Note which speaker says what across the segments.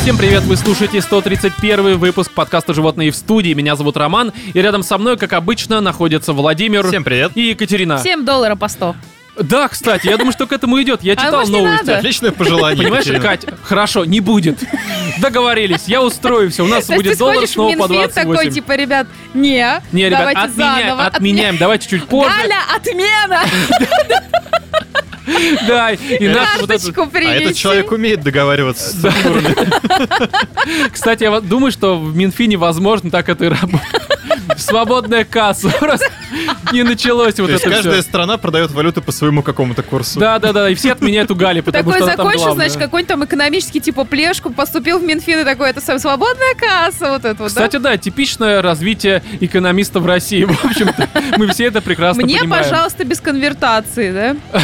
Speaker 1: Всем привет, вы слушаете 131 выпуск подкаста «Животные в студии». Меня зовут Роман, и рядом со мной, как обычно, находятся Владимир
Speaker 2: Всем привет.
Speaker 1: и Екатерина.
Speaker 3: 7 долларов по 100.
Speaker 1: Да, кстати, я думаю, что к этому идет. Я читал
Speaker 3: А может, не
Speaker 1: новости.
Speaker 3: надо?
Speaker 2: Отличное пожелание.
Speaker 1: Понимаешь,
Speaker 2: Екатерина.
Speaker 1: Кать, хорошо, не будет. Договорились, я устрою все. У нас
Speaker 3: То есть ты
Speaker 1: будет доллар
Speaker 3: сходишь в
Speaker 1: снова по
Speaker 3: Минфин такой,
Speaker 1: 28.
Speaker 3: типа, ребят, не,
Speaker 1: Не, ребят,
Speaker 3: давайте
Speaker 1: отменя-
Speaker 3: заново.
Speaker 1: отменяем, давайте чуть
Speaker 3: отме-
Speaker 1: позже.
Speaker 3: Галя, отмена!
Speaker 1: Да, и наш вот этот-
Speaker 3: Карточку
Speaker 2: А
Speaker 3: принеси.
Speaker 2: этот человек умеет договариваться с структурами.
Speaker 1: Кстати, я вот думаю, что в Минфине возможно так это и работает. Свободная касса. Просто не началось вот
Speaker 2: То есть
Speaker 1: это
Speaker 2: каждая
Speaker 1: все.
Speaker 2: страна продает валюту по своему какому-то курсу.
Speaker 1: Да, да, да, и все отменяют у Гали, потому
Speaker 3: Такой
Speaker 1: что она там
Speaker 3: закончил,
Speaker 1: главная.
Speaker 3: значит, какой-нибудь там экономический, типа, плешку, поступил в Минфин и такой, это сам свободная касса, вот это вот, да?
Speaker 1: Кстати, да, типичное развитие экономиста в России. В общем-то, мы все это прекрасно
Speaker 3: Мне,
Speaker 1: понимаем.
Speaker 3: пожалуйста, без конвертации, да?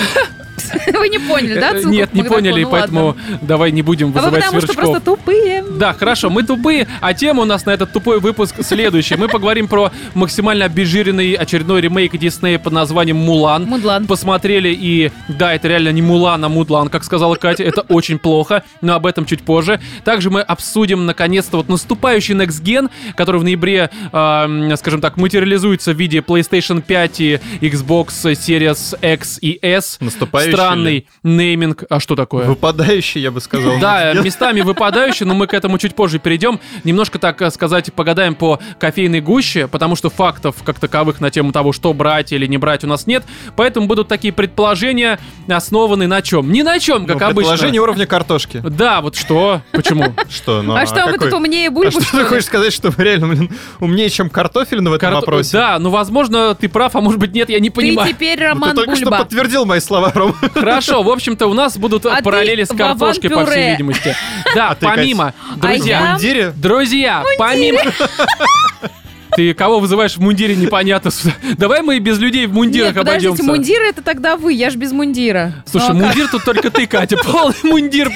Speaker 3: Вы не поняли, да?
Speaker 1: Э,
Speaker 3: отсылку
Speaker 1: Нет,
Speaker 3: к
Speaker 1: не
Speaker 3: Магнитофону?
Speaker 1: поняли,
Speaker 3: ну Ладно.
Speaker 1: поэтому давай не будем
Speaker 3: А вы
Speaker 1: вызывать
Speaker 3: потому что
Speaker 1: сверчков.
Speaker 3: просто тупые.
Speaker 1: Да, хорошо, мы тупые, а тема у нас на этот тупой выпуск следующая. Мы поговорим про максимально обезжиренный очередной ремейк Диснея под названием «Мулан».
Speaker 3: Мудлан.
Speaker 1: Посмотрели и, да, это реально не «Мулан», а «Мудлан», как сказала Катя, это очень плохо, но об этом чуть позже. Также мы обсудим, наконец-то, вот наступающий Next Gen, который в ноябре, эм, скажем так, материализуется в виде PlayStation 5 и Xbox Series X и S.
Speaker 2: Наступающий ли?
Speaker 1: Странный нейминг. А что такое?
Speaker 2: Выпадающий, Ну, я бы сказал.
Speaker 1: Да, местами выпадающий, но мы к этому чуть позже перейдем. Немножко, так э, сказать, погадаем по кофейной гуще, потому что фактов как таковых на тему того, что брать или не брать, у нас нет. Поэтому будут такие предположения, основанные на чем? Ни на чем, как
Speaker 2: Ну,
Speaker 1: обычно.
Speaker 2: Предложение уровня картошки.
Speaker 1: Да, мы что? Почему?
Speaker 2: Что, ну
Speaker 3: А что, вы
Speaker 2: какой-
Speaker 3: тут умнее
Speaker 2: А
Speaker 3: бульбу,
Speaker 2: что ты
Speaker 3: что ли?
Speaker 2: хочешь сказать, что мы реально, блин, умнее, чем картофель в этом
Speaker 1: Карто-
Speaker 2: вопросе?
Speaker 1: Да, ну, возможно, ты прав, а может быть, нет, я не
Speaker 3: Ты типа-
Speaker 1: понимаю.
Speaker 3: теперь
Speaker 2: Ну, Ты
Speaker 3: Роман
Speaker 2: только что
Speaker 3: Бульба.
Speaker 2: подтвердил мои слова, Ром.
Speaker 1: Хорошо, в общем-то, у нас будут э,
Speaker 3: А ты
Speaker 1: параллели с
Speaker 3: Вован
Speaker 1: картошкой, по всей
Speaker 3: Пюре.
Speaker 1: видимости. Да,
Speaker 2: А ты, Кать?
Speaker 1: помимо, друзья,
Speaker 3: А я
Speaker 2: В мундире?
Speaker 1: Друзья, помимо... Ты кого вызываешь в мундире, непонятно. Давай мы и без людей в мундирах
Speaker 3: Нет, подождите,
Speaker 1: обойдемся.
Speaker 3: мундиры это тогда вы, я ж без мундира.
Speaker 1: Слушай,
Speaker 3: Ну, а как?
Speaker 1: мундир тут только ты, Катя. Полный мундир.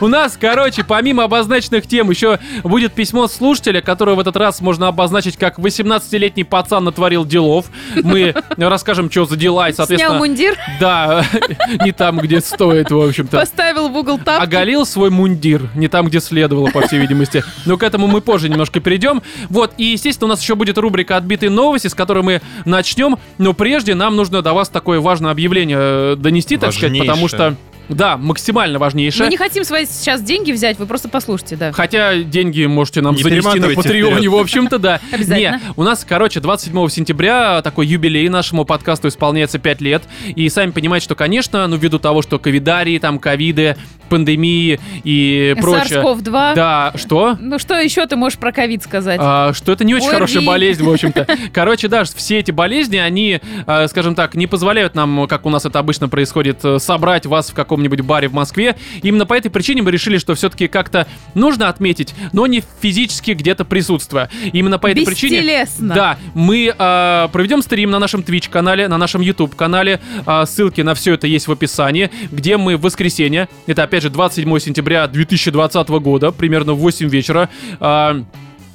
Speaker 1: У нас, короче, помимо обозначенных тем, еще будет письмо от слушателя, которое в этот раз можно обозначить как 18-летний пацан натворил делов. Мы расскажем, что за дела, и,
Speaker 3: Снял
Speaker 1: соответственно...
Speaker 3: мундир,
Speaker 1: Да, не там, где стоит, в общем-то.
Speaker 3: поставил в угол тапки.
Speaker 1: оголил свой мундир, не там, где следовало, по всей видимости. Но к этому мы позже немножко перейдем. Вот, и, естественно, у нас еще будет рубрика «Отбитые новости», с которой мы начнем. Но прежде нам нужно до вас такое важное объявление э, донести, так сказать,
Speaker 2: Важнейшее.
Speaker 1: потому что... Да, максимально важнейшее.
Speaker 3: Мы Ну, не хотим с вас сейчас деньги взять, вы просто послушайте, да.
Speaker 1: Хотя деньги можете нам
Speaker 2: Не
Speaker 1: занести на
Speaker 2: перематывайте
Speaker 1: Патреоне,
Speaker 2: вперед.
Speaker 1: в общем-то, да.
Speaker 3: Обязательно.
Speaker 1: Не, у нас, короче, 27 сентября такой юбилей нашему подкасту исполняется 5 лет. И сами понимаете, что, конечно, ну, ввиду того, что ковидарии, там, ковиды, пандемии и прочее.
Speaker 3: SARS-CoV-2.
Speaker 1: Да, что?
Speaker 3: Ну что еще ты можешь про ковид сказать?
Speaker 1: А, что это не очень
Speaker 3: ОРВИ.
Speaker 1: хорошая болезнь, в общем-то. Короче, да, все эти болезни, они, э, скажем так, не позволяют нам, как у нас это обычно происходит, э, собрать вас в каком-нибудь баре в Москве. Именно по этой причине мы решили, что все-таки как-то нужно отметить, но не физически где-то присутствие. Именно по этой причине...
Speaker 3: Бестелесно.
Speaker 1: Да, мы э, проведем стрим на нашем Twitch-канале, на нашем YouTube-канале. Э, ссылки на все это есть в описании, где мы в воскресенье, это опять же 27 сентября 2020 года, примерно в 8 вечера, э,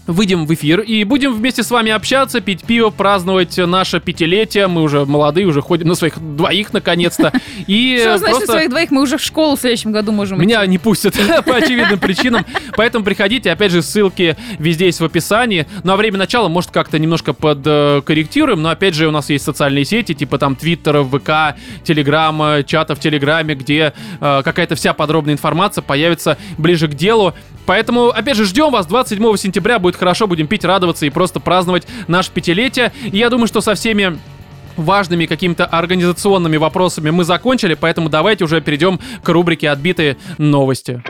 Speaker 1: Выйдем в эфир и будем вместе с вами общаться, пить пиво, праздновать наше пятилетие. Мы уже молодые, уже ходим на своих двоих наконец-то. И
Speaker 3: Что значит
Speaker 1: просто-
Speaker 3: своих двоих? Мы уже в школу в следующем году можем идти.
Speaker 1: меня не пустят по очевидным причинам. Поэтому приходите, опять же, ссылки везде есть в описании. Ну а время начала, может, как-то немножко подкорректируем. Но опять же, у нас есть социальные сети, типа там Твиттера, ВК, Телеграма, чата в Телеграме, где э, какая-то вся подробная информация появится ближе к делу. Поэтому, опять же, ждем вас 27 сентября. Будет хорошо, будем пить, радоваться и просто праздновать наше пятилетие. И я думаю, что со всеми важными какими-то организационными вопросами мы закончили, поэтому давайте уже перейдем к рубрике «Отбитые новости».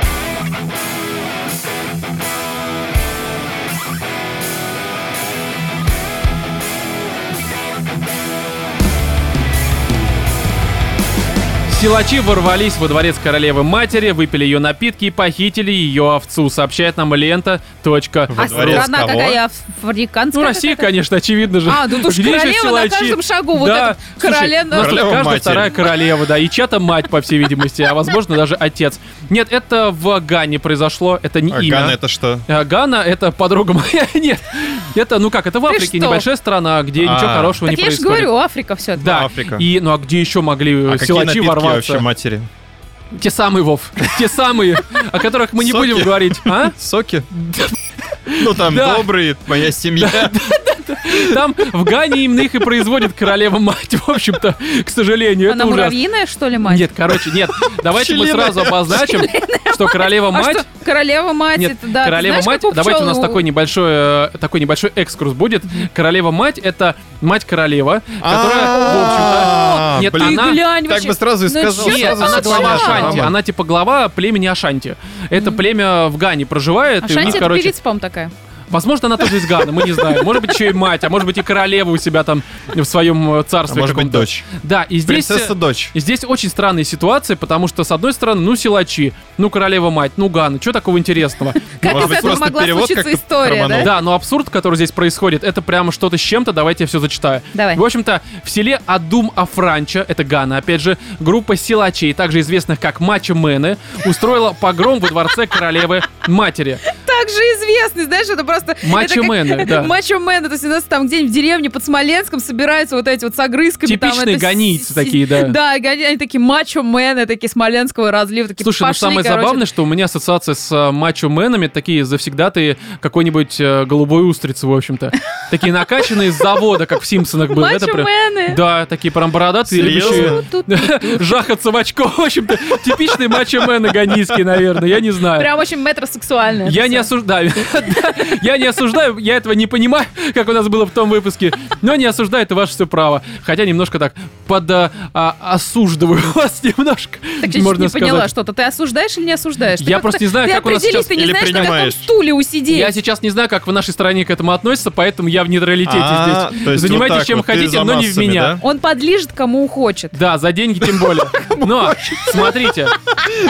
Speaker 1: Силачи ворвались во дворец королевы матери, выпили ее напитки и похитили ее овцу, сообщает нам лента. Точка.
Speaker 2: Во
Speaker 3: А
Speaker 2: дворец
Speaker 3: страна
Speaker 2: кого?
Speaker 3: какая африканская?
Speaker 1: Ну, Россия,
Speaker 3: какая-то?
Speaker 1: конечно, очевидно же.
Speaker 3: А, ну тут уж
Speaker 1: Где еще
Speaker 3: королева на
Speaker 1: силачи?
Speaker 3: каждом шагу. Вот
Speaker 1: Да.
Speaker 3: этот короле...
Speaker 1: Слушай, у нас тут
Speaker 2: Королева
Speaker 1: каждая
Speaker 2: матери.
Speaker 1: вторая королева, да, и чья-то мать, по всей видимости, а возможно даже отец. Нет, это в Гане произошло, это не
Speaker 2: А
Speaker 1: имя.
Speaker 2: Гана это что?
Speaker 1: А, Гана это подруга моя, нет. Это, ну как, это в
Speaker 3: Ты
Speaker 1: Африке
Speaker 3: что?
Speaker 1: небольшая страна, где
Speaker 2: А.
Speaker 1: ничего хорошего не
Speaker 3: Так я же
Speaker 1: происходит.
Speaker 3: говорю, Африка все-таки.
Speaker 1: Да,
Speaker 2: Африка.
Speaker 1: и, ну а где еще могли
Speaker 2: А
Speaker 1: э,
Speaker 2: какие
Speaker 1: силачи
Speaker 2: напитки
Speaker 1: ворваться?
Speaker 2: вообще матери?
Speaker 1: Те самые, Вов. Те самые, о которых мы не
Speaker 2: Соки.
Speaker 1: будем говорить. А?
Speaker 2: Соки? Ну там
Speaker 1: Да.
Speaker 2: добрые, моя семья. а
Speaker 1: Там в Гане именно их и производит королева мать, в общем-то, к сожалению.
Speaker 3: Она
Speaker 1: это ужасно.
Speaker 3: муравьиная, что ли, мать?
Speaker 1: Нет, короче, нет. Давайте мы
Speaker 2: Пчелиная.
Speaker 1: сразу обозначим, что королева
Speaker 3: А
Speaker 1: мать
Speaker 3: что, королева мать,
Speaker 1: Нет,
Speaker 3: это да.
Speaker 1: королева
Speaker 3: ты знаешь,
Speaker 1: мать.
Speaker 3: как
Speaker 1: Давайте у нас
Speaker 3: пчелы
Speaker 1: такой небольшой, э, такой небольшой экскурс будет. Королева мать это мать королева, которая, в общем-то,
Speaker 2: А,
Speaker 1: нет,
Speaker 2: блин,
Speaker 3: Ты
Speaker 1: она.
Speaker 3: глянь
Speaker 2: Так
Speaker 3: вообще.
Speaker 2: бы сразу и
Speaker 3: Ну
Speaker 2: сказал.
Speaker 3: чё
Speaker 1: Нет,
Speaker 2: сразу
Speaker 3: ты
Speaker 1: она
Speaker 2: согласен.
Speaker 1: глава
Speaker 3: начала?
Speaker 1: Ашанти. Она типа глава племени Ашанти. Это племя в Гане проживает. и
Speaker 3: А
Speaker 1: у них,
Speaker 3: Шанти это
Speaker 1: короче,
Speaker 3: певица, по-моему, такая.
Speaker 1: Возможно, она тоже из Ганы, мы не знаем. Может быть, еще и мать, а может быть, и королева у себя там в своем э,
Speaker 2: А
Speaker 1: царстве.
Speaker 2: может быть
Speaker 1: каком-то.
Speaker 2: дочь.
Speaker 1: Да, и здесь... э,
Speaker 2: Принцесса дочь.
Speaker 1: и Здесь очень странная ситуация, потому что, с одной стороны, ну, силачи, ну, королева мать, ну, Гана, что такого интересного?
Speaker 3: Как
Speaker 2: Может
Speaker 3: из
Speaker 2: быть,
Speaker 3: этого
Speaker 2: просто
Speaker 3: могла
Speaker 2: перевод
Speaker 3: случиться
Speaker 2: как-то
Speaker 3: история, да?
Speaker 2: торманул.
Speaker 1: Да, но абсурд, который здесь происходит, это прямо что-то с чем-то. Давайте я все зачитаю.
Speaker 3: Давай.
Speaker 1: В общем-то, в селе Адум Афранча, это Гана, опять же, группа силачей, также известных как мачо-мены, устроила погром во дворце королевы матери.
Speaker 3: Так же известный, знаешь, это просто...
Speaker 1: Мачо-мены, да.
Speaker 3: Мачо-мены, то есть у нас там где-нибудь в деревне под Смоленском собираются вот эти вот с огрызками. там
Speaker 1: Типичные
Speaker 3: это с-
Speaker 1: ганийцы
Speaker 3: с-
Speaker 1: такие, да.
Speaker 3: Да, гони- они такие мачо-мены, такие смоленского разлива, такие
Speaker 1: Слушай, ну
Speaker 3: Типа, пошли,
Speaker 1: самое
Speaker 3: короче.
Speaker 1: забавное, что у меня ассоциация с э, мачо-менами, такие завсегдатые какой-нибудь э, голубой устрицы, в общем-то. Такие накачанные с завода, как в Симпсонах было. Это прям-
Speaker 3: Мачо-мены.
Speaker 1: Да, такие прям бородатые,
Speaker 2: Серьезно?
Speaker 1: любящие
Speaker 3: Ну, Тут
Speaker 1: жахаться в очко. В общем-то, типичные мачо-мены ганийские, наверное, я не знаю.
Speaker 3: прям очень метросексуально.
Speaker 1: Я не осуждаю. Да, Я не осуждаю, я этого не понимаю, как у нас было в том выпуске. Но не осуждаю, это ваше все право. Хотя немножко так под а, а, осуждываю вас немножко.
Speaker 3: Так я
Speaker 1: можно
Speaker 3: не поняла
Speaker 1: сказать.
Speaker 3: что-то. Ты осуждаешь или не осуждаешь? Ты
Speaker 1: Я
Speaker 3: как-то-
Speaker 1: просто не знаю,
Speaker 3: ты
Speaker 1: как у нас
Speaker 3: определись,
Speaker 1: сейчас-
Speaker 3: Ты не
Speaker 2: Или
Speaker 3: знаешь, на каком
Speaker 2: принимаешь.
Speaker 3: стуле усидеть.
Speaker 1: Я сейчас не знаю, как в нашей стране к этому относится, поэтому я в нейтралитете
Speaker 2: А,
Speaker 1: здесь.
Speaker 2: то есть вот
Speaker 1: Занимайтесь
Speaker 2: так
Speaker 1: чем
Speaker 2: вот, ты
Speaker 1: хотите,
Speaker 2: за
Speaker 1: но не в
Speaker 2: массами,
Speaker 1: меня.
Speaker 2: да?
Speaker 3: Он подлежит кому хочет.
Speaker 1: Да, за деньги тем более. Но, смотрите,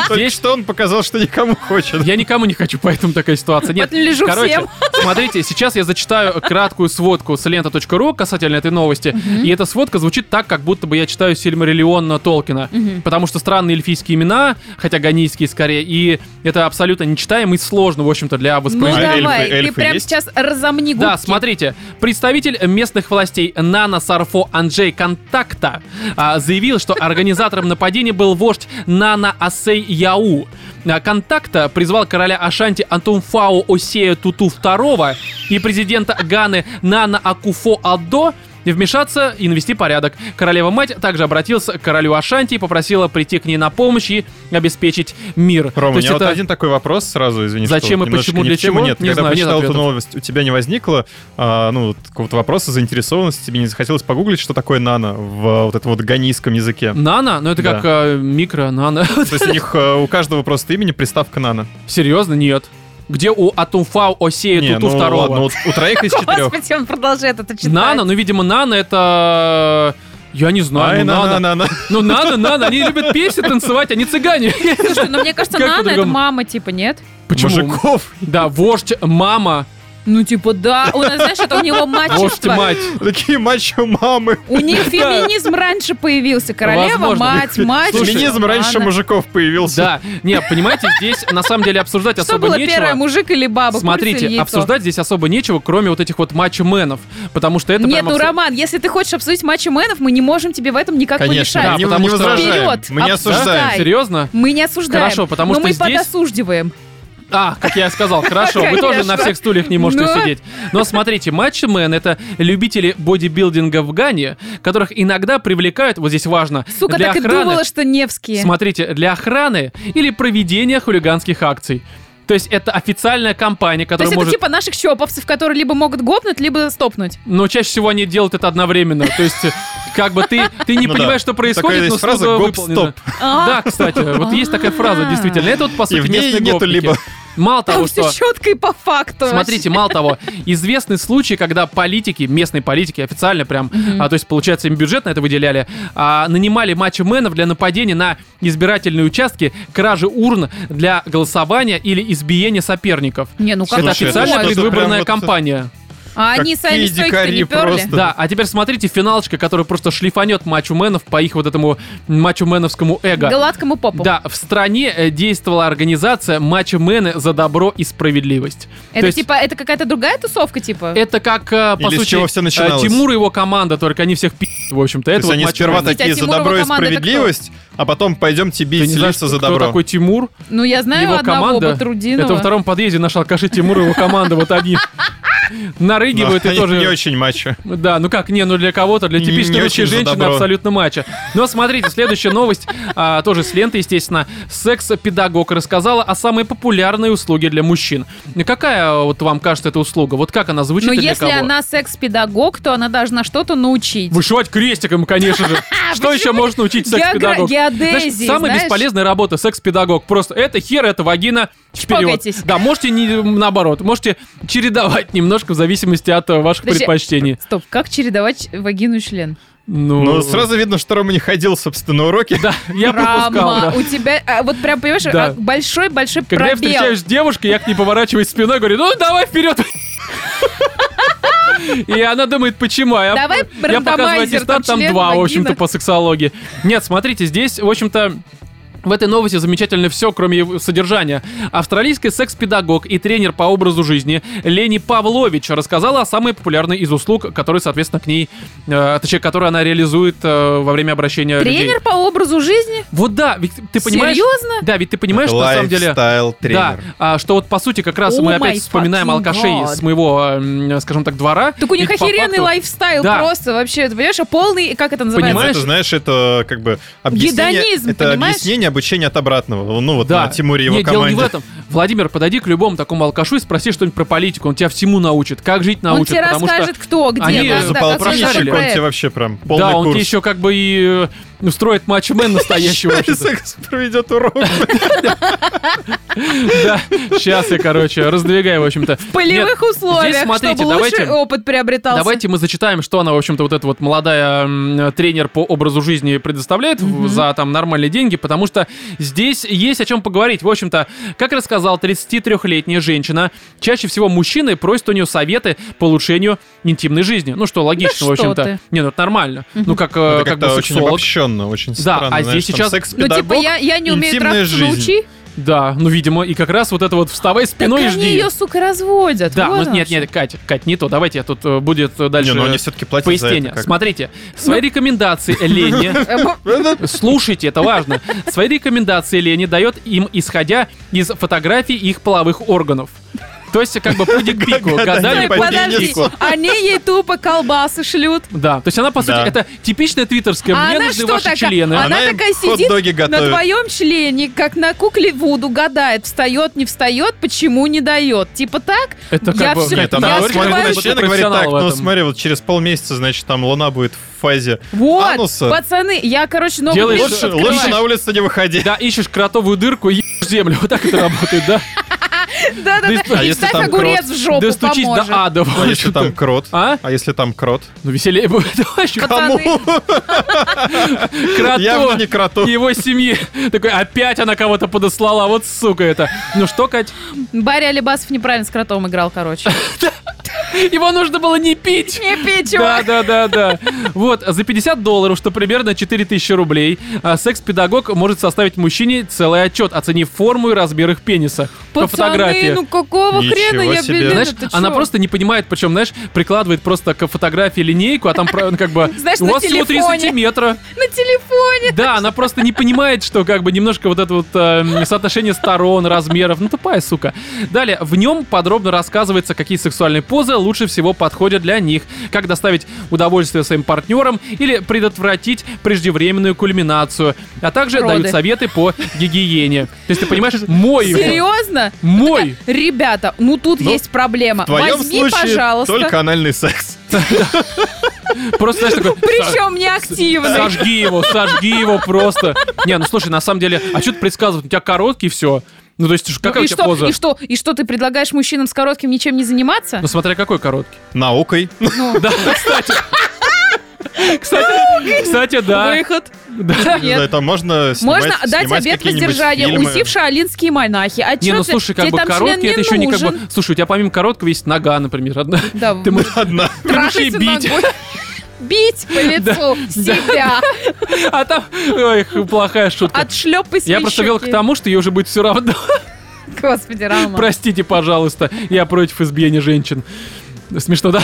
Speaker 2: Только
Speaker 1: здесь
Speaker 2: что он показал, что никому хочет.
Speaker 1: я никому не хочу, поэтому такая ситуация. Нет,
Speaker 3: Поэтому лежу
Speaker 1: короче,
Speaker 3: всем.
Speaker 1: смотрите, сейчас я зачитаю краткую сводку с лента.ру касательно этой новости. И эта сводка звучит так, как будто бы я читаю Сильмариллион Толкина. Потому что странные эльфийские имена, хотя ганийские скорее, и это абсолютно нечитаемо и сложно, в общем-то, для
Speaker 3: Ну
Speaker 1: воспроизведения.
Speaker 2: А эльфы-
Speaker 3: давай, ты
Speaker 2: эльфы
Speaker 3: прям
Speaker 2: есть?
Speaker 3: сейчас разомни губки.
Speaker 1: Да, смотрите, представитель местных властей Нана Сарфо Анджей Контакта а, заявил, что организатором нападения был вождь Нана Асей Яу. А, Контакта призвал короля Ашанти Антумфао Осея Туту II и президента Ганы Нана Акуфо Адо вмешаться и навести порядок. Королева-мать также обратилась к королю Ашанти и попросила прийти к ней на помощь и обеспечить мир. То
Speaker 2: Ром, у
Speaker 1: есть
Speaker 2: меня вот
Speaker 1: это-
Speaker 2: один такой вопрос сразу, извини,
Speaker 1: Зачем и
Speaker 2: что немножечко
Speaker 1: почему,
Speaker 2: не
Speaker 1: для
Speaker 2: в тему.
Speaker 1: чего?
Speaker 2: Нет,
Speaker 1: Не
Speaker 2: когда
Speaker 1: знаю, нет
Speaker 2: прочитал эту
Speaker 1: ответа.
Speaker 2: новость, у тебя не возникло, а, ну, вот какого-то вопроса, заинтересованности, тебе не захотелось погуглить, что такое нано в а, вот этом вот ганийском языке?
Speaker 1: Нано? Ну это
Speaker 2: Да.
Speaker 1: как э, микро, нано.
Speaker 2: То есть у них а, у каждого просто имени приставка нано.
Speaker 1: Серьезно, нет. Где у Атумфау Осея
Speaker 2: Не,
Speaker 1: Туту
Speaker 2: ну
Speaker 1: второго?
Speaker 2: ладно, вот у троих из четырех.
Speaker 3: Господи, он продолжает это читать.
Speaker 1: Нано, ну, видимо, Нано это... Я не знаю,
Speaker 2: Ай,
Speaker 1: ну,
Speaker 2: нано,
Speaker 1: Нано.
Speaker 2: нано.
Speaker 1: Ну, Нано, Нано, они любят песни танцевать, они цыгане.
Speaker 3: Слушай, ну мне кажется,
Speaker 1: Как
Speaker 3: Нана это
Speaker 1: по-другому?
Speaker 3: мама, типа, нет?
Speaker 1: Почему?
Speaker 2: Мужиков.
Speaker 1: Да, вождь, мама,
Speaker 3: Ну, типа, да. У нас, знаешь, это у него
Speaker 1: вождь,
Speaker 3: мачество.
Speaker 1: мать.
Speaker 2: Такие мачо-мамы.
Speaker 3: У них феминизм раньше появился. Королева,
Speaker 1: Возможно. а
Speaker 3: мать, мать.
Speaker 2: Феминизм раньше мужиков появился.
Speaker 1: Да, не, понимаете, здесь на самом деле обсуждать
Speaker 3: Что
Speaker 1: особо
Speaker 3: было
Speaker 1: нечего.
Speaker 3: первое, мужик или баба? курица или
Speaker 1: Смотрите,
Speaker 3: яйцо?
Speaker 1: обсуждать здесь особо нечего, кроме вот этих вот матчменов, потому что это
Speaker 3: Нет,
Speaker 1: прям
Speaker 3: ну,
Speaker 1: абсо-
Speaker 3: Роман, если ты хочешь обсудить мачо-менов, мы не можем тебе в этом никак
Speaker 2: Конечно,
Speaker 1: Да,
Speaker 3: помешать.
Speaker 2: мы не-
Speaker 1: потому
Speaker 2: не
Speaker 1: что-
Speaker 2: возражаем.
Speaker 3: Вперед,
Speaker 2: Мы не
Speaker 3: обсуждай.
Speaker 2: осуждаем.
Speaker 1: Серьезно?
Speaker 3: Мы не осуждаем.
Speaker 1: Хорошо, потому
Speaker 3: но
Speaker 1: что
Speaker 3: мы
Speaker 1: здесь-
Speaker 3: подосуждиваем.
Speaker 1: А, как я и сказал, хорошо, вы тоже на
Speaker 3: Конечно. Ну.
Speaker 1: всех стульях не можете
Speaker 3: Но-
Speaker 1: сидеть. Но смотрите, матчмен — это любители бодибилдинга в Гане, которых иногда привлекают, вот здесь важно,
Speaker 3: Сука,
Speaker 1: для
Speaker 3: так и
Speaker 1: охраны,
Speaker 3: думала, что Невские.
Speaker 1: смотрите, для охраны или проведения хулиганских акций. То есть это официальная компания,
Speaker 3: То
Speaker 1: которая
Speaker 3: есть это
Speaker 1: может...
Speaker 3: типа наших щеповцев, которые либо могут гопнуть, либо стопнуть.
Speaker 1: Но чаще всего они делают это одновременно. То есть э, как бы ты, ты не
Speaker 2: Ну да.
Speaker 1: понимаешь, что происходит,
Speaker 2: есть
Speaker 1: но
Speaker 2: фраза
Speaker 1: слуга
Speaker 2: «гоп,
Speaker 1: выполнена.
Speaker 2: стоп».
Speaker 3: А,
Speaker 1: Да, кстати, вот есть такая фраза, действительно. Это вот, по сути,
Speaker 2: в ней
Speaker 1: местные
Speaker 2: нету
Speaker 1: гопники.
Speaker 2: либо.
Speaker 1: Мало
Speaker 3: Там
Speaker 1: того,
Speaker 3: все
Speaker 1: что...
Speaker 3: четко и по факту.
Speaker 1: Смотрите, мало того, известны случаи, когда политики, местные политики, официально прям, а, то есть, получается, им бюджет на это выделяли, а, нанимали матчменов для нападения на избирательные участки, кражи урн для голосования или избиения соперников.
Speaker 3: Не, ну как
Speaker 1: это
Speaker 2: Слушай,
Speaker 1: официальная
Speaker 2: это что-то
Speaker 1: предвыборная
Speaker 2: прям вот-
Speaker 1: кампания.
Speaker 3: А они сами
Speaker 2: Какие
Speaker 3: стойки
Speaker 2: дикари
Speaker 3: не перли.
Speaker 2: просто.
Speaker 1: Да, а теперь смотрите финалочка, которая просто шлифанет мачуменов по их вот этому мачуменовскому эго.
Speaker 3: Гладкому попу.
Speaker 1: Да, в стране э, действовала организация Мачо-мены за добро и справедливость. То
Speaker 3: Это
Speaker 1: есть
Speaker 3: типа, это какая-то другая тусовка, типа?
Speaker 1: Это как, э, по
Speaker 2: Или с
Speaker 1: сути,
Speaker 2: чего всё
Speaker 1: э,
Speaker 2: начиналось.
Speaker 1: Тимур и его команда, только они всех пи***, в общем-то.
Speaker 2: То
Speaker 1: Это
Speaker 2: есть
Speaker 1: вот
Speaker 2: они
Speaker 1: Мачо-мены.
Speaker 2: сперва
Speaker 3: Мэн.
Speaker 2: такие
Speaker 3: Кстати,
Speaker 2: за
Speaker 3: Тимурова
Speaker 2: добро и
Speaker 3: команда это кто?
Speaker 2: справедливость, а потом пойдем тебе
Speaker 1: Ты
Speaker 2: и
Speaker 1: не знаешь,
Speaker 2: делиться за
Speaker 1: кто
Speaker 2: добро.
Speaker 1: такой Тимур?
Speaker 3: Ну, я знаю
Speaker 1: Его
Speaker 3: одного
Speaker 1: команда-
Speaker 3: Батрудинова.
Speaker 1: Это во втором подъезде наш алкаши Тимур и его команда, вот они.
Speaker 2: Да,
Speaker 1: Нарыгивают и
Speaker 2: Ну, они Не
Speaker 1: тоже...
Speaker 2: очень мачо.
Speaker 1: Да, ну как, не, ну для кого-то, для
Speaker 2: Не- не
Speaker 1: типичной русской
Speaker 2: очень за
Speaker 1: женщины
Speaker 2: добро.
Speaker 1: абсолютно матча. Но смотрите, следующая новость, а, тоже с ленты, естественно. Секс-педагог рассказала о самой популярной услуге для мужчин. Какая вот вам кажется эта услуга? Вот как она звучит
Speaker 3: Но
Speaker 1: и для
Speaker 3: Ну, если
Speaker 1: кого?
Speaker 3: она секс-педагог, то она должна что-то научить.
Speaker 1: Вышивать крестиком, конечно же. Что еще может научить
Speaker 3: Геогра-
Speaker 1: секс-педагог?
Speaker 3: геодезии,
Speaker 1: Знаешь, Самая
Speaker 3: знаешь?
Speaker 1: бесполезная работа секс-педагог. Просто это хер, это вагина. Вперед.
Speaker 3: Чпокайтесь.
Speaker 1: Да, можете не наоборот, можете чередовать немножко в зависимости от э, ваших
Speaker 3: Подожди.
Speaker 1: предпочтений.
Speaker 3: Стоп, как чередовать вагину и член?
Speaker 2: Ну, сразу видно, что Рома не ходил, собственно, на уроки.
Speaker 1: Да, я
Speaker 3: Рама,
Speaker 1: пропускал. да.
Speaker 3: у тебя а, вот прям, понимаешь,
Speaker 1: Да.
Speaker 3: а, большой-большой
Speaker 1: Когда я
Speaker 3: пробел.
Speaker 1: встречаюсь с девушкой, я к ней поворачиваюсь спиной, говорю, ну давай вперед. И она думает, почему? А Я,
Speaker 3: Давай
Speaker 1: я показываю
Speaker 3: рандомайзер, там
Speaker 1: аттестат, там
Speaker 3: член,
Speaker 1: два, в
Speaker 3: вагина.
Speaker 1: общем-то, по сексологии. Нет, смотрите, здесь, в общем-то, в этой новости замечательно все, кроме его содержания. Австралийский секс-педагог и тренер по образу жизни Лени Павлович рассказала о самой популярной из услуг, которые, соответственно, к ней, э, точнее, которые она реализует э, во время обращения людей.
Speaker 3: Тренер по образу жизни?
Speaker 1: Вот да, ведь ты понимаешь...
Speaker 3: Серьезно?
Speaker 1: Да, ведь ты понимаешь, что на самом деле...
Speaker 2: Лайфстайл
Speaker 1: Да,
Speaker 2: тренер.
Speaker 1: а, что вот по сути как раз
Speaker 3: Oh
Speaker 1: мы
Speaker 3: my
Speaker 1: опять вспоминаем
Speaker 3: fucking
Speaker 1: алкашей
Speaker 3: God.
Speaker 1: с моего, э, м, скажем так, двора.
Speaker 3: Так у них
Speaker 1: Ведь по
Speaker 3: охеренный
Speaker 1: факту-
Speaker 3: лайфстайл
Speaker 1: Да.
Speaker 3: просто вообще. Ты понимаешь, а полный, как это называется?
Speaker 2: Ну,
Speaker 1: Понимаешь?
Speaker 2: Это, знаешь, это как бы объяснение,
Speaker 3: Гедонизм,
Speaker 2: это
Speaker 3: понимаешь?
Speaker 2: объяснение обучения от обратного. Ну вот
Speaker 1: Да.
Speaker 2: на Тимуре и его
Speaker 1: Нет, дело не
Speaker 2: команде.
Speaker 1: в этом. Владимир, подойди к любому такому алкашу и спроси что-нибудь про политику. Он тебя всему научит, как жить
Speaker 3: Он
Speaker 1: научит.
Speaker 3: тебе
Speaker 1: потому что-
Speaker 3: расскажет, кто, где,
Speaker 1: они
Speaker 3: да,
Speaker 1: за
Speaker 3: да,
Speaker 2: Запал
Speaker 3: как создать
Speaker 1: практически
Speaker 2: практичек, он
Speaker 3: проект.
Speaker 2: тебе вообще прям полный
Speaker 1: Да, он
Speaker 2: курс.
Speaker 1: тебе еще а как бы и э, устроит матчмен настоящего.
Speaker 2: Еще и секс проведет урок.
Speaker 1: Сейчас я, короче, раздвигаю, в общем-то.
Speaker 3: В полевых условиях,
Speaker 1: смотрите,
Speaker 3: чтобы
Speaker 1: давайте-
Speaker 3: лучший опыт приобретался.
Speaker 1: Давайте мы зачитаем, что она, в общем-то, вот эта вот молодая м, тренер по образу жизни предоставляет в- за там нормальные деньги, потому что здесь есть о чем поговорить. В общем-то, как рассказала 33-летняя женщина, чаще всего мужчины просят у нее советы по улучшению интимной жизни. Ну что, логично,
Speaker 3: что
Speaker 1: в общем-то.
Speaker 3: ты.
Speaker 1: Не, ну это нормально. Ну как, э,
Speaker 2: Это
Speaker 1: как
Speaker 2: как-то
Speaker 1: бы
Speaker 2: очень
Speaker 1: сексолог.
Speaker 2: обобщенно, очень
Speaker 1: Да,
Speaker 2: странно.
Speaker 1: а
Speaker 2: знаешь,
Speaker 1: здесь
Speaker 2: там
Speaker 1: сейчас-
Speaker 3: Ну,
Speaker 2: секс-педагог,
Speaker 3: типа, я, я не умею
Speaker 2: интимная
Speaker 3: трахаться,
Speaker 2: жизнь.
Speaker 3: научи.
Speaker 1: Да, ну видимо, и как раз вот это вот вставай
Speaker 3: Так
Speaker 1: спиной и
Speaker 3: они
Speaker 1: жди.
Speaker 3: ее, сука, разводят.
Speaker 1: Да,
Speaker 3: вот
Speaker 1: ну
Speaker 3: оно
Speaker 1: нет,
Speaker 3: что.
Speaker 1: нет, Кать, Кать, не то. Давайте я тут э, будет э, дальше
Speaker 2: Не, ну они все-таки платят за
Speaker 1: пояснение.
Speaker 2: это. как-
Speaker 1: Смотрите, свои
Speaker 3: Ну.
Speaker 1: рекомендации Лене
Speaker 3: Э,
Speaker 1: Слушайте, это важно. Свои рекомендации Лени дает им, исходя из фотографий их половых органов. То есть, как бы пуди к пику,
Speaker 2: Гадание
Speaker 1: гадали
Speaker 3: Так,
Speaker 2: по
Speaker 1: пуди
Speaker 3: э, подожди,
Speaker 2: Денису.
Speaker 3: они ей тупо колбасы шлют.
Speaker 1: Да, то есть она, по сути,
Speaker 2: Да.
Speaker 1: это типичная твиттерская,
Speaker 3: А
Speaker 1: мне
Speaker 3: она
Speaker 1: нужны
Speaker 3: что
Speaker 1: ваши
Speaker 3: такая?
Speaker 1: члены.
Speaker 3: Она,
Speaker 2: Она им
Speaker 3: такая сидит
Speaker 2: хот-доги
Speaker 3: на
Speaker 2: готовит.
Speaker 3: твоем члене, как на кукле Вуду, гадает, встает, не встает, почему не дает. Типа так?
Speaker 1: Это как
Speaker 3: я
Speaker 1: бы-
Speaker 3: всё-
Speaker 1: Нет, она
Speaker 3: я
Speaker 1: говорит,
Speaker 2: смотрит
Speaker 1: скрываю,
Speaker 2: на
Speaker 1: что
Speaker 3: открываю-
Speaker 1: ты
Speaker 2: член и говорит,
Speaker 1: профессионал
Speaker 2: так,
Speaker 1: в
Speaker 2: ну
Speaker 1: этом».
Speaker 2: смотри, вот через полмесяца, значит, там луна будет в фазе
Speaker 3: Вот,
Speaker 2: ануса.
Speaker 3: пацаны, я, короче, новый
Speaker 1: Делаешь-
Speaker 3: бизнес
Speaker 2: Лучше,
Speaker 3: открываю.
Speaker 2: лучше на улицу не выходи.
Speaker 1: Да, ищешь кротовую дырку и ебешь землю. Вот так это работает, да?
Speaker 3: Да-да-да,
Speaker 1: Да,
Speaker 2: а
Speaker 3: и
Speaker 2: если
Speaker 3: вставь
Speaker 2: там
Speaker 3: огурец в жопу,
Speaker 1: Достучись
Speaker 3: поможет.
Speaker 1: до ада. в
Speaker 2: А если
Speaker 1: общем-то.
Speaker 2: там крот?
Speaker 1: А?
Speaker 2: А если там крот?
Speaker 1: Ну, веселее будет. Вообще,
Speaker 3: Пацаны, А
Speaker 1: кротова.
Speaker 2: Явно не кроту.
Speaker 1: И его семьи. Такой, опять она кого-то подослала, вот сука это. Ну что, Кать?
Speaker 3: Барри Алибасов неправильно с кротом играл, короче.
Speaker 1: Его нужно было не пить.
Speaker 3: Не пей,
Speaker 1: Да,
Speaker 3: чувак.
Speaker 1: да, да, да. Вот, за 50 долларов, что примерно 4000 рублей, а, секс-педагог может составить мужчине целый отчет, оценив форму и размер их пениса по
Speaker 3: Пацаны,
Speaker 1: фотографии.
Speaker 3: ну какого
Speaker 2: Ничего
Speaker 3: хрена я
Speaker 2: себе.
Speaker 3: блин,
Speaker 1: знаешь,
Speaker 3: это
Speaker 1: она
Speaker 3: чё?
Speaker 1: просто не понимает, причем, знаешь, прикладывает просто к фотографии линейку, а там про- ну, как бы
Speaker 3: Знаешь,
Speaker 1: у
Speaker 3: на
Speaker 1: вас всего 3
Speaker 3: телефоне.
Speaker 1: сантиметра.
Speaker 3: На телефоне.
Speaker 1: Да, она просто не понимает, что как бы немножко вот это вот эм, соотношение сторон, размеров. Ну, тупая сука. Далее, в нем подробно рассказывается, какие сексуальные позы лучше всего подходят для них, как доставить удовольствие своим партнерам или предотвратить преждевременную кульминацию, а также
Speaker 3: Роды.
Speaker 1: дают советы по гигиене. То есть ты понимаешь, мой его.
Speaker 3: Серьезно?
Speaker 1: Мой!
Speaker 3: Ребята, ну тут
Speaker 2: Ну,
Speaker 3: есть проблема.
Speaker 2: В твоем
Speaker 3: Возьми,
Speaker 2: случае
Speaker 3: пожалуйста.
Speaker 2: только анальный секс.
Speaker 1: Просто, знаешь, такой...
Speaker 3: Причем не активный.
Speaker 1: Сожги его, сожги его просто. Не, ну слушай, на самом деле, а что ты предсказывать? У тебя короткий все. Ну, то есть,
Speaker 3: Ну
Speaker 1: какая
Speaker 3: и
Speaker 1: у тебя
Speaker 3: что,
Speaker 1: поза?
Speaker 3: И что, и что, ты предлагаешь мужчинам с коротким ничем не заниматься?
Speaker 1: Ну, смотря какой короткий.
Speaker 2: Наукой.
Speaker 1: Да, кстати. Кстати, кстати, да.
Speaker 3: Выход.
Speaker 2: Да,
Speaker 3: Нет.
Speaker 2: там можно снимать,
Speaker 3: Можно дать
Speaker 2: снимать
Speaker 3: обед
Speaker 2: какие-нибудь
Speaker 3: воздержания,
Speaker 2: фильмы.
Speaker 3: усившие алинские монахи. А
Speaker 1: Не,
Speaker 3: чё
Speaker 1: ну
Speaker 3: ты-
Speaker 1: слушай, как
Speaker 3: тебе
Speaker 1: бы
Speaker 3: там член
Speaker 1: короткий, это еще не как бы...
Speaker 3: нужен.
Speaker 1: Слушай, у тебя помимо короткого есть нога, например, одна.
Speaker 3: Да,
Speaker 1: Ты можешь-
Speaker 2: Одна.
Speaker 3: трахаться
Speaker 1: можешь и бить.
Speaker 3: ногой. Бить по лицу себя.
Speaker 1: А там... Ой, плохая
Speaker 3: А
Speaker 1: шутка.
Speaker 3: Отшлепай
Speaker 1: Я просто вел к тому, что ей уже будет все равно.
Speaker 3: Господи, Рома.
Speaker 1: Простите, пожалуйста, я против избиения женщин. Смешно, да?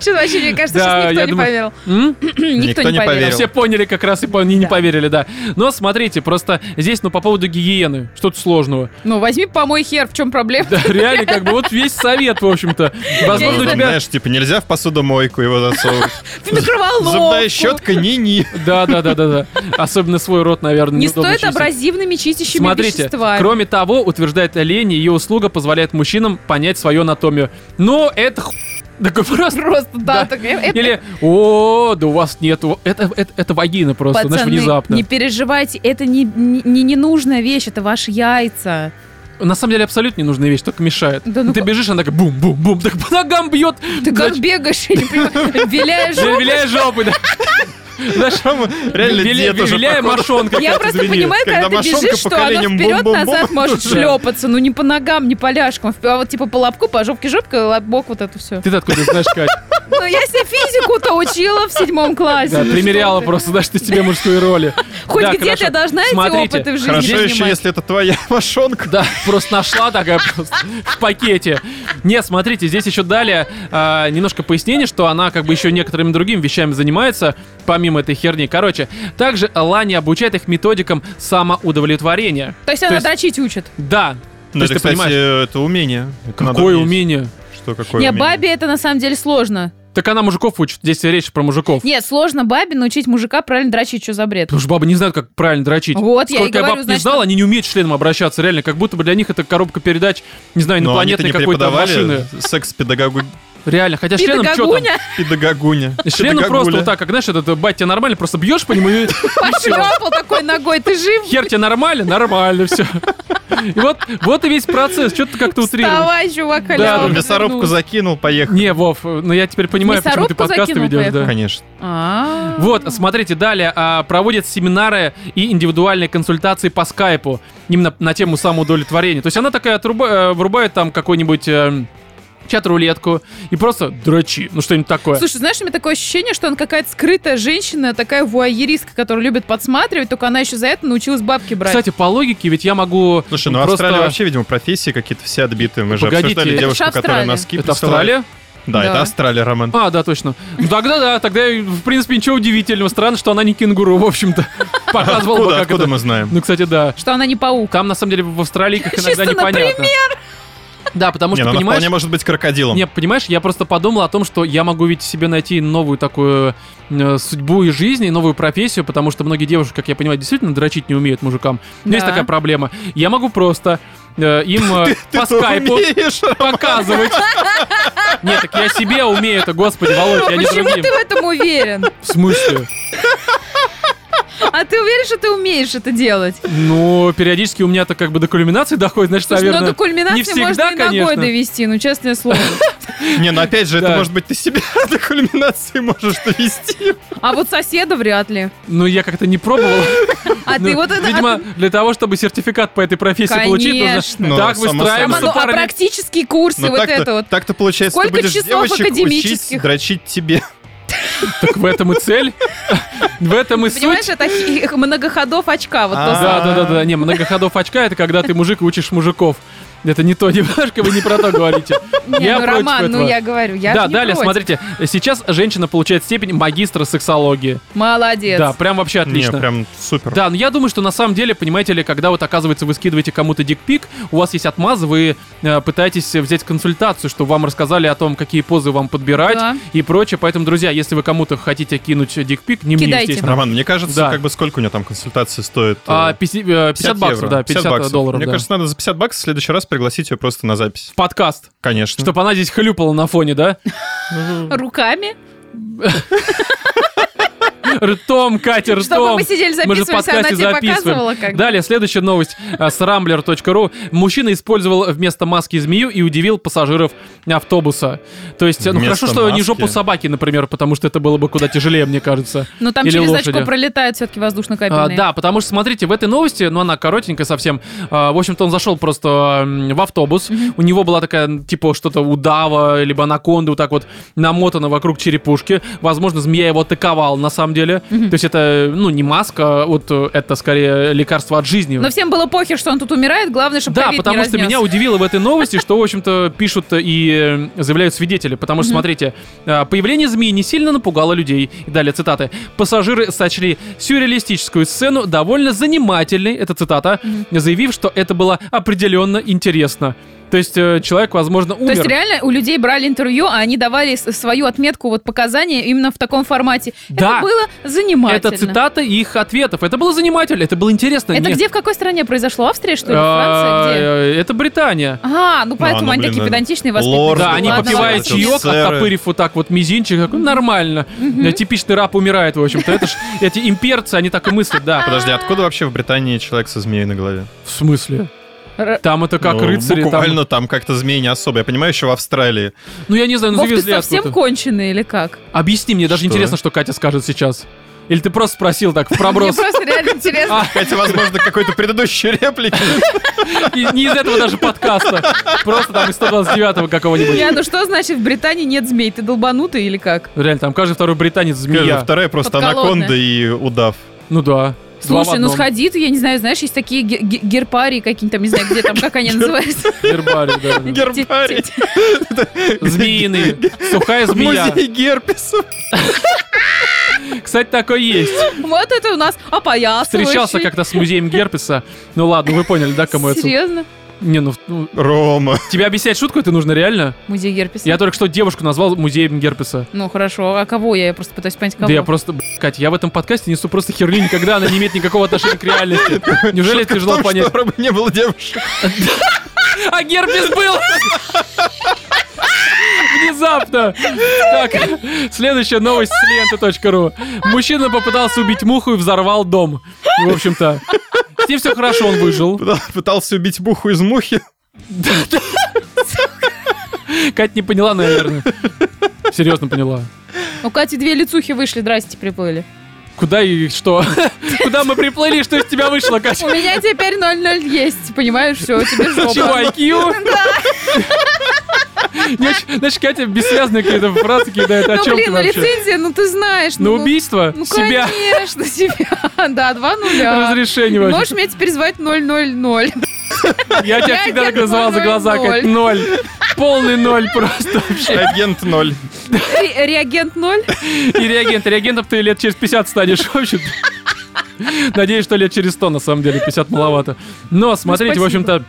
Speaker 3: Чё, вообще, мне кажется,
Speaker 1: Да,
Speaker 3: сейчас
Speaker 1: я
Speaker 3: никто не
Speaker 1: думаю-
Speaker 3: поверил.
Speaker 1: М?
Speaker 3: Никто
Speaker 2: Никто
Speaker 3: не
Speaker 2: не поверил.
Speaker 3: поверил.
Speaker 1: Все поняли как раз и по- не не
Speaker 3: Да.
Speaker 1: поверили, да. Но смотрите, просто здесь, ну, по поводу гигиены, что-то сложного.
Speaker 3: Ну, возьми помой хер, в чем проблема?
Speaker 1: Да, реально, как бы, вот весь совет, в общем-то. Возможно,
Speaker 3: не
Speaker 1: у
Speaker 2: Там,
Speaker 1: тебя...
Speaker 2: Знаешь, типа нельзя в посудомойку его засовывать.
Speaker 3: В микроволновку.
Speaker 2: Зубная щетка ни-ни.
Speaker 1: Да, да, да, да, да. Особенно свой рот, наверное,
Speaker 3: Не
Speaker 1: неудобно
Speaker 3: стоит
Speaker 1: чистить.
Speaker 3: абразивными чистящими
Speaker 1: Смотрите,
Speaker 3: веществами.
Speaker 1: кроме того, утверждает Лени, ее услуга позволяет мужчинам понять свою анатомию. Но это ху... Такой просто.
Speaker 3: Просто, да,
Speaker 1: Да.
Speaker 3: так, э, э,
Speaker 1: Или, о, да у вас нету. Это, это, это вагина просто, знаешь,
Speaker 3: Пацаны,
Speaker 1: внезапно.
Speaker 3: не переживайте, это не, не, не ненужная вещь, это ваши яйца.
Speaker 1: На самом деле абсолютно ненужная вещь, только мешает.
Speaker 3: Да ну
Speaker 1: Ты
Speaker 3: ка-
Speaker 1: бежишь, она такая бум-бум-бум, так по ногам бьет.
Speaker 3: Ты как бегаешь, я не понимаю, виляешь.
Speaker 1: Виляя жопой, да. Знаешь,
Speaker 2: Там реально
Speaker 1: виля-
Speaker 2: дед уже,
Speaker 1: виляя
Speaker 2: походу.
Speaker 1: мошонкой.
Speaker 3: Я
Speaker 2: Как
Speaker 3: просто
Speaker 2: извини,
Speaker 3: понимаю, когда
Speaker 2: когда
Speaker 3: ты
Speaker 2: мошонка
Speaker 3: бежишь,
Speaker 2: по
Speaker 3: что она
Speaker 2: коленям
Speaker 3: вперед-назад
Speaker 2: бум-бум-бум.
Speaker 3: может
Speaker 1: Да.
Speaker 3: шлепаться, ну не по ногам, не по ляжкам, а вот типа по лобку, по жопке жопка, лобок вот это все.
Speaker 1: Ты откуда знаешь, Кать?
Speaker 3: Ну я себе физику-то учила в седьмом классе.
Speaker 1: Да,
Speaker 3: ну что
Speaker 1: примеряла
Speaker 3: ты.
Speaker 1: просто, знаешь, ты себе мужскую роли.
Speaker 3: Хоть
Speaker 1: Да,
Speaker 3: где-то я
Speaker 1: хорошо.
Speaker 3: должна эти
Speaker 1: Смотрите,
Speaker 3: опыты в жизни
Speaker 2: Хорошо а еще,
Speaker 3: принимать.
Speaker 2: если это твоя мошонка.
Speaker 1: Да, просто нашла такая просто в пакете. Не, смотрите, здесь еще далее а, немножко пояснение, что она как бы еще некоторыми другими вещами занимается, помимо этой херни. Короче, также Лани обучает их методикам самоудовлетворения.
Speaker 3: То есть она
Speaker 1: есть-
Speaker 3: дрочить учит.
Speaker 1: Да.
Speaker 2: Ну,
Speaker 1: То есть ты
Speaker 2: это, кстати,
Speaker 1: понимаешь,
Speaker 2: это умение. Это надо
Speaker 1: какое
Speaker 2: уметь.
Speaker 1: умение.
Speaker 2: Что, какое
Speaker 3: Не,
Speaker 2: умение?
Speaker 3: бабе это на самом деле сложно.
Speaker 1: Так она мужиков учит. Здесь речь про мужиков.
Speaker 3: Нет, сложно бабе научить мужика правильно дрочить, что за бред.
Speaker 1: Потому что бабы не знают, как правильно дрочить.
Speaker 3: Вот, я и
Speaker 1: Сколько
Speaker 3: говорю,
Speaker 1: баб не
Speaker 3: значит, ну
Speaker 1: знал, они не умеют членом обращаться, реально. Как будто бы для них это коробка передач, не знаю,
Speaker 2: Но Ну, они-то
Speaker 1: инопланетной
Speaker 2: не
Speaker 1: Ну, какой-то машины.
Speaker 2: преподавали секс-педагогу...
Speaker 1: Реально, хотя
Speaker 3: Ты
Speaker 1: членом что там?
Speaker 3: догоня,
Speaker 2: педагогуня.
Speaker 1: Члену
Speaker 2: Педагогуля.
Speaker 1: просто вот так, как знаешь, этот э, батя нормально, просто бьешь по нему и все.
Speaker 3: пошлепал такой ногой, ты жив?
Speaker 1: Хер тебе нормально? Нормально все. И вот, вот и весь процесс. Что ты как-то утрируешь?
Speaker 3: Давай, чувак,
Speaker 1: Да,
Speaker 2: Он
Speaker 3: халява.
Speaker 1: да, ну.
Speaker 2: мясорубку
Speaker 3: вернулась.
Speaker 2: закинул, поехал.
Speaker 1: Не, Вов, ну я теперь понимаю, почему ты
Speaker 3: Мясорубку
Speaker 1: подкасты
Speaker 3: закинул,
Speaker 1: ведешь, да.
Speaker 2: Конечно.
Speaker 3: А.
Speaker 1: Вот, смотрите, далее а, проводят семинары и индивидуальные консультации по скайпу именно на тему самоудовлетворения. То есть она такая отруба- э, врубает там какой-нибудь эм, чат-рулетку и просто дрочи, ну что-нибудь такое.
Speaker 3: Слушай, знаешь, у меня такое ощущение, что он какая-то скрытая женщина, такая вуайеристка, которая любит подсматривать, только она еще за это научилась бабки брать.
Speaker 1: Кстати, по логике, ведь я могу
Speaker 2: Слушай,
Speaker 1: просто...
Speaker 2: ну
Speaker 1: Ну,
Speaker 2: Австралия вообще, видимо, профессии какие-то все отбитые. Мы же
Speaker 1: Погодите.
Speaker 2: обсуждали
Speaker 1: Это
Speaker 2: девушку,
Speaker 3: же
Speaker 2: которая
Speaker 3: Австралия.
Speaker 2: носки
Speaker 1: Это
Speaker 2: присылала.
Speaker 1: Австралия?
Speaker 2: Да,
Speaker 3: Да.
Speaker 2: это Австралия, Роман.
Speaker 1: А, да, точно. Ну, Тогда да, тогда, в принципе, ничего удивительного. Странно, что она не кенгуру, в общем-то. Показывала бы,
Speaker 2: Откуда,
Speaker 1: как
Speaker 2: откуда
Speaker 1: это.
Speaker 2: мы знаем?
Speaker 1: Ну, кстати, да.
Speaker 3: Что она не паук.
Speaker 1: Там, на самом деле, в Австралии как
Speaker 3: Чисто
Speaker 1: иногда
Speaker 3: на
Speaker 1: непонятно. Да, потому
Speaker 2: Не,
Speaker 1: что,
Speaker 2: ну она
Speaker 1: понимаешь,
Speaker 2: вполне может быть крокодилом.
Speaker 1: Не, понимаешь, я просто подумал о том, что я могу ведь себе найти новую такую э, судьбу и жизнь, и новую профессию, потому что многие девушки, как я понимаю, действительно дрочить не умеют мужикам. Но есть
Speaker 3: Да.
Speaker 1: такая проблема. Я могу просто э, им э, по
Speaker 2: Ты
Speaker 1: скайпу
Speaker 2: умеешь?
Speaker 1: показывать. Нет, так я себе умею это, господи, Володь, я не
Speaker 3: Почему
Speaker 1: другим.
Speaker 3: ты в этом уверен?
Speaker 1: В смысле?
Speaker 3: А ты уверен, что ты умеешь это делать?
Speaker 1: Ну, периодически у меня-то как бы до кульминации доходит, значит,
Speaker 3: Слушай, ну
Speaker 1: наверное...
Speaker 3: до кульминации
Speaker 1: не всегда,
Speaker 3: можно и ногой
Speaker 1: конечно.
Speaker 3: довести, ну честное слово.
Speaker 2: Не, ну опять же, это
Speaker 1: Да.
Speaker 2: может быть ты себя до кульминации можешь довести.
Speaker 3: А вот соседа вряд ли.
Speaker 1: Ну, я как-то не пробовал.
Speaker 3: А
Speaker 1: Ну,
Speaker 3: ты вот это...
Speaker 1: Видимо,
Speaker 3: а ты-
Speaker 1: для того, чтобы сертификат по этой профессии получить, нужно
Speaker 3: Конечно.
Speaker 1: так
Speaker 2: Ну, само
Speaker 1: выстраиваться
Speaker 2: собой.
Speaker 3: Ну, а
Speaker 1: парами-
Speaker 3: практические курсы,
Speaker 1: Ну,
Speaker 2: Но
Speaker 3: вот это
Speaker 2: так-то
Speaker 3: вот.
Speaker 2: так-то получается,
Speaker 3: Сколько
Speaker 2: ты будешь
Speaker 3: часов
Speaker 2: девочек
Speaker 3: академических?
Speaker 2: учить дрочить тебе.
Speaker 1: Так в этом и цель. В этом и
Speaker 3: Понимаешь,
Speaker 1: суть.
Speaker 3: это хи- многоходов очка. Вот то
Speaker 2: А.
Speaker 1: Да, да, да, да. Не, многоходов очка это когда ты мужик и учишь мужиков. Это не то немножко, вы не про то говорите.
Speaker 3: Не,
Speaker 1: Я
Speaker 3: ну,
Speaker 1: против
Speaker 3: Роман, ну
Speaker 1: этого.
Speaker 3: я говорю, я
Speaker 1: да,
Speaker 3: же не
Speaker 1: далее,
Speaker 3: против.
Speaker 1: смотрите, сейчас женщина получает степень магистра сексологии.
Speaker 3: Молодец.
Speaker 1: Да, прям вообще
Speaker 2: Не,
Speaker 1: отлично.
Speaker 2: прям супер.
Speaker 1: Да, но я думаю, что на самом деле, понимаете ли, когда вот оказывается вы скидываете кому-то дикпик, у вас есть отмаз, вы э, пытаетесь э, взять консультацию, чтобы вам рассказали о том, какие позы вам подбирать
Speaker 3: Да.
Speaker 1: и прочее. Поэтому, друзья, если вы кому-то хотите кинуть дикпик, не мне,
Speaker 3: Кидайте.
Speaker 1: естественно.
Speaker 2: Роман, мне кажется,
Speaker 1: Да.
Speaker 2: как бы сколько у него там консультации стоит?
Speaker 1: А,
Speaker 2: э,
Speaker 1: пяти- э, 50, баксов,
Speaker 2: евро.
Speaker 1: да, 50,
Speaker 2: баксов.
Speaker 1: долларов.
Speaker 2: Мне
Speaker 1: да.
Speaker 2: кажется, надо за 50 баксов в следующий раз пригласить ее просто на запись.
Speaker 1: в подкаст,
Speaker 2: Конечно.
Speaker 1: чтобы она здесь хлюпала на фоне, да?
Speaker 3: Руками?
Speaker 1: Ртом, Катя,
Speaker 3: Чтобы
Speaker 1: ртом.
Speaker 3: мы сидели
Speaker 1: Мы же в
Speaker 3: записывались, а она
Speaker 1: подкасте
Speaker 3: тебе
Speaker 1: записываем.
Speaker 3: показывала как бы.
Speaker 1: Далее, следующая новость э, с rambler.ru. Мужчина использовал вместо маски змею и удивил пассажиров автобуса. То есть, э, ну
Speaker 2: Вместо
Speaker 1: хорошо, что не
Speaker 2: маски?
Speaker 1: жопу собаки, например, потому что это было бы куда тяжелее, мне кажется.
Speaker 3: Но Ну, там
Speaker 1: Или
Speaker 3: через
Speaker 1: лошади.
Speaker 3: очко пролетает все-таки
Speaker 1: А,
Speaker 3: воздушно-капельные.
Speaker 1: да, потому что, смотрите, в этой новости, ну, она коротенькая совсем. а, в общем-то, он зашел просто м, в автобус. У него была такая, типа, что-то удава, либо анаконда, вот так вот намотана вокруг черепушки. Возможно, змея его атаковала, на самом деле. То есть это, ну, не маска, вот э, это, скорее, лекарство от жизни.
Speaker 3: Но всем было похер, что он тут умирает, главное, чтобы
Speaker 1: Да,
Speaker 3: ковид не
Speaker 1: потому что
Speaker 3: разнес.
Speaker 1: меня удивило в этой новости, что, в общем-то, пишут и э, заявляют свидетели. Потому что, смотрите, э, появление змеи не сильно напугало людей. И далее цитаты. Пассажиры сочли сюрреалистическую сцену довольно занимательной, это цитата, заявив, что это было определенно интересно. То есть э, человек, возможно, умер.
Speaker 3: То есть реально у людей брали интервью, а они давали с- свою отметку, вот показания именно в таком формате.
Speaker 1: Да.
Speaker 3: Это было занимательно.
Speaker 1: это цитаты их ответов. Это было занимательно, это было интересно.
Speaker 3: Это
Speaker 1: Не-
Speaker 3: где, в какой стране произошло? Австрия, что ли?
Speaker 1: А,
Speaker 3: Франция? Где?
Speaker 1: э, Это Британия.
Speaker 3: А, ну поэтому
Speaker 2: ну,
Speaker 3: они
Speaker 2: блин,
Speaker 3: такие
Speaker 2: ну,
Speaker 3: педантичные
Speaker 2: лорды,
Speaker 3: воспитанные.
Speaker 1: Да, они
Speaker 2: Ладно,
Speaker 1: попивают
Speaker 2: ладно.
Speaker 1: чаек,
Speaker 2: Офицеры.
Speaker 1: оттопырив вот так вот мизинчик, как, ну, нормально. Э, Типичный раб умирает, в общем-то. Это ж эти имперцы, они так и мыслят, да.
Speaker 2: Подожди, откуда вообще в Британии человек со змеей на голове?
Speaker 1: В смысле?
Speaker 3: Р-
Speaker 1: Там это как
Speaker 2: Ну,
Speaker 1: рыцари. там-
Speaker 2: Буквально там, как-то змеи не особо. Я понимаю, еще в Австралии.
Speaker 1: Ну, я не знаю, ну
Speaker 3: Вов, ты
Speaker 1: завезли
Speaker 3: совсем
Speaker 1: откуда
Speaker 3: конченый или как?
Speaker 1: Объясни, мне даже
Speaker 2: Что?
Speaker 1: интересно, что Катя скажет сейчас. Или ты просто спросил так, в
Speaker 3: Мне
Speaker 1: проброс.
Speaker 3: просто реально интересно.
Speaker 1: А,
Speaker 2: Хотя, возможно, какой-то предыдущей реплики.
Speaker 1: и не из этого даже подкаста. Просто там из 129-го какого-нибудь.
Speaker 3: Я, ну что значит в Британии нет змей? Ты долбанутый или как?
Speaker 1: Реально, там каждый второй британец
Speaker 2: Скажи,
Speaker 1: змея.
Speaker 2: Вторая просто
Speaker 3: Подколотная.
Speaker 2: анаконда и удав.
Speaker 1: Ну да. Два в
Speaker 3: Слушай, ну
Speaker 1: одном.
Speaker 3: сходи ты, я не знаю, знаешь, есть такие ге- ге- герпарии какие-нибудь, там, не знаю, где там, как они называются.
Speaker 1: Гербарий, да, да.
Speaker 2: Гербарий.
Speaker 3: Те- те-
Speaker 1: Змеиный. Сухая змея.
Speaker 2: Музей герпесов.
Speaker 1: Кстати, такой есть.
Speaker 3: Вот это у нас опоясывающий.
Speaker 1: встречался как-то с музеем Герпеса. Ну ладно, вы поняли, да, кому это?
Speaker 3: Серьезно?
Speaker 1: Не, ну, ну,
Speaker 2: Рома.
Speaker 1: тебе объяснять шутку это нужно реально?
Speaker 3: Музей герпеса.
Speaker 1: Я только что девушку назвал музеем Герпеса.
Speaker 3: Ну хорошо, а кого я? Я просто пытаюсь понять, кого.
Speaker 1: Да я просто, б***ь, Катя, я в этом подкасте несу просто херню никогда, она не имеет никакого отношения к реальности. Неужели это
Speaker 2: Шутка в
Speaker 1: тяжело
Speaker 2: том, что
Speaker 1: понять?
Speaker 2: у Ромы не было девушек.
Speaker 1: А Герпес был! Внезапно! Так, следующая новость с ленты.ру. Мужчина попытался убить муху и взорвал дом. В общем-то, с ним все хорошо, он выжил.
Speaker 2: Пыта- Пытался убить буху из мухи.
Speaker 1: Катя не поняла, наверное. Серьезно поняла.
Speaker 3: У Кати Ну, две лицухи вышли, здрасте, приплыли.
Speaker 1: Куда и что? Куда мы приплыли, что из тебя вышло,
Speaker 3: У
Speaker 1: Катя?
Speaker 3: меня теперь 0-0 есть, понимаешь, все, тебе
Speaker 1: Чего,
Speaker 3: жопа.
Speaker 1: IQ? Не очень- Знаешь, Катя бессвязные какие-то фразы кидает. О
Speaker 3: Ну
Speaker 1: чем ты
Speaker 3: блин, ну
Speaker 1: вообще?
Speaker 3: лицензия, ну ты знаешь.
Speaker 1: На убийство?
Speaker 3: Ну,
Speaker 1: Себя?
Speaker 3: конечно, себя. Да, два нуля.
Speaker 1: Разрешение
Speaker 3: Можешь
Speaker 1: вообще.
Speaker 3: меня теперь звать 000.
Speaker 1: Я тебя
Speaker 3: я
Speaker 1: всегда так
Speaker 3: тебе
Speaker 1: называл за глаза,
Speaker 3: ноль.
Speaker 1: как ноль. Полный ноль просто вообще.
Speaker 2: Агент ноль.
Speaker 3: Ре- Реагент 0.
Speaker 1: И реагент. Реагентов ты лет через 50 станешь, в общем Надеюсь, что лет через 100, на самом деле, 50 маловато. Но, смотрите, в
Speaker 3: Ну, спасибо.
Speaker 1: общем-то,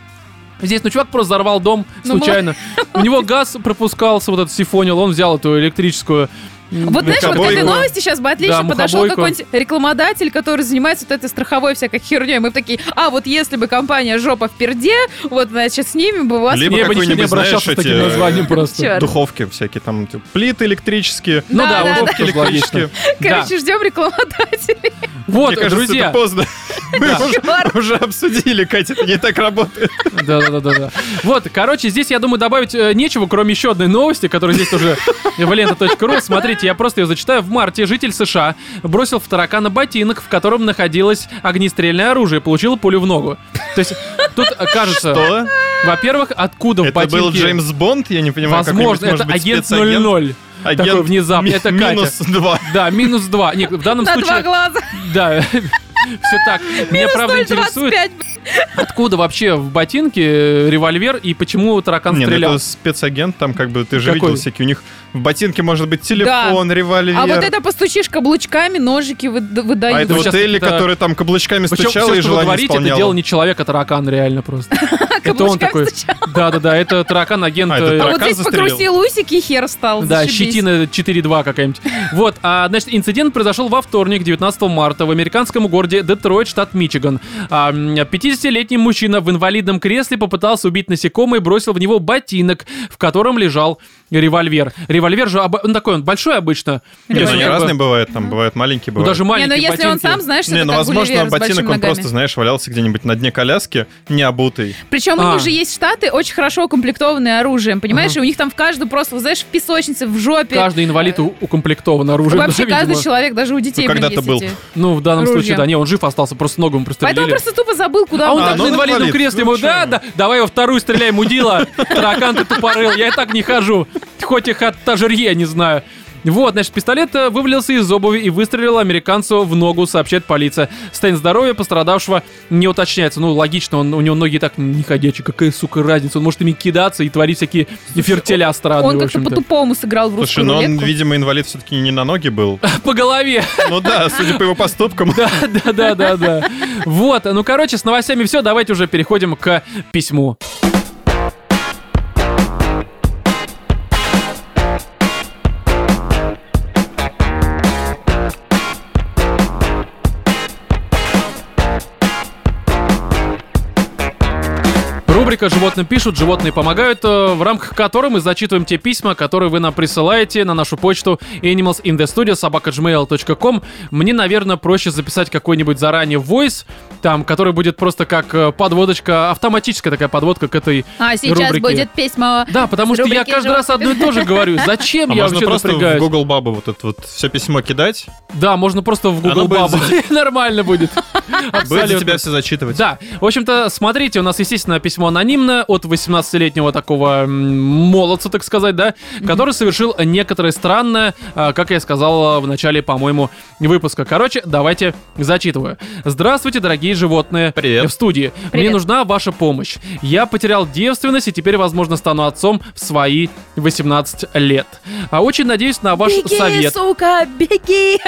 Speaker 1: Здесь, ну, чувак просто взорвал дом
Speaker 3: Ну,
Speaker 1: случайно. У него газ пропускался, вот этот сифонил, он взял эту электрическую. м,
Speaker 3: Вот знаешь, вот к этой
Speaker 2: Мухобойку.
Speaker 3: новости сейчас бы
Speaker 1: Да,
Speaker 3: отлично подошел
Speaker 1: мухобойку.
Speaker 3: какой-нибудь рекламодатель, который занимается вот этой страховой всякой херней. Мы бы такие, а вот если бы компания жопа в перде, вот, значит, с ними бы у вас...
Speaker 2: Либо
Speaker 1: Я бы ничего не
Speaker 2: Типа какой-нибудь,
Speaker 1: обращался
Speaker 2: знаешь,
Speaker 1: с таким
Speaker 2: эти, э,
Speaker 1: названием просто.
Speaker 3: Чёрт.
Speaker 2: Духовки всякие, там типа, плиты электрические.
Speaker 1: Ну да,
Speaker 3: Да, да,
Speaker 1: удобки тоже логично.
Speaker 2: Электрические.
Speaker 1: Да.
Speaker 3: Короче, ждем рекламодателей.
Speaker 1: Вот,
Speaker 2: Мне кажется,
Speaker 1: друзья.
Speaker 2: это поздно. Мы
Speaker 1: Да.
Speaker 2: уже- уже обсудили, Катя, это не так работает.
Speaker 1: Да, да, да, да, да. Вот, короче, здесь, я думаю, добавить э, нечего, кроме еще одной новости, которая здесь уже в лента.ру. Смотрите, я просто ее зачитаю. В марте житель США бросил в таракана ботинок, в котором находилось огнестрельное оружие, и получил пулю в ногу. То есть, тут э, кажется,
Speaker 2: Что?
Speaker 1: во-первых, откуда в
Speaker 2: Это
Speaker 1: ботинке...
Speaker 2: был Джеймс Бонд, я не понимаю,
Speaker 1: Возможно,
Speaker 2: какой-нибудь,
Speaker 1: это
Speaker 2: может быть,
Speaker 1: агент
Speaker 2: спецагент?
Speaker 1: 00.
Speaker 2: Агент
Speaker 1: Такой внезапно.
Speaker 2: ми-
Speaker 1: Это Катя.
Speaker 2: минус два.
Speaker 1: Да, минус два. Не, в данном
Speaker 3: На два
Speaker 1: случае...
Speaker 3: глаза.
Speaker 1: Да, все так. Меня правда интересует,
Speaker 3: 0,25.
Speaker 1: откуда вообще в ботинке э, револьвер и почему таракан
Speaker 2: Не, ну
Speaker 1: стрелял.
Speaker 2: это спецагент, там как бы ты же
Speaker 1: Какой?
Speaker 2: видел всякие, у них в ботинке может быть телефон, револьвер.
Speaker 3: А вот это постучишь каблучками, ножики выда- выдают.
Speaker 2: А это
Speaker 1: Ну,
Speaker 2: вот
Speaker 1: сейчас
Speaker 2: Элли,
Speaker 1: это-
Speaker 2: которая там каблучками
Speaker 1: Причем
Speaker 2: стучала
Speaker 1: все,
Speaker 2: и
Speaker 1: что вы
Speaker 2: желание
Speaker 1: говорите, это дело
Speaker 2: исполняла.
Speaker 1: не человек, а таракан реально просто. Это он такой,
Speaker 3: стучал.
Speaker 1: да-да-да, это таракан-агент
Speaker 2: А, это
Speaker 1: э,
Speaker 2: таракан
Speaker 3: А вот здесь
Speaker 2: застрелил.
Speaker 3: покрутил усики, и хер стал.
Speaker 1: Да,
Speaker 3: зашибись.
Speaker 1: щетина
Speaker 3: ну,
Speaker 1: 4.2 какая-нибудь. Вот, а, значит, инцидент произошел во вторник, 19 марта, в американском городе Детройт, штат Мичиган. А, м, 50-летний мужчина в инвалидном кресле попытался убить насекомое и бросил в него ботинок, в котором лежал револьвер. Револьвер же, об- он такой, он большой обычно.
Speaker 2: Не,
Speaker 1: То есть
Speaker 2: ну они
Speaker 1: как бы,
Speaker 2: разные бывают, там бывают маленькие,
Speaker 1: ну,
Speaker 2: бывают.
Speaker 1: даже
Speaker 3: Не, ну
Speaker 1: маленькие
Speaker 3: если он
Speaker 1: ботинки.
Speaker 3: сам, знаешь, что
Speaker 2: не,
Speaker 3: это
Speaker 2: ну,
Speaker 3: как
Speaker 2: возможно,
Speaker 3: Гулливер с большими
Speaker 2: ботинок он
Speaker 3: ногами.
Speaker 2: просто, знаешь, валялся где-нибудь на дне коляски, не обутый.
Speaker 3: Причем у
Speaker 1: А.
Speaker 3: них же есть штаты, очень хорошо укомплектованные оружием, понимаешь? И у них там в каждом просто, вот знаешь, в песочнице, в жопе.
Speaker 1: Каждый инвалид у- укомплектован оружием.
Speaker 3: Вообще
Speaker 1: да,
Speaker 3: каждый
Speaker 1: видимо.
Speaker 3: человек, даже у детей
Speaker 2: Ну,
Speaker 3: наверное,
Speaker 2: когда-то
Speaker 3: есть
Speaker 2: был.
Speaker 3: эти.
Speaker 1: Ну, в данном
Speaker 3: Ружье.
Speaker 1: случае, да. Не, он жив остался, просто ногу ему
Speaker 3: Поэтому он
Speaker 1: пристрелили.
Speaker 3: просто тупо забыл, куда
Speaker 1: А он
Speaker 3: он
Speaker 2: А,
Speaker 1: так
Speaker 2: ну,
Speaker 1: на
Speaker 2: он
Speaker 1: инвалидном
Speaker 2: инвалид,
Speaker 1: кресле
Speaker 2: ну,
Speaker 1: ему,
Speaker 2: чё
Speaker 1: да,
Speaker 2: вы.
Speaker 1: да, давай во вторую стреляй, мудила, таракан ты тупорыл, я и так не хожу, хоть их от тажерье, не знаю. Вот, значит, пистолет э, вывалился из обуви и выстрелил американцу в ногу, сообщает полиция. Состояние здоровья пострадавшего не уточняется. Ну, логично, он, у него ноги и так не ходячие. Какая, сука, разница? Он может ими кидаться и творить всякие фертеля странные,
Speaker 3: Он
Speaker 1: в
Speaker 3: как-то
Speaker 1: общем-то.
Speaker 3: по-тупому сыграл в
Speaker 2: Слушай,
Speaker 3: русскую
Speaker 2: ну он,
Speaker 3: рулетку.
Speaker 2: видимо, инвалид все-таки не на ноги был.
Speaker 1: По голове.
Speaker 2: Ну да, судя по его поступкам.
Speaker 1: Да, да, да, да, да. Вот, ну, короче, с новостями все, давайте уже переходим к письму. Рубрика «Животным пишут, животные помогают», э, в рамках которой мы зачитываем те письма, которые вы нам присылаете на нашу почту animalsinthestudio.gmail.com. Мне, наверное, проще записать какой-нибудь заранее voice, там, который будет просто как э, подводочка, автоматическая такая подводка к этой
Speaker 3: А сейчас
Speaker 1: рубрике.
Speaker 3: будет письма.
Speaker 1: Да, потому
Speaker 3: с
Speaker 1: что я
Speaker 3: рубрики
Speaker 1: каждый раз одно и то же говорю. Зачем
Speaker 2: А
Speaker 1: я
Speaker 2: можно
Speaker 1: вообще
Speaker 2: просто в
Speaker 1: напрягаюсь?
Speaker 2: Google Бабу вот это вот все письмо кидать,
Speaker 1: Да, можно просто в Google
Speaker 2: Оно будет
Speaker 1: Бабу. Нормально будет.
Speaker 2: будет
Speaker 1: Абсолютно.
Speaker 2: за тебя все зачитывать.
Speaker 1: Да, в общем-то, смотрите, у нас, естественно, письмо анонимное от 18-летнего такого м, молодца, так сказать, да, который совершил некоторое странное, а, как я сказал а, в начале, по-моему, выпуска. Короче, давайте зачитываю. Здравствуйте, дорогие животные.
Speaker 2: Привет.
Speaker 1: В студии. Мне
Speaker 3: Привет.
Speaker 1: нужна ваша помощь. Я потерял девственность и теперь, возможно, стану отцом в свои 18 лет. А очень надеюсь на ваш
Speaker 3: беги,
Speaker 1: совет. Ну,
Speaker 3: сука, беги!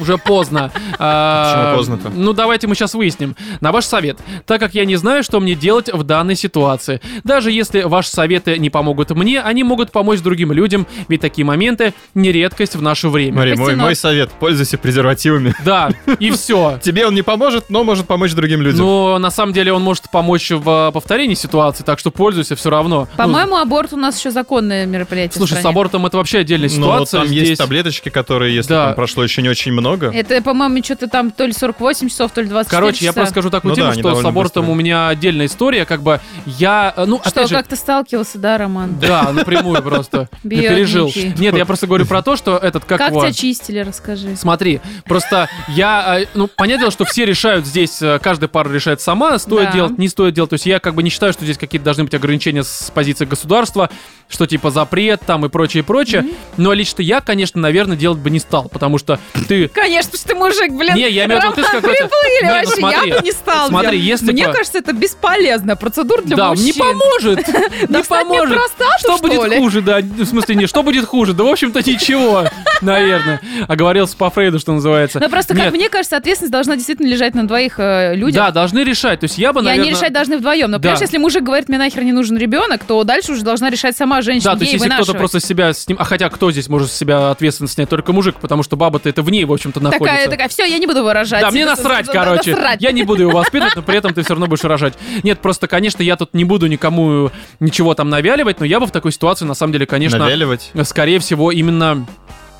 Speaker 1: Уже поздно.
Speaker 2: Почему
Speaker 1: Почему
Speaker 2: поздно-то?
Speaker 1: Ну, давайте мы сейчас выясним. На ваш совет. Так как я не знаю, что мне делать в данной ситуации. Даже если ваши советы не помогут мне, они могут помочь другим людям, ведь такие моменты не редкость в наше время.
Speaker 2: Смотри, мой,
Speaker 3: Костяной.
Speaker 2: мой совет, пользуйся презервативами.
Speaker 1: Да, и все.
Speaker 2: Тебе он не поможет, но может помочь другим людям.
Speaker 1: Но на самом деле он может помочь в э, повторении ситуации, так что пользуйся все равно. Ну,
Speaker 3: По-моему, аборт у нас еще законное мероприятие. в
Speaker 1: слушай, с
Speaker 3: стране.
Speaker 1: абортом это вообще отдельная
Speaker 2: Но вот
Speaker 1: ситуация.
Speaker 2: Ну, там
Speaker 1: Здесь-
Speaker 2: есть таблеточки, которые, если
Speaker 1: Да.
Speaker 2: там прошло еще не очень много,
Speaker 3: Это, по-моему, что-то там то ли 48 часов, то ли 24
Speaker 1: Короче, я
Speaker 3: часа.
Speaker 1: просто скажу такую
Speaker 2: Ну
Speaker 1: тему,
Speaker 2: да, они
Speaker 1: что с
Speaker 2: довольно
Speaker 1: абортом
Speaker 2: быстрые.
Speaker 1: у меня отдельная история, как бы я, э, ну,
Speaker 3: Что,
Speaker 1: опять же,
Speaker 3: как ты сталкивался, да, Роман?
Speaker 1: Да, напрямую просто. Не
Speaker 3: Бедненький.
Speaker 1: пережил. Нет, я просто говорю про то, что этот как,
Speaker 3: Как
Speaker 1: его-
Speaker 3: тебя чистили, расскажи.
Speaker 1: Смотри, просто я, э, ну, понятное дело, что все решают здесь, э, каждая пара решает сама, стоит
Speaker 3: Да.
Speaker 1: делать, не стоит делать. То есть я как бы не считаю, что здесь какие-то должны быть ограничения с позиции государства, что типа запрет там и прочее, прочее. Но лично я, конечно, наверное, делать бы не стал, потому что ты
Speaker 3: Конечно, потому что ты мужик, блин.
Speaker 1: Не, я имею в виду,
Speaker 3: Роман,
Speaker 1: ты ж какой-то-
Speaker 3: приплыли
Speaker 1: Не, ну
Speaker 3: вообще,
Speaker 1: смотри,
Speaker 3: я бы не стал.
Speaker 1: смотри,
Speaker 3: делать.
Speaker 1: если
Speaker 3: Мне
Speaker 1: бы-
Speaker 3: кажется, это бесполезная процедура для
Speaker 1: да, не
Speaker 3: мужчин.
Speaker 1: поможет,
Speaker 3: Да,
Speaker 1: не
Speaker 3: встать мне
Speaker 1: поможет.
Speaker 3: простату,
Speaker 1: Что
Speaker 3: что
Speaker 1: будет
Speaker 3: ли?
Speaker 1: хуже, да? В смысле, не, что будет хуже? Да, в общем-то, ничего, наверное. Оговорился по Фрейду, что называется.
Speaker 3: Но просто,
Speaker 1: Нет.
Speaker 3: как мне кажется, ответственность должна действительно лежать на двоих э, людях.
Speaker 1: Да, должны решать. То есть я бы,
Speaker 3: И
Speaker 1: наверное...
Speaker 3: они решать должны вдвоем. Но,
Speaker 1: Типа, Да.
Speaker 3: понимаешь, если мужик говорит, мне нахер не нужен ребенок, то дальше уже должна решать сама женщина.
Speaker 1: Да, то есть
Speaker 3: ей
Speaker 1: если кто-то
Speaker 3: вынашивать.
Speaker 1: просто себя с ним... А хотя кто здесь может с себя ответственность снять? Только мужик, потому что баба-то это в ней, в общем-то, находится.
Speaker 3: Такая, такая, все, я не буду выражать.
Speaker 1: Да, мне насрать, короче.
Speaker 3: Насрать.
Speaker 1: Я не буду его воспитывать, но при этом ты все равно будешь рожать. Нет, просто, конечно, я тут не буду никому э, ничего там навяливать, но я бы в такой ситуации, на самом деле, конечно,
Speaker 2: навяливать.
Speaker 1: скорее всего, именно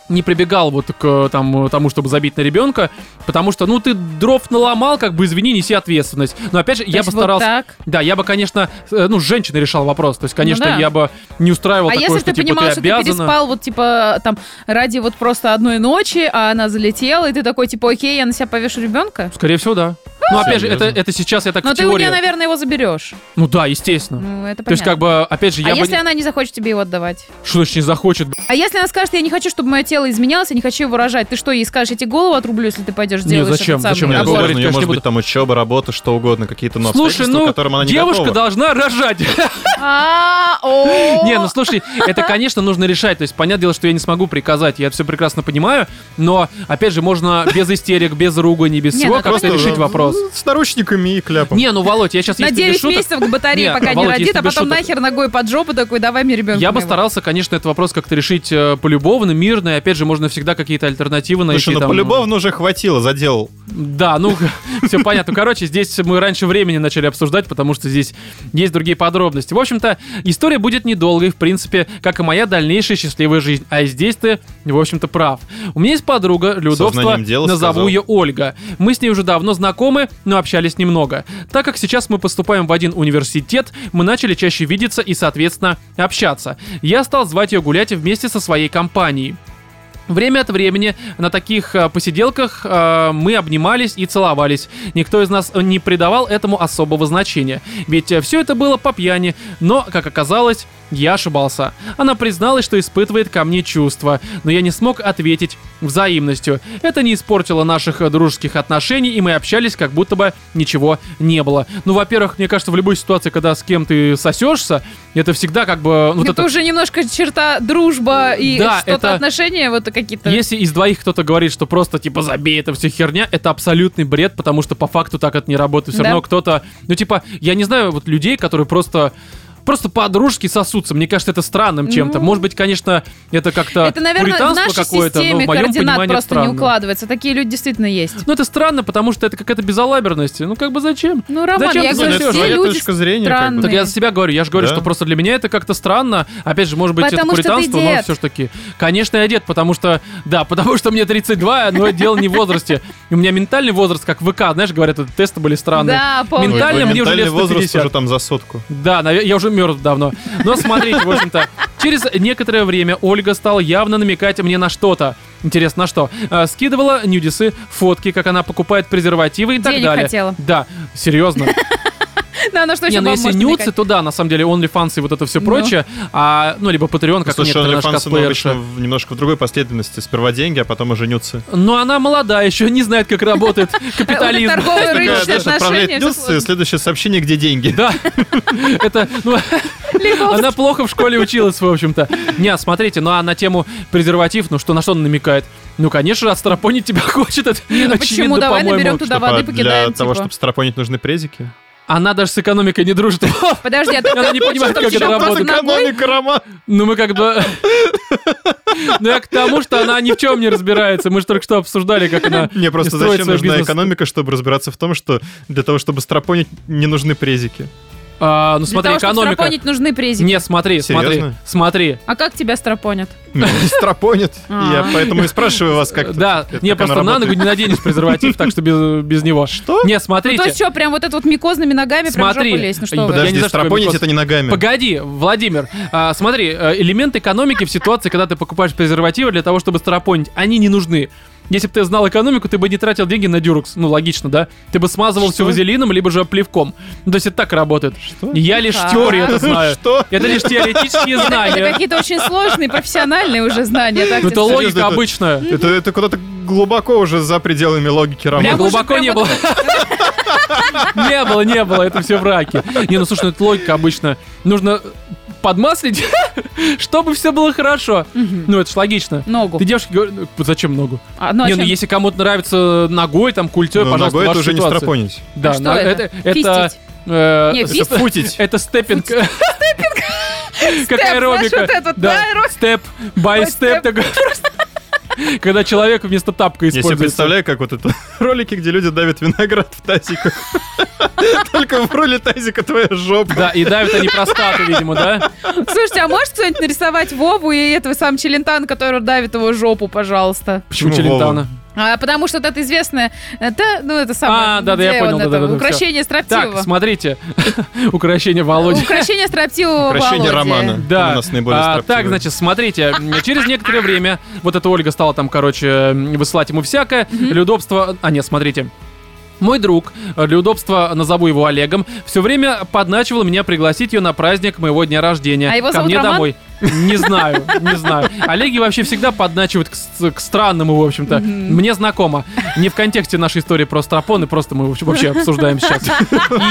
Speaker 1: не прибегал вот к э, там, э, тому, чтобы забить на ребенка, потому что, ну, ты дров наломал, как бы, извини, неси ответственность. Но, опять же,
Speaker 3: То
Speaker 1: я
Speaker 3: есть вот
Speaker 1: постарался...
Speaker 3: так.
Speaker 1: Да, я бы, конечно, э, ну, с женщиной решал вопрос. То есть, конечно,
Speaker 3: Ну да.
Speaker 1: я бы не устраивал
Speaker 3: а
Speaker 1: такое,
Speaker 3: если
Speaker 1: что,
Speaker 3: ты
Speaker 1: типа,
Speaker 3: понимал,
Speaker 1: ты
Speaker 3: что ты
Speaker 1: обязана.
Speaker 3: переспал вот типа там ради вот просто одной ночи, а она залетела, и ты такой типа, окей, я на себя повешу ребенка?
Speaker 1: Скорее всего, да. Ну, опять же, это,
Speaker 2: Серьезно?
Speaker 1: это сейчас я так
Speaker 3: Но
Speaker 1: в
Speaker 3: ты у
Speaker 1: теории.
Speaker 3: нее, наверное, его заберешь.
Speaker 1: Ну да, естественно.
Speaker 3: Ну, это понятно.
Speaker 1: То есть, как бы, опять же, я
Speaker 3: а
Speaker 1: бы...
Speaker 3: если
Speaker 1: не-
Speaker 3: она не захочет тебе его отдавать?
Speaker 1: Что значит не захочет? б***ь?
Speaker 3: А если она скажет, я не хочу, чтобы мое тело изменялось, я не хочу его рожать, ты что, ей скажешь, я тебе голову отрублю, если ты пойдешь
Speaker 1: Не,
Speaker 3: делаешь
Speaker 1: зачем?
Speaker 3: этот самый
Speaker 1: Зачем?
Speaker 2: Не,
Speaker 1: Я
Speaker 2: ну,
Speaker 3: аборт?
Speaker 1: говорить,
Speaker 2: серьезно, у
Speaker 1: конечно,
Speaker 2: нее
Speaker 1: не
Speaker 2: может
Speaker 1: буду.
Speaker 2: быть там учеба, работа, что угодно, какие-то но
Speaker 1: Слушай,
Speaker 2: обстоятельства,
Speaker 1: ну,
Speaker 2: которым она не
Speaker 1: девушка
Speaker 2: готова.
Speaker 1: должна рожать.
Speaker 3: А, о.
Speaker 1: Не, ну слушай, это, конечно, нужно решать. То есть, понятное дело, что я не смогу приказать, я все прекрасно понимаю, но, опять же, можно без истерик, без ругани, без
Speaker 3: Не,
Speaker 1: всего
Speaker 3: ну,
Speaker 1: как-то
Speaker 3: конечно.
Speaker 1: решить вопрос. вопрос.
Speaker 2: ну, С наручниками и кляпом.
Speaker 1: Не, ну, Володь, я сейчас
Speaker 3: На 9 месяцев к батарее
Speaker 1: Не,
Speaker 3: пока не
Speaker 1: Володь, если
Speaker 3: родит, а
Speaker 1: без
Speaker 3: потом
Speaker 1: шуток.
Speaker 3: нахер ногой под жопу такой, давай мне ребенка.
Speaker 1: Я бы
Speaker 3: моего».
Speaker 1: старался, конечно, этот вопрос как-то решить э, полюбовно, мирно, и опять же, можно всегда какие-то альтернативы найти.
Speaker 2: Слушай, ну
Speaker 1: там.
Speaker 2: полюбовно уже хватило, задел.
Speaker 1: Да, ну, все понятно. Короче, здесь мы раньше времени начали обсуждать, потому что здесь есть другие подробности. В общем-то, история будет недолгой, в принципе, как и моя дальнейшая счастливая жизнь. А здесь ты, в общем-то, прав. У меня есть подруга, для удобства
Speaker 2: Сознанием дела
Speaker 1: назову
Speaker 2: сказал.
Speaker 1: ее Ольга. Мы с ней уже давно знакомы, но общались немного. Так как сейчас мы поступаем в один университет, мы начали чаще видеться и, соответственно, общаться. Я стал звать ее гулять вместе со своей компанией. Время от времени на таких э, посиделках э, мы обнимались и целовались. Никто из нас не придавал этому особого значения. Ведь все это было по пьяни, но, как оказалось, я ошибался. Она призналась, что испытывает ко мне чувства, но я не смог ответить взаимностью. Это не испортило наших э, дружеских отношений, и мы общались, как будто бы ничего не было. Ну, во-первых, мне кажется, в любой ситуации, когда с кем ты сосешься, это всегда как бы... ну, вот
Speaker 3: это, уже немножко черта дружба и
Speaker 1: Да,
Speaker 3: что-то
Speaker 1: это-
Speaker 3: отношения вот какие-то.
Speaker 1: Если из двоих кто-то говорит, что просто типа забей, это все херня, это абсолютный бред, потому что по факту так это не работает. Все
Speaker 3: Да.
Speaker 1: равно кто-то, ну типа, я не знаю вот людей, которые просто просто подружки сосутся. Мне кажется, это странным чем-то.
Speaker 3: Ну.
Speaker 1: Может быть, конечно, это как-то
Speaker 3: Это, наверное, в
Speaker 1: а, пуританство
Speaker 3: нашей
Speaker 1: какое-то, но
Speaker 3: системе
Speaker 1: в моем
Speaker 3: координат
Speaker 1: понимании это
Speaker 3: просто не
Speaker 1: странно.
Speaker 3: укладывается. Такие люди действительно есть.
Speaker 1: Ну это странно, потому что это какая-то безалаберность. Ну как бы зачем?
Speaker 3: Ну, Роман,
Speaker 1: Зачем
Speaker 3: я
Speaker 1: ты А
Speaker 2: Ну,
Speaker 3: говорю,
Speaker 1: сосёшь?
Speaker 2: это
Speaker 3: все
Speaker 2: твоя
Speaker 3: люди
Speaker 2: точка зрения, как бы.
Speaker 1: Так я за себя говорю, я же говорю,
Speaker 2: Да.
Speaker 1: что просто для меня это как-то странно. Опять же, может быть,
Speaker 3: Потому
Speaker 1: это
Speaker 3: что ты
Speaker 1: пуританство, но
Speaker 3: дед.
Speaker 1: все ж таки. Конечно, я дед, потому что, да, потому что мне 32, но дело не в возрасте. У меня ментальный возраст, как ВК, знаешь, говорят, это тесты были странные.
Speaker 3: Да, помню.
Speaker 1: Ментально
Speaker 2: Твой
Speaker 1: мне уже
Speaker 2: ментальный
Speaker 1: лет
Speaker 2: возраст
Speaker 1: 150.
Speaker 2: уже там за сотку.
Speaker 1: Да, наве- я уже мертв давно. Но смотрите, в общем-то, через некоторое время Ольга стала явно намекать мне на что-то. Интересно, на что? Э, Скидывала нюдисы, фотки, как она покупает презервативы и так
Speaker 3: Денег
Speaker 1: далее.
Speaker 3: хотела.
Speaker 1: Да, серьезно.
Speaker 3: Да, она что
Speaker 1: Не,
Speaker 3: еще
Speaker 1: ну
Speaker 3: вам
Speaker 1: если
Speaker 3: может
Speaker 1: нюцы,
Speaker 3: намекать?
Speaker 1: то да, на самом деле, OnlyFans и вот это все
Speaker 3: Ну.
Speaker 1: прочее. А, ну, либо Patreon, как
Speaker 2: Слушай,
Speaker 1: некоторые наши
Speaker 2: OnlyFans, ну, обычно
Speaker 1: косплеерши.
Speaker 2: в- немножко в другой последовательности. Сперва деньги, а потом уже нюцы.
Speaker 1: Но она молодая еще, не знает, как работает капитализм.
Speaker 3: торговые
Speaker 2: Такая,
Speaker 3: рыночные
Speaker 2: знаешь,
Speaker 3: отношения.
Speaker 2: отправляет нюцы, следующее сообщение, где деньги.
Speaker 1: Да, это, ну, она плохо в школе училась, в общем-то. Не, смотрите, ну а на тему презерватив, ну что, на что он намекает? Ну, конечно, отстрапонить тебя хочет, это
Speaker 3: Ну
Speaker 1: очевидно,
Speaker 3: почему? Давай
Speaker 1: по-моему.
Speaker 3: наберем туда
Speaker 2: Чтоб, а,
Speaker 3: воды,
Speaker 2: Для
Speaker 3: покидаем.
Speaker 2: того,
Speaker 3: типа.
Speaker 2: чтобы страпонить, нужны презики.
Speaker 1: Она даже с экономикой не дружит.
Speaker 3: Подожди, а ты
Speaker 1: Она не понимает,
Speaker 3: хочешь,
Speaker 1: как это
Speaker 3: чтобы
Speaker 1: работает.
Speaker 3: тебя просто ногой?
Speaker 2: Типа, Экономика, Роман.
Speaker 1: Ну, мы как бы... Ну, я к тому, что она ни в чем не разбирается. Мы же только что обсуждали, как она
Speaker 2: Мне просто
Speaker 1: строит
Speaker 2: зачем
Speaker 1: свой
Speaker 2: нужна
Speaker 1: бизнес.
Speaker 2: экономика, чтобы разбираться в том, что для того, чтобы страпонить, не нужны презики.
Speaker 1: А, ну
Speaker 3: Для
Speaker 1: смотри,
Speaker 3: того, чтобы
Speaker 1: экономика.
Speaker 3: стропонить, нужны презики.
Speaker 1: Не, смотри,
Speaker 2: Серьезно?
Speaker 1: смотри, смотри.
Speaker 3: А как тебя стропонят?
Speaker 2: Ну, Страпонят. И Я
Speaker 3: А.
Speaker 2: поэтому и спрашиваю вас, как это-
Speaker 1: да,
Speaker 2: это
Speaker 1: не,
Speaker 2: как оно
Speaker 1: просто на
Speaker 2: работает.
Speaker 1: ногу не наденешь презерватив, так что без, без него.
Speaker 2: Что?
Speaker 1: Не,
Speaker 3: Ну, то
Speaker 1: смотрите.
Speaker 3: есть что, прям вот это вот микозными ногами прям в
Speaker 1: Смотри,
Speaker 3: жопу лезть? Ну что вы?
Speaker 1: я не
Speaker 2: Подожди,
Speaker 1: знаю, что такое
Speaker 2: страпонить
Speaker 1: микоз.
Speaker 2: это не ногами.
Speaker 1: Погоди, Владимир, а, смотри, э, элемент экономики в ситуации, когда ты покупаешь презервативы для того, чтобы старопонить, они не нужны. Если бы ты знал экономику, ты бы не тратил деньги на дюрекс. Ну, логично, да? Ты бы смазывал все
Speaker 2: Что?
Speaker 1: вазелином, либо же плевком. Ну, то есть это так работает.
Speaker 2: Что?
Speaker 1: Я лишь
Speaker 3: Так.
Speaker 1: теорию это знаю.
Speaker 2: Что?
Speaker 1: Это лишь теоретические
Speaker 3: Это
Speaker 1: знания.
Speaker 3: какие-то очень сложные профессиональные уже знания. так
Speaker 1: Ну, это
Speaker 3: тебе скажу.
Speaker 1: логика
Speaker 2: это-
Speaker 1: обычная.
Speaker 2: Это, это куда-то глубоко уже за пределами логики
Speaker 1: Прям
Speaker 2: Романа.
Speaker 3: уже
Speaker 1: глубоко
Speaker 3: прям
Speaker 1: не было.
Speaker 3: вот
Speaker 1: Не было, не было, это все враки. Не, ну слушай, ну это логика обычно. Нужно подмаслить, чтобы все было хорошо. Ну, это ж логично.
Speaker 3: Ногу.
Speaker 1: Ты девушке говоришь, ну, зачем ногу?
Speaker 3: А, ну, а
Speaker 1: не, ну
Speaker 3: чем?
Speaker 1: если кому-то нравится ногой, там, культура,
Speaker 2: Но
Speaker 1: пожалуйста,
Speaker 2: Ну, ногой это
Speaker 1: ваша
Speaker 2: уже не
Speaker 1: ситуация.
Speaker 2: страпонить.
Speaker 1: Да,
Speaker 3: А что
Speaker 1: на-
Speaker 3: это?
Speaker 1: Это,
Speaker 3: Фистить?
Speaker 1: э,
Speaker 3: Не,
Speaker 1: с-
Speaker 3: фист-
Speaker 2: Это футить.
Speaker 1: это степпинг. Как
Speaker 3: Степ,
Speaker 1: аэробика.
Speaker 3: знаешь, вот этот, да, аэро-
Speaker 1: Степ, бай степ
Speaker 3: степ.
Speaker 1: такой. просто. Когда человек вместо тапка
Speaker 2: Я себе
Speaker 1: используется.
Speaker 2: представляю, как вот это ролики, где люди давят виноград в тазиках. Только в роли тазика твоя жопа.
Speaker 1: Да, и давят они простаты, видимо, да?
Speaker 3: Слушайте, а можешь кто-нибудь нарисовать Вову и этого сам Челентана, который давит его жопу, пожалуйста?
Speaker 1: Почему
Speaker 2: Почему
Speaker 1: Челентана?
Speaker 2: Вова?
Speaker 3: А, потому что вот это известное, это, ну, это самое.
Speaker 1: А, да, да, я
Speaker 3: где
Speaker 1: понял,
Speaker 3: он
Speaker 1: да,
Speaker 3: это,
Speaker 1: да, да, да,
Speaker 3: Украшение
Speaker 1: Так,
Speaker 3: строптивого.
Speaker 1: смотрите. Украшение Володи.
Speaker 3: Украшение строптивого
Speaker 2: Прощение
Speaker 3: Володи.
Speaker 2: Романа.
Speaker 1: Да.
Speaker 2: Он У нас наиболее
Speaker 1: А,
Speaker 2: строптивый.
Speaker 1: так, значит, смотрите, м, через некоторое время вот эта Ольга стала там, короче, м, высылать ему всякое, для удобства... А, нет, смотрите. Мой друг, э, для удобства назову его Олегом, все время подначивал меня пригласить ее на праздник моего дня рождения.
Speaker 3: А его
Speaker 1: ко
Speaker 3: зовут
Speaker 1: мне
Speaker 3: Роман?
Speaker 1: домой. Не знаю, не знаю. Олеги вообще всегда подначивают к, с- к странному, в общем-то. Мне знакомо. Не в контексте нашей истории про стропоны, просто мы вообще- вообще обсуждаем сейчас.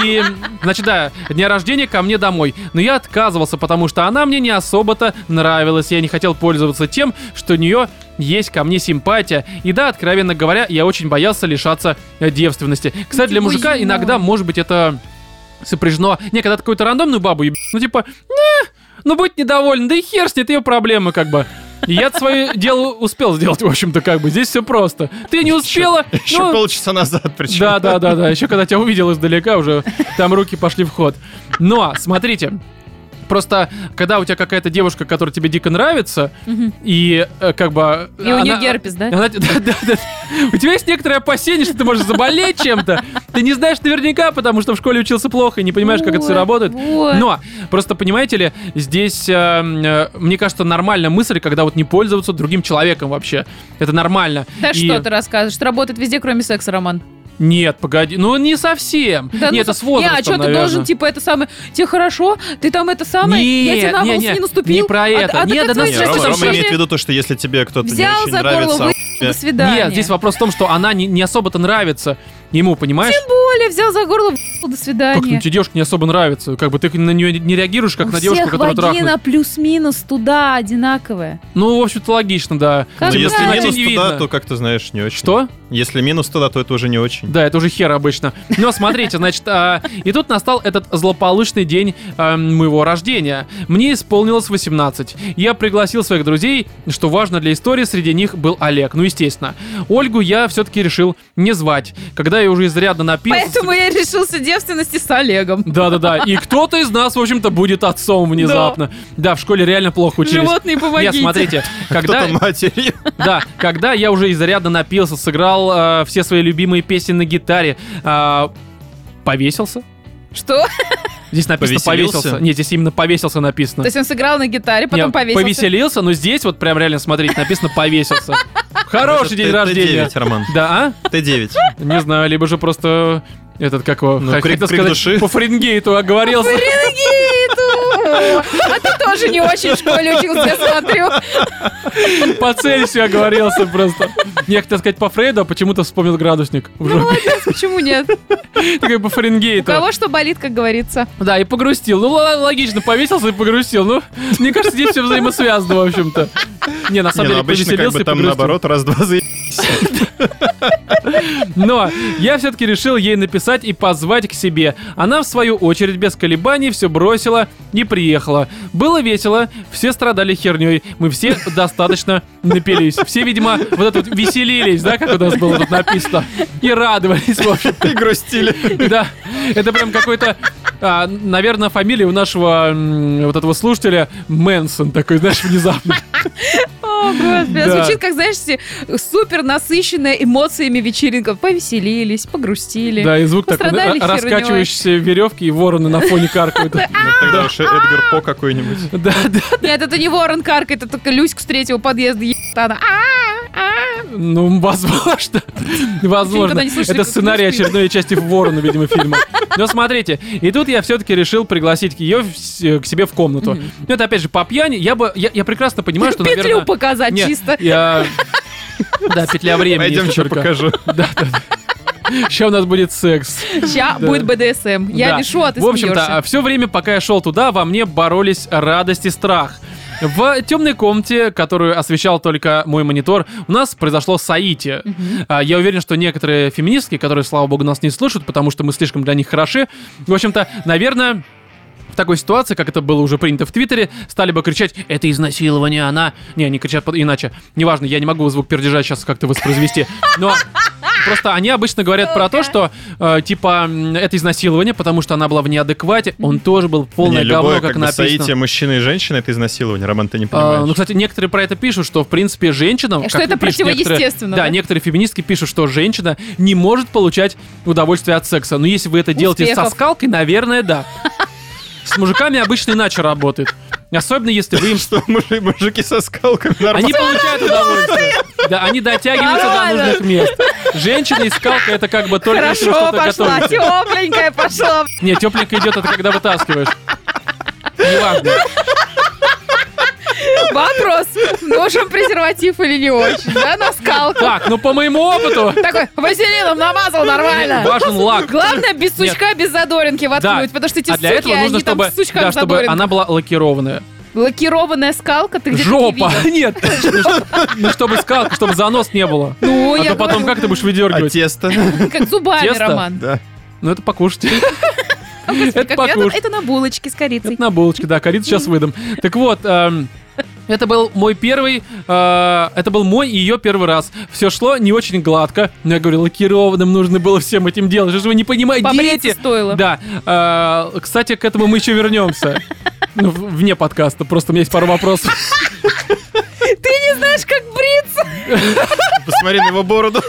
Speaker 1: И, значит, да, дня рождения ко мне домой. Но я отказывался, потому что она мне не особо-то нравилась. Я не хотел пользоваться тем, что у нее есть ко мне симпатия. И да, откровенно говоря, я очень боялся лишаться э, девственности. Кстати, для
Speaker 3: Ничего
Speaker 1: мужика
Speaker 3: себе.
Speaker 1: иногда, может быть, это сопряжено... Не, когда ты какую-то рандомную бабу еб- ну типа, «Не, ну будь недоволен, да и хер с ней, это ее проблемы как бы. И я свое дело успел сделать, в общем-то, как бы. Здесь все просто. Ты не успела,
Speaker 2: Еще
Speaker 1: ну,
Speaker 2: полчаса назад причем.
Speaker 1: да, да, да, да. Еще когда тебя увидел издалека, уже там руки пошли в ход. Но, смотрите. Просто, когда у тебя какая-то девушка, которая тебе дико нравится,
Speaker 3: Мгм.
Speaker 1: и э, как бы...
Speaker 3: И у нее герпес, да?
Speaker 1: она- да, да, да. У тебя есть некоторое опасение, что ты можешь заболеть чем-то. Ты не знаешь наверняка, потому что в школе учился плохо и не понимаешь, как это все
Speaker 3: Вот,
Speaker 1: работает.
Speaker 3: вот.
Speaker 1: Но просто понимаете ли, здесь, э, м, э, мне кажется, нормальная мысль, когда вот не пользоваться другим человеком вообще. Это нормально.
Speaker 3: Да
Speaker 1: И-
Speaker 3: что ты расскажешь? Работает везде, кроме секса, Роман.
Speaker 1: нет, погоди, ну не совсем.
Speaker 3: Да ну
Speaker 1: нет, это
Speaker 3: со-
Speaker 1: с возрастом,
Speaker 3: Не, а что ты
Speaker 1: наверное.
Speaker 3: должен, типа, это самое... Тебе хорошо? Ты там это самое? я тебе
Speaker 1: Нет,
Speaker 3: на
Speaker 1: не,
Speaker 3: волосы
Speaker 1: не,
Speaker 3: не наступил?
Speaker 1: не про
Speaker 3: А-
Speaker 1: это.
Speaker 3: А, так
Speaker 1: Нет,
Speaker 3: это
Speaker 1: да нас-
Speaker 3: твои
Speaker 2: Не,
Speaker 1: Значит,
Speaker 2: Рома,
Speaker 1: это
Speaker 2: Рома
Speaker 1: вообще-
Speaker 2: имеет в виду то, что если тебе кто-то не
Speaker 3: Взял
Speaker 2: очень
Speaker 3: за горло,
Speaker 2: нравится, а
Speaker 3: вы...
Speaker 2: э,
Speaker 3: До свидания.
Speaker 1: Нет, здесь вопрос в том, что она не, не особо-то нравится ему, понимаешь?
Speaker 3: Оля, взял за горло, вы- до
Speaker 1: Как ну,
Speaker 3: свидания.
Speaker 1: тебе девушка не особо нравится. Как бы ты на нее не реагируешь, как
Speaker 3: У
Speaker 1: на девушку,
Speaker 3: всех
Speaker 1: которую трахнут.
Speaker 3: вагина плюс-минус туда одинаковая.
Speaker 1: Ну, в общем-то, логично, да.
Speaker 3: Как
Speaker 2: Но
Speaker 3: Тебе
Speaker 2: Ну, если
Speaker 3: на
Speaker 1: темноте
Speaker 2: минус
Speaker 1: не
Speaker 2: туда,
Speaker 1: видно.
Speaker 2: то как ты знаешь, не очень.
Speaker 1: Что?
Speaker 2: Если минус туда, то это уже не очень.
Speaker 1: Да, это уже хер обычно. Но смотрите, значит, а, и тут настал этот злополучный день а, моего рождения. Мне исполнилось 18. Я пригласил своих друзей, что важно для истории, среди них был Олег. Ну, естественно. Ольгу я все-таки решил не звать. Когда я уже изрядно напился...
Speaker 3: Поэтому я решился девственности с Олегом.
Speaker 1: Да-да-да, и кто-то из нас, в общем-то, будет отцом внезапно. Да, в школе реально плохо учились.
Speaker 3: Животные, Ну помогите.
Speaker 1: Нет, смотрите, когда,
Speaker 2: Кто-то матерью.
Speaker 1: да, когда я уже изрядно напился, сыграл э, все свои любимые песни на гитаре, э, повесился.
Speaker 3: Что?
Speaker 1: Здесь написано
Speaker 2: Повеселился?
Speaker 1: повесился. Нет, здесь именно повесился написано.
Speaker 3: То есть он сыграл на гитаре, потом
Speaker 1: Не,
Speaker 3: повесился.
Speaker 1: повеселился, но здесь вот прям реально, смотрите, написано повесился.
Speaker 2: Это
Speaker 1: Хороший день
Speaker 2: Т-
Speaker 1: рождения.
Speaker 2: Т9, Роман.
Speaker 1: Да,
Speaker 2: Т9.
Speaker 1: а? Не знаю, либо же просто этот, как его,
Speaker 2: Ну,
Speaker 1: х-
Speaker 2: крик-
Speaker 1: хотел
Speaker 2: крик
Speaker 1: сказать,
Speaker 2: души.
Speaker 1: по Фаренгейту оговорился.
Speaker 3: Фаренгейту! А ты тоже не очень в школе учился, я смотрю.
Speaker 1: По Цельсию оговорился просто. Я хотел сказать по Фрейду, а почему-то вспомнил градусник. В
Speaker 3: Ну
Speaker 1: жопе.
Speaker 3: молодец, почему нет?
Speaker 1: Такой по
Speaker 3: У
Speaker 1: Фаренгейту.
Speaker 3: кого что болит, как говорится.
Speaker 1: Да, и погрустил. Ну, л- логично, повесился и погрустил. Ну, мне кажется, здесь все взаимосвязано, в общем-то. Не, на
Speaker 2: Не,
Speaker 1: самом
Speaker 2: ну
Speaker 1: деле,
Speaker 2: обычно как
Speaker 1: повеселился
Speaker 2: бы
Speaker 1: и
Speaker 2: там
Speaker 1: погрустил.
Speaker 2: наоборот раз-два за...
Speaker 1: Но я все-таки решил ей написать и позвать к себе. Она, в свою очередь, без колебаний все бросила и приехала. Было весело, все страдали херней. Мы все достаточно напились. Все, видимо, вот это вот веселились, да, как у нас было тут написано. И радовались, в общем.
Speaker 2: И грустили.
Speaker 1: Да, это прям какой-то, а, наверное, фамилия у нашего м, вот этого слушателя Мэнсон такой, знаешь, внезапно.
Speaker 3: О, господи, а
Speaker 1: Да.
Speaker 3: звучит, как, знаешь, те- супер насыщенная эмоциями вечеринка. Повеселились, погрустили.
Speaker 1: Да, и звук такой,
Speaker 3: Пострадали
Speaker 1: да,
Speaker 3: хернёй.
Speaker 1: раскачивающиеся веревки и вороны на фоне каркают.
Speaker 2: Ну, Тогда уж Эдгар По какой-нибудь.
Speaker 1: Да, да.
Speaker 3: Нет, это не ворон каркает, это только Люську с третьего подъезда ебет она. А, а.
Speaker 1: Ну, возможно. Возможно.
Speaker 3: никогда не слышали,
Speaker 1: Это
Speaker 3: как
Speaker 1: сценарий
Speaker 3: это звучит.
Speaker 1: очередной части Ворона, видимо, фильма. Но смотрите, и тут я все-таки решил пригласить ее в с- э, к себе в комнату.
Speaker 3: Мгм.
Speaker 1: Ну, это опять же по пьяни. Я бы, я, я прекрасно понимаю, что,
Speaker 3: Петлю
Speaker 1: наверное...
Speaker 3: показать
Speaker 1: не,
Speaker 3: чисто.
Speaker 1: я- Да, петля времени.
Speaker 2: Пойдем,
Speaker 1: если
Speaker 2: что
Speaker 1: только.
Speaker 2: покажу.
Speaker 1: Да, да, да. Ща у нас будет секс.
Speaker 3: Сейчас
Speaker 1: Да.
Speaker 3: будет БДСМ. Я
Speaker 1: Да.
Speaker 3: пишу, а ты
Speaker 1: В общем-то,
Speaker 3: смеешься.
Speaker 1: все время, пока я шел туда, во мне боролись радость и страх. В темной комнате, которую освещал только мой монитор, у нас произошло соитие. А, Я уверен, что некоторые феминистки, которые, слава богу, нас не слышат, потому что мы слишком для них хороши, в общем-то, наверное, в такой ситуации, как это было уже принято в Твиттере, стали бы кричать «Это изнасилование, она...» Не, они кричат под- иначе. Неважно, я не могу звук пердежа сейчас как-то воспроизвести. Но просто они обычно говорят про то, что э, типа м, это изнасилование, потому что она была в неадеквате, он тоже был полное
Speaker 2: Не,
Speaker 1: говно,
Speaker 2: любое
Speaker 1: как,
Speaker 2: как бы
Speaker 1: написано.
Speaker 2: соитие мужчины и женщины — это изнасилование, Роман, ты не
Speaker 1: А, ну,
Speaker 2: понимаешь.
Speaker 1: кстати, некоторые про это пишут, что, в принципе, женщинам...
Speaker 3: Что
Speaker 1: как
Speaker 3: это
Speaker 1: пишут некоторые-
Speaker 3: противоестественно,
Speaker 1: Да,
Speaker 3: да?
Speaker 1: некоторые феминистки пишут, что женщина не может получать удовольствие от секса. Но если вы это делаете со
Speaker 3: Успехов.
Speaker 1: скалкой, наверное, да. С мужиками обычно иначе работает. Особенно, если вы им...
Speaker 2: Что мужи- мужики со скалками
Speaker 1: ну,
Speaker 2: А
Speaker 1: Они
Speaker 2: нормально.
Speaker 1: получают удовольствие. Да, они дотягиваются до
Speaker 3: Нормально.
Speaker 1: нужных мест. Женщина и скалка — это как бы только если
Speaker 3: Хорошо,
Speaker 1: что-то
Speaker 3: пошла,
Speaker 1: готовите.
Speaker 3: тепленькая пошла.
Speaker 1: Не, тепленько идет, это когда вытаскиваешь. Неважно.
Speaker 3: Вопрос, нужен презерватив или не очень, да, на скалку?
Speaker 1: Так, ну по моему опыту...
Speaker 3: Такой, вазелином намазал нормально.
Speaker 1: Важен лак.
Speaker 3: Главное, без сучка, без задоринки воткнуть,
Speaker 1: Да.
Speaker 3: потому что эти
Speaker 1: а для
Speaker 3: суки,
Speaker 1: этого нужно,
Speaker 3: они там
Speaker 1: чтобы,
Speaker 3: с сучками
Speaker 1: да, чтобы
Speaker 3: задоринки.
Speaker 1: она была лакированная.
Speaker 3: Лакированная скалка, ты где-то
Speaker 1: Жопа!
Speaker 3: видел?
Speaker 1: Нет! Ну, что- Ну, чтобы скалка, чтобы занос не было.
Speaker 3: Ну,
Speaker 1: А
Speaker 3: я
Speaker 1: то потом
Speaker 3: говорю,
Speaker 1: как ты будешь
Speaker 2: А
Speaker 1: выдергивать?
Speaker 2: тесто?
Speaker 3: Как зубами,
Speaker 1: Тесто?
Speaker 3: Роман.
Speaker 2: Да.
Speaker 1: Ну, это покушать. Это
Speaker 3: Как я тут-
Speaker 1: покушать.
Speaker 3: Это на булочке с корицей.
Speaker 1: Это на булочке, да, корицу сейчас выдам. Так вот, эм, это был мой первый, э, это был мой и ее первый раз. Все шло не очень гладко, но я говорю, лакированным нужно было всем этим делать. Что же вы не понимаете,
Speaker 3: Побриться
Speaker 1: дети?
Speaker 3: стоило.
Speaker 1: Да. э, кстати, к этому мы еще вернемся. Ну, в- Вне подкаста, просто у меня есть пару вопросов.
Speaker 3: Ты не знаешь, как бриться.
Speaker 2: Посмотри на его бороду.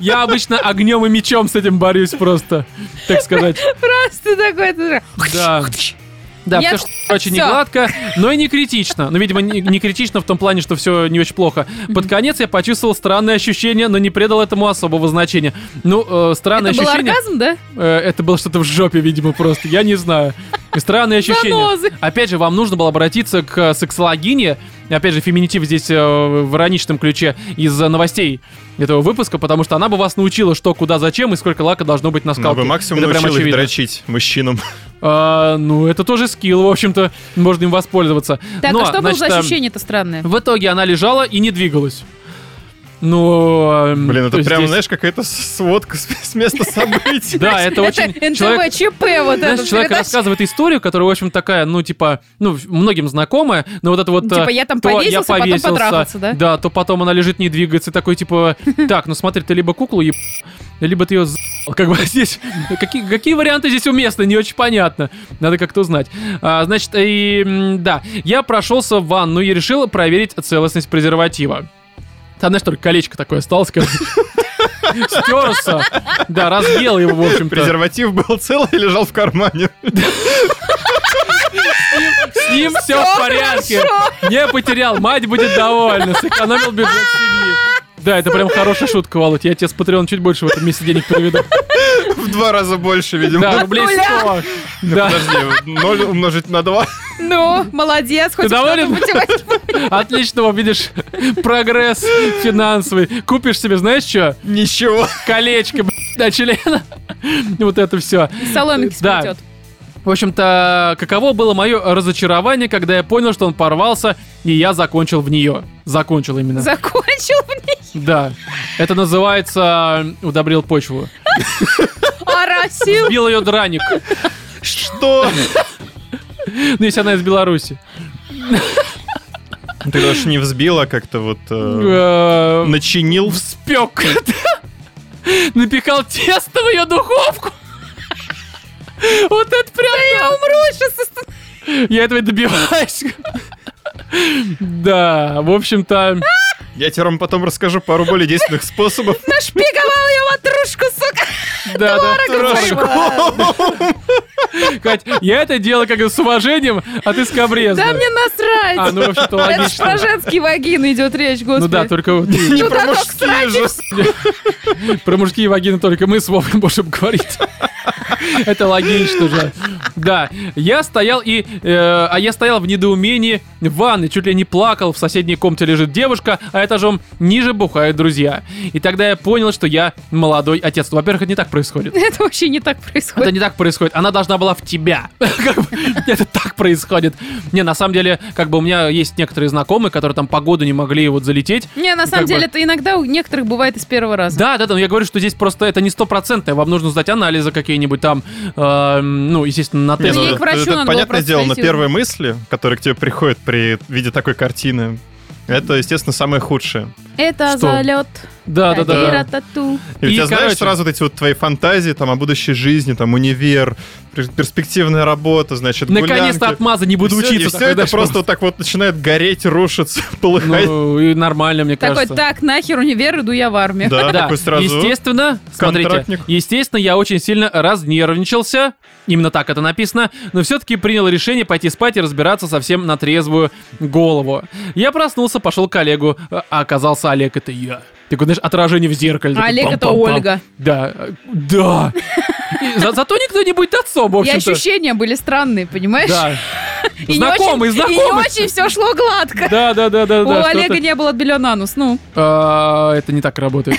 Speaker 1: Я обычно огнем и мечом с этим борюсь просто, так сказать.
Speaker 3: Просто такой. ты-
Speaker 1: Да. Да,
Speaker 3: Нет,
Speaker 1: все, короче, не
Speaker 3: всё.
Speaker 1: гладко, но и не критично. Ну, видимо, не, не критично в том плане, что все не очень плохо. Под конец я почувствовал странное ощущение, но не придал этому особого значения. Ну, э, странное
Speaker 3: Это был
Speaker 1: ощущение.
Speaker 3: оргазм, да?
Speaker 1: э, это было что-то в жопе, видимо, просто. Я не знаю. Странное ощущение.
Speaker 3: Занозы.
Speaker 1: Опять же, вам нужно было обратиться к э, сексологине. Опять же, феминитив здесь э, в ироничном ключе из э, новостей этого выпуска, потому что она бы вас научила, что, куда, зачем и сколько лака должно быть на
Speaker 2: Она
Speaker 1: скалке.
Speaker 2: бы максимум
Speaker 1: Это прям
Speaker 2: научила их
Speaker 1: очевидно.
Speaker 2: дрочить мужчинам.
Speaker 1: А, ну, это тоже скилл, в общем-то, можно им воспользоваться.
Speaker 3: Так,
Speaker 1: Но,
Speaker 3: а что было
Speaker 1: значит,
Speaker 3: за
Speaker 1: а,
Speaker 3: ощущение-то странное?
Speaker 1: В итоге она лежала и не двигалась. Ну, эм,
Speaker 2: Блин, это
Speaker 1: то
Speaker 2: прям,
Speaker 1: здесь-
Speaker 2: знаешь, какая-то с- сводка с с места событий.
Speaker 1: Да, это очень... человек-
Speaker 3: НТВ, ЧП, вот
Speaker 1: Знаешь,
Speaker 3: это.
Speaker 1: человек рассказывает историю, которая, в общем, такая, ну, типа, ну, многим знакомая, но вот это вот...
Speaker 3: Типа,
Speaker 1: э,
Speaker 3: я там
Speaker 1: то
Speaker 3: повесился,
Speaker 1: я
Speaker 3: потом
Speaker 1: повесился,
Speaker 3: потрахался, да?
Speaker 1: Да, то потом она лежит, не двигается, и такой, типа, так, ну смотри, ты либо куклу еб... либо ты ее Как бы здесь... Какие, какие варианты здесь уместны, не очень понятно. Надо как-то узнать. А, значит, и, м, да, я прошелся в ванну и решил проверить целостность презерватива. Там, знаешь, только колечко такое осталось, как стерся. Да, разъел его, в общем-то.
Speaker 2: Презерватив был целый и лежал в кармане.
Speaker 1: С ним все в
Speaker 3: Всё
Speaker 1: порядке. Не потерял, мать будет довольна. Сэкономил бюджет семьи. Да, это прям хорошая шутка, Володь. Я тебе с Патреон чуть больше в этом месяце денег приведу.
Speaker 2: В два раза больше,
Speaker 1: Да,
Speaker 2: видимо.
Speaker 1: рублей
Speaker 3: нуля.
Speaker 1: 100. Да,
Speaker 2: Подожди, ноль умножить на два.
Speaker 3: Ну, молодец, хоть
Speaker 1: доволен?
Speaker 3: кто-то математику
Speaker 1: отлично, вот видишь, прогресс финансовый. Купишь себе, знаешь что?
Speaker 2: Ничего.
Speaker 1: Колечко, блядь, на члена. Вот это все.
Speaker 3: Соломинки
Speaker 1: Да.
Speaker 3: сплетет.
Speaker 1: В общем-то, каково было мое разочарование, когда я понял, что он порвался, и я закончил в нее. Закончил именно.
Speaker 3: Закончил мне
Speaker 1: Да. Это называется э, удобрил почву.
Speaker 3: оросил.
Speaker 1: Бил ее драник.
Speaker 2: Что?
Speaker 1: Ну, если она из Беларуси.
Speaker 2: Ты даже не взбила а как-то вот... э,
Speaker 1: Э,
Speaker 2: Начинил.
Speaker 1: Спек. Напекал тесто в ее духовку. Вот это прям... я умру Я этого и добиваюсь. Да, в общем-то...
Speaker 2: Я тебе, Ром, потом расскажу пару более действенных способов.
Speaker 3: Нашпиговал ее ватрушку, сука.
Speaker 1: Да, да.
Speaker 2: Трошку.
Speaker 1: Кать, я это делаю как бы с уважением, а ты скобрезно.
Speaker 3: Да мне насрать.
Speaker 1: А, ну, в общем-то,
Speaker 3: Это ж про
Speaker 1: логично.
Speaker 3: женские вагины идет речь, господи.
Speaker 1: Ну да, только вот
Speaker 2: Не
Speaker 3: Ну
Speaker 2: про
Speaker 3: да, так
Speaker 2: мужские же.
Speaker 1: про мужские вагины только мы с Вовкой можем говорить. Это логично же. Да, я стоял и... э, а я стоял в недоумении в ванной, чуть ли не плакал, в соседней комнате лежит девушка, а этажом ниже бухают друзья. И тогда я понял, что я молодой отец. Ну, Во-первых, это не так происходит.
Speaker 3: Это вообще не так
Speaker 1: Это
Speaker 3: происходит.
Speaker 1: не так происходит. Она должна была в тебя. Как бы Это так происходит. Не, на самом деле, как бы у меня есть некоторые знакомые, которые там погоду не могли вот залететь.
Speaker 3: Не, на самом
Speaker 1: Как бы-
Speaker 3: деле, это иногда у некоторых бывает и с первого раза.
Speaker 1: Да, да, да, но я говорю, что здесь просто это не стопроцентное. Вам нужно сдать анализы какие-нибудь там, эм, ну, естественно, на
Speaker 2: Не,
Speaker 1: тест.
Speaker 3: ну, ей к врачу
Speaker 2: это
Speaker 3: надо было
Speaker 2: понятное
Speaker 3: просто
Speaker 2: дело, но
Speaker 3: идти.
Speaker 2: первые мысли, которые к тебе приходят при виде такой картины, это, естественно, самое худшее.
Speaker 3: Это
Speaker 1: Что?
Speaker 3: залет.
Speaker 1: Да, да, да. да.
Speaker 3: Тату.
Speaker 2: И, у
Speaker 1: И,
Speaker 2: тебя, знаешь,
Speaker 1: короче-
Speaker 2: сразу вот эти вот твои фантазии там о будущей жизни, там универ, пер- перспективная работа, значит,
Speaker 1: Наконец-то
Speaker 2: гулянки.
Speaker 1: отмаза, не буду
Speaker 2: и все,
Speaker 1: учиться.
Speaker 2: и
Speaker 1: так,
Speaker 2: все это
Speaker 1: знаешь,
Speaker 2: просто вот так вот начинает гореть, рушиться, полыхать.
Speaker 1: Ну, и нормально, мне
Speaker 3: Такой,
Speaker 1: кажется.
Speaker 3: так, нахер универ, иду я в армию.
Speaker 2: да,
Speaker 1: Да,
Speaker 2: такой сразу.
Speaker 1: естественно, смотрите,
Speaker 2: контрактник.
Speaker 1: естественно, я очень сильно разнервничался, именно так это написано, но все-таки принял решение пойти спать и разбираться совсем на трезвую голову. Я проснулся, пошел к Олегу, а оказался Олег, это я. Такой, знаешь, отражение в зеркале. такой
Speaker 3: Олег это
Speaker 1: пам-пам-пам.
Speaker 3: Ольга.
Speaker 1: Да, э, да. И за- зато никто не будет отцом, в
Speaker 3: И
Speaker 1: общем-то.
Speaker 3: ощущения были странные, понимаешь?
Speaker 1: Да.
Speaker 3: И не
Speaker 1: Знакомый,
Speaker 3: очень- И
Speaker 1: знакомый.
Speaker 3: не очень все шло гладко.
Speaker 1: Да, да, да, да, да.
Speaker 3: У
Speaker 1: что-то-
Speaker 3: Олега не было отбелен анус, ну.
Speaker 1: А, Это не так работает.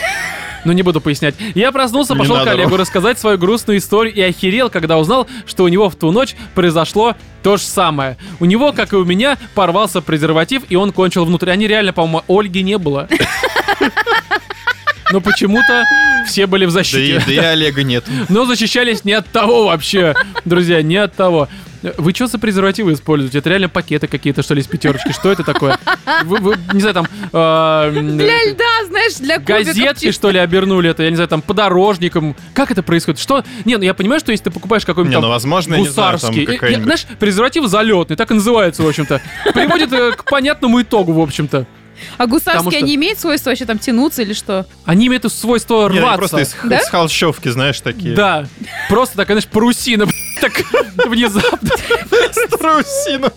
Speaker 1: Ну, не буду пояснять. Я проснулся,
Speaker 2: Не
Speaker 1: пошел к
Speaker 2: надо,
Speaker 1: коллегу
Speaker 2: Ром.
Speaker 1: рассказать свою грустную историю и охерел, когда узнал, что у него в ту ночь произошло то же самое. У него, как и у меня, порвался презерватив, и он кончил внутрь. Они реально, по-моему, Ольги не было. Но почему-то все были в
Speaker 2: Да и,
Speaker 1: защите.
Speaker 2: да и Олега нет.
Speaker 1: Но защищались не от того вообще, друзья, не от того. Вы что за презервативы используете? Это реально пакеты какие-то, что ли, из пятерочки? Что это такое? Вы, вы, не знаю, там... э, м,
Speaker 3: Для льда, знаешь, для кубиков.
Speaker 1: газетки,
Speaker 3: чисто.
Speaker 1: что ли, обернули это, я не знаю, там, подорожником. Как это происходит? Что? Не, ну я понимаю, что если ты покупаешь какой-нибудь
Speaker 2: Не, ну,
Speaker 1: там
Speaker 2: возможно, я не знаю, там
Speaker 1: гусарский... э, я-
Speaker 2: какая-нибудь-
Speaker 1: Знаешь, презерватив залетный, так и называется, в общем-то. Приводит э, к понятному итогу, в общем-то.
Speaker 3: А
Speaker 1: Потому
Speaker 3: гусарские,
Speaker 1: что-
Speaker 3: они имеют свойство вообще там тянуться или что?
Speaker 1: Они имеют это свойство
Speaker 2: Не, они просто
Speaker 1: рваться.
Speaker 2: из,
Speaker 3: Да?
Speaker 2: из холщовки, знаешь, такие.
Speaker 1: Да. Просто такая, знаешь, парусина. Так внезапно.
Speaker 2: Страусина.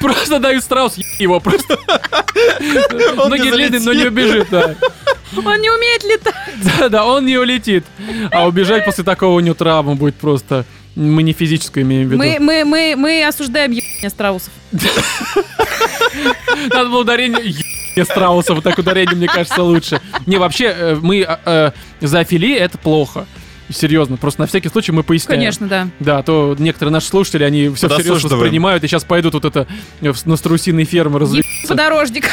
Speaker 1: Просто дают страус, е- его просто. Ноги
Speaker 2: не
Speaker 1: длинные, но не
Speaker 2: залетит.
Speaker 1: убежит, да.
Speaker 3: Он не умеет летать.
Speaker 1: Да, да, он не улетит. А убежать после такого у него травма будет просто. Мы не физическую имеем в виду.
Speaker 3: Мы, мы, мы, мы осуждаем ебание страусов.
Speaker 1: Надо было ударение е- страуса, вот так ударение, мне кажется, лучше. Не, вообще, э, мы э, э, зоофилия, это плохо. Серьезно, просто на всякий случай мы поясняем.
Speaker 3: Конечно, да.
Speaker 1: Да, а то некоторые наши слушатели, они все всерьез
Speaker 2: Подосуждываем.
Speaker 1: воспринимают и сейчас пойдут вот это э, в- на страусиные фермы
Speaker 3: Еб-
Speaker 1: разли...
Speaker 3: Подорожник.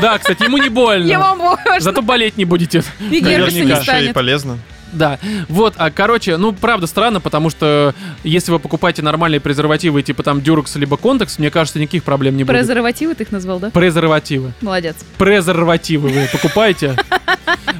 Speaker 1: Да, кстати, ему не больно.
Speaker 3: Ему можно.
Speaker 1: Зато болеть не будете.
Speaker 3: И Герпеса не
Speaker 1: наверняка.
Speaker 2: еще и
Speaker 3: станет.
Speaker 2: полезно.
Speaker 1: Да, вот, а короче, ну правда странно, потому что э, если вы покупаете нормальные презервативы типа там Дюрекс либо Контекс, мне кажется, никаких проблем не будет.
Speaker 3: Презервативы ты их назвал, да?
Speaker 1: Презервативы.
Speaker 3: Молодец.
Speaker 1: Презервативы вы покупаете.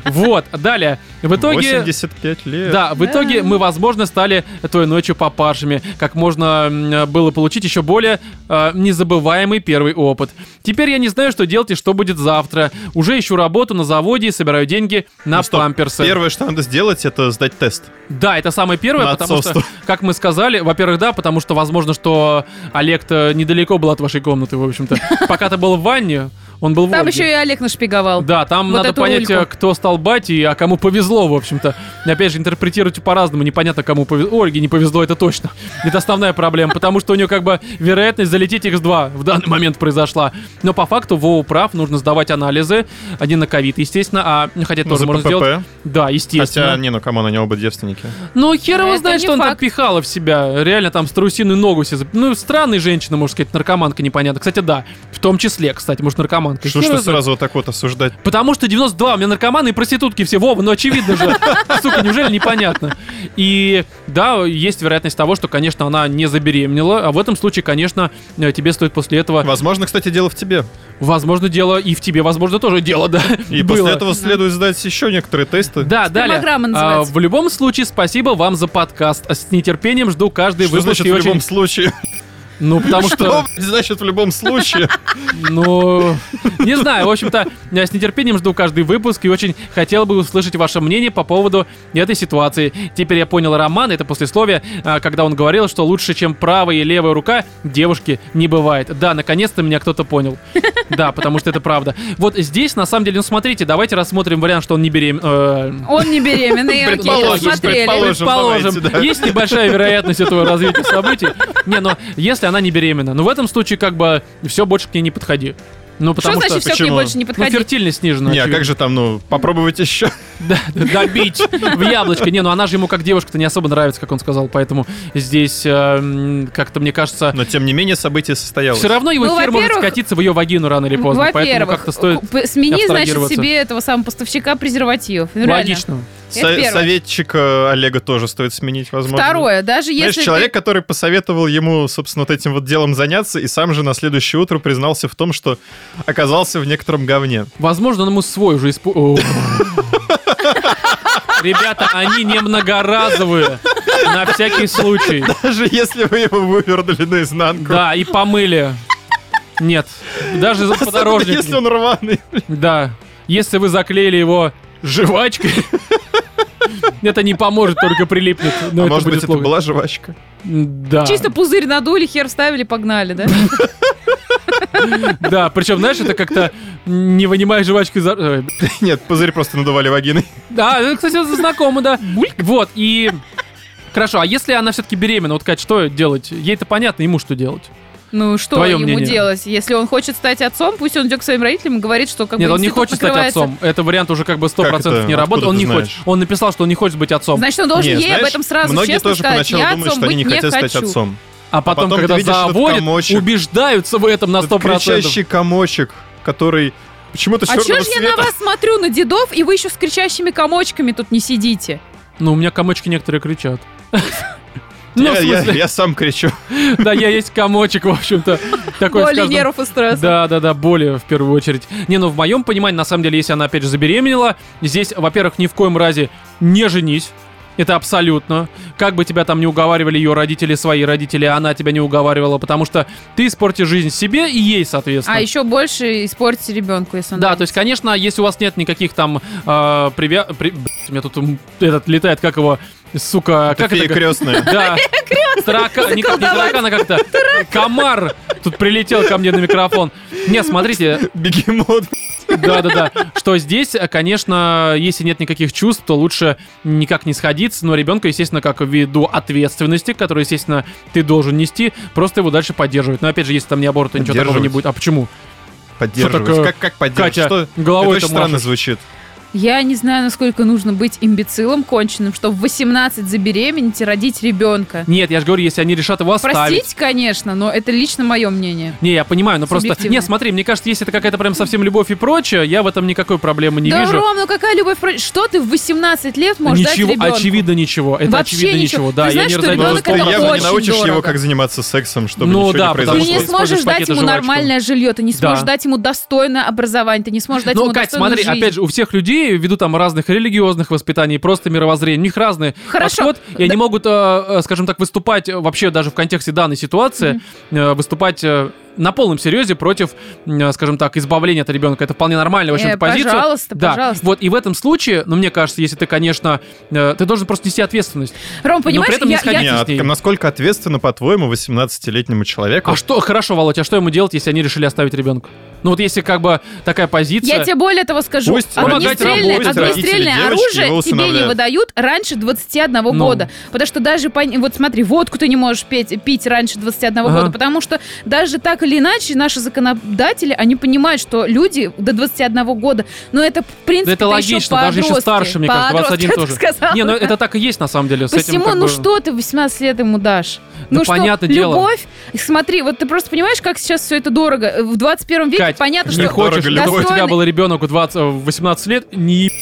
Speaker 1: Вот, далее. В итоге...
Speaker 2: 85 лет.
Speaker 1: Да, в
Speaker 3: Да.
Speaker 1: итоге мы, возможно, стали той ночью папашами, как можно м, было получить еще более э, незабываемый первый опыт. Теперь я не знаю, что делать и что будет завтра. Уже ищу работу на заводе и собираю деньги на
Speaker 2: Ну что,
Speaker 1: памперсы.
Speaker 2: Первое, что надо сделать, это сдать тест.
Speaker 1: Да, это самое первое,
Speaker 2: На
Speaker 1: потому что,
Speaker 2: отцовство.
Speaker 1: как мы сказали, во-первых, да, потому что, возможно, что Олег-то недалеко был от вашей комнаты, в общем-то. Пока ты был в ванне, он был в
Speaker 3: Там
Speaker 1: Ольге.
Speaker 3: еще и Олег нашпиговал.
Speaker 1: Да, там
Speaker 3: Вот
Speaker 1: надо
Speaker 3: эту
Speaker 1: понять,
Speaker 3: Ольгу.
Speaker 1: э, кто стал батей, а кому повезло, в общем-то. И Опять же, интерпретируйте по-разному, непонятно, кому повезло. Ольге не повезло, это точно. Это основная проблема, потому что у нее как бы вероятность залететь X2 в данный момент произошла. Но по факту Вова прав, нужно сдавать анализы. Один на ковид, естественно, а ну, хотя это
Speaker 2: Ну,
Speaker 1: тоже
Speaker 2: за
Speaker 1: можно
Speaker 2: ППП.
Speaker 1: сделать. Да,
Speaker 2: Хотя,
Speaker 1: естественно.
Speaker 2: не, ну, камон, они оба девственники.
Speaker 1: Ну, хер его
Speaker 3: А Это
Speaker 1: знает,
Speaker 3: не
Speaker 1: что он
Speaker 3: факт.
Speaker 1: так пихала в себя. Реально там страусиную ногу себе... зап- Ну, странная женщина, можно сказать, наркоманка, непонятно. Кстати, да, в том числе, кстати, может, наркоманка. Хер
Speaker 2: Что ж ты
Speaker 1: его знает.
Speaker 2: сразу вот так вот осуждать?
Speaker 1: Потому что 92, у меня наркоманы и проститутки все, Вова, ну очевидно же. Сука, неужели непонятно? И да, есть вероятность того, что, конечно, она не забеременела, а в этом случае, конечно, э, тебе стоит после этого,
Speaker 2: Возможно, кстати, дело в тебе.
Speaker 1: возможно, дело и в тебе, возможно, тоже дело, да,
Speaker 2: И
Speaker 1: было.
Speaker 2: после этого следует сдать еще некоторые тесты.
Speaker 1: Да, далее.
Speaker 3: Спермограмма
Speaker 1: А,
Speaker 3: называется.
Speaker 1: в любом случае, спасибо вам за подкаст. С нетерпением жду каждый
Speaker 2: Что
Speaker 1: выпуск.
Speaker 2: значит
Speaker 1: и
Speaker 2: в
Speaker 1: очень-
Speaker 2: любом случае?
Speaker 1: Ну, потому что...
Speaker 2: Что блядь, значит в любом случае?
Speaker 1: Ну, не знаю, в общем-то, я с нетерпением жду каждый выпуск и очень хотел бы услышать ваше мнение по поводу этой ситуации. Теперь я понял Роман, это послесловие, а, когда он говорил, что лучше, чем правая и левая рука, девушки не бывает. Да, наконец-то меня кто-то понял. Да, потому что это правда. Вот здесь, на самом деле, ну смотрите, давайте рассмотрим вариант, что он не беремен... э,
Speaker 3: Он не беременный, окей,
Speaker 2: Предположим,
Speaker 3: рассмотрели.
Speaker 2: предположим.
Speaker 1: Предположим,
Speaker 2: давайте, да.
Speaker 1: есть небольшая вероятность этого развития событий. Не, но если она не беременна, ну в этом случае как бы все больше к ней не подходи. Ну, потому
Speaker 3: Что
Speaker 1: что...
Speaker 3: значит все к ней
Speaker 2: Почему?
Speaker 3: больше не
Speaker 1: Ну,
Speaker 3: подходить?
Speaker 1: фертильность снижена.
Speaker 2: Не, а
Speaker 1: очевидно.
Speaker 2: как же там, ну, попробовать еще?
Speaker 1: Да, да, добить в яблочко. Не, ну она же ему как девушка-то не особо нравится, как он сказал, поэтому здесь э, м, как-то, мне кажется,
Speaker 2: Но, тем не менее, событие состоялось.
Speaker 1: все равно его
Speaker 3: Ну,
Speaker 1: хер может
Speaker 3: во-первых,
Speaker 1: скатиться в ее вагину рано или поздно. Поэтому
Speaker 3: Во-первых, ну,
Speaker 1: как-то стоит
Speaker 3: п- смени, значит,
Speaker 1: абстрагироваться.
Speaker 3: себе этого самого поставщика презервативов. Ну, реально.
Speaker 1: логично.
Speaker 2: Со-
Speaker 3: Это первое.
Speaker 2: Советчика Олега тоже стоит сменить, возможно.
Speaker 3: Второе, даже
Speaker 2: Знаешь,
Speaker 3: если ты-
Speaker 2: человек, который посоветовал ему, собственно, вот этим вот делом заняться, и сам же на следующее утро признался в том, что оказался в некотором говне.
Speaker 1: Возможно, он ему свой уже испу... О. Ребята, они не многоразовые. На всякий случай.
Speaker 2: Даже если вы его вывернули наизнанку.
Speaker 1: Да, и помыли. Нет. Даже за
Speaker 2: Особенно,
Speaker 1: подорожник.
Speaker 2: если он рваный.
Speaker 1: Да. Если вы заклеили его жвачкой, это не поможет, только прилипнет. Но
Speaker 2: А
Speaker 1: это
Speaker 2: может
Speaker 1: будет
Speaker 2: быть, это
Speaker 1: плохо.
Speaker 2: была жвачка?
Speaker 1: Да.
Speaker 3: Чисто пузырь надули, хер вставили, погнали, да?
Speaker 1: Да, причем, знаешь, это как-то не вынимая жвачку из... ор- Ой,
Speaker 2: Нет, пузырь просто надували вагиной.
Speaker 1: Да, это, кстати, знакомо, да. Вот, и... Хорошо, а если она все-таки беременна, вот, Кать, что делать? Ей-то понятно, ему что делать.
Speaker 3: Ну, что
Speaker 1: Твое
Speaker 3: ему
Speaker 1: мнение.
Speaker 3: делать? Если он хочет стать отцом, пусть он идет к своим родителям и говорит, что как
Speaker 1: Нет,
Speaker 3: бы
Speaker 1: он не
Speaker 3: институт
Speaker 1: хочет стать
Speaker 3: накрывается.
Speaker 1: отцом. Это вариант уже как бы 100%
Speaker 2: Как
Speaker 1: не
Speaker 2: это?
Speaker 1: работает.
Speaker 2: Откуда
Speaker 1: Он
Speaker 2: ты
Speaker 1: не
Speaker 2: знаешь?
Speaker 1: хочет. Он написал, что он не хочет быть отцом.
Speaker 3: Значит, он должен
Speaker 2: Не,
Speaker 3: ей об
Speaker 2: знаешь,
Speaker 3: этом сразу
Speaker 2: многие
Speaker 3: честно
Speaker 2: тоже
Speaker 3: сказать.
Speaker 2: поначалу
Speaker 3: я
Speaker 2: думают,
Speaker 3: отцом
Speaker 2: что они не
Speaker 3: быть
Speaker 2: хотят
Speaker 3: хочу.
Speaker 2: стать отцом.
Speaker 1: а потом,
Speaker 2: потом ты
Speaker 1: когда
Speaker 2: видишь этот
Speaker 1: заводит,
Speaker 2: комочек.
Speaker 1: убеждаются в этом на
Speaker 2: Этот
Speaker 1: 100%.
Speaker 2: кричащий комочек, который почему-то
Speaker 3: А чё
Speaker 2: черного
Speaker 3: ж я на
Speaker 2: цвета.
Speaker 3: вас смотрю, на дедов, и вы еще с кричащими комочками тут не сидите?
Speaker 1: Ну, у меня комочки некоторые кричат. Ну, в
Speaker 2: Я- я-
Speaker 1: смысле,
Speaker 2: Я сам кричу.
Speaker 1: да, я есть комочек, в общем-то. Такой в
Speaker 3: Боли,
Speaker 1: каждом-
Speaker 3: нервов и стресса.
Speaker 1: Да, да, да, боли в первую очередь. Не, ну в моем понимании, на самом деле, если она опять же забеременела, здесь, во-первых, ни в коем разе не женись. Это абсолютно. Как бы тебя там не уговаривали ее родители, свои родители, а она тебя не уговаривала, потому что ты испортишь жизнь себе и ей, соответственно.
Speaker 3: А еще больше испортите ребенку, если он
Speaker 1: Да, то есть, конечно, если у вас нет никаких там э, привя... при- Блин, у меня тут м, этот летает, как его, сука,
Speaker 2: Это
Speaker 1: А как это?
Speaker 2: фея крестная.
Speaker 1: Да. Таракан, не, как- не таракан, а как-то комар тут прилетел ко мне на микрофон. Не, смотрите,
Speaker 2: Бегемот.
Speaker 1: да-да-да. Что здесь, э, конечно, если нет никаких чувств, то лучше никак не сходиться. Но ребенка, естественно, как ввиду ответственности, которую, естественно, ты должен нести, просто его дальше поддерживать. Но опять же, если там не аборт, то ничего такого не
Speaker 2: Поддерживать.
Speaker 1: будет. А почему? Что
Speaker 2: Поддерживать.
Speaker 1: такое?
Speaker 2: Как, как поддерживать?
Speaker 1: Катя,
Speaker 2: что?
Speaker 1: головой
Speaker 2: это
Speaker 1: там
Speaker 2: очень странно
Speaker 1: машешь.
Speaker 2: звучит.
Speaker 3: Я не знаю, насколько нужно быть имбецилом конченным, чтобы в 18 забеременеть и родить ребенка.
Speaker 1: Нет, я же говорю, если они решат его оставить.
Speaker 3: Простите, конечно, но это лично мое мнение.
Speaker 1: Не, я понимаю, но просто...
Speaker 3: Субъективно.
Speaker 1: Не, смотри, мне кажется, если это какая-то прям совсем любовь и прочее, я в этом никакой проблемы не
Speaker 3: да,
Speaker 1: вижу.
Speaker 3: Ром, ну какая любовь? про- Что ты в 18 лет можешь
Speaker 1: ничего,
Speaker 3: дать ребенку?
Speaker 1: очевидно ничего. Это
Speaker 3: Вообще
Speaker 1: очевидно
Speaker 3: ничего.
Speaker 1: ничего.
Speaker 3: Ты
Speaker 1: Да, я
Speaker 3: знаешь,
Speaker 1: не
Speaker 3: что
Speaker 1: разобрался.
Speaker 2: Но
Speaker 3: ребенок
Speaker 2: ты
Speaker 3: это
Speaker 2: явно не
Speaker 3: очень
Speaker 2: научишь
Speaker 3: дорого.
Speaker 2: его, как заниматься сексом, чтобы
Speaker 1: Ну
Speaker 2: ничего
Speaker 1: да,
Speaker 2: не
Speaker 1: потому
Speaker 3: Ты
Speaker 2: произошло.
Speaker 1: что
Speaker 3: не
Speaker 1: используешь
Speaker 3: сможешь дать
Speaker 1: пакеты
Speaker 3: ему
Speaker 1: жвачку.
Speaker 3: нормальное жилье, ты не
Speaker 1: Да.
Speaker 3: сможешь дать ему достойное образование, ты не сможешь дать
Speaker 1: Ну,
Speaker 3: ему
Speaker 1: Кать,
Speaker 3: достойную
Speaker 1: смотри,
Speaker 3: жизнь.
Speaker 1: опять же, у всех людей, ввиду там разных религиозных воспитаний, просто мировоззрений, у них разные
Speaker 3: Хорошо.
Speaker 1: подход, и они
Speaker 3: Да.
Speaker 1: могут, э, э, скажем так, выступать э, вообще даже в контексте данной ситуации, э, выступать э, на полном серьезе против, э, скажем так, избавления от ребенка. Это вполне нормально, в общем,
Speaker 3: Э,
Speaker 1: позиция.
Speaker 3: пожалуйста,
Speaker 1: да.
Speaker 3: пожалуйста.
Speaker 1: Вот, и в этом случае, ну, мне кажется, если ты, конечно, э, ты должен просто нести ответственность.
Speaker 3: Ром, понимаешь,
Speaker 1: при этом не
Speaker 3: я- я,
Speaker 1: сходи.
Speaker 2: Не, а
Speaker 1: с ней.
Speaker 2: насколько ответственно, по-твоему, 18-летнему человеку?
Speaker 1: А что, хорошо, Володь, а что ему делать, если они решили оставить ребенка? Ну, вот если как бы такая позиция...
Speaker 3: Я тебе более того скажу.
Speaker 2: Пусть
Speaker 3: огнестрельное,
Speaker 2: помогать работе
Speaker 3: огнестрельное
Speaker 2: родители, девочки
Speaker 3: оружие
Speaker 2: его
Speaker 3: тебе не
Speaker 2: усыновляют.
Speaker 3: выдают раньше 21
Speaker 1: Ну.
Speaker 3: года. Потому что даже, пон- вот смотри, водку ты не можешь петь, пить раньше 21
Speaker 1: Ага.
Speaker 3: года, потому что даже так или иначе наши законодатели, они понимают, что люди до 21 года, но это, в принципе,
Speaker 1: Да это логично, даже еще старше, мне кажется, 21 тоже. Не, ну это так и есть на самом деле. С этим
Speaker 3: Посему,
Speaker 1: как
Speaker 3: ну
Speaker 1: бы-
Speaker 3: что ты в 18 лет ему дашь?
Speaker 1: Да
Speaker 3: ну
Speaker 1: понятное
Speaker 3: что,
Speaker 1: дело.
Speaker 3: любовь? Смотри, вот ты просто понимаешь, как сейчас все это дорого. Э, В 21 веке
Speaker 1: Кать,
Speaker 3: понятно,
Speaker 1: не
Speaker 3: что...
Speaker 2: хо-
Speaker 1: хочешь,
Speaker 2: дорого
Speaker 1: чтобы у тебя
Speaker 3: достойный-
Speaker 1: был ребенок в 20, э, в 18 лет, не еб-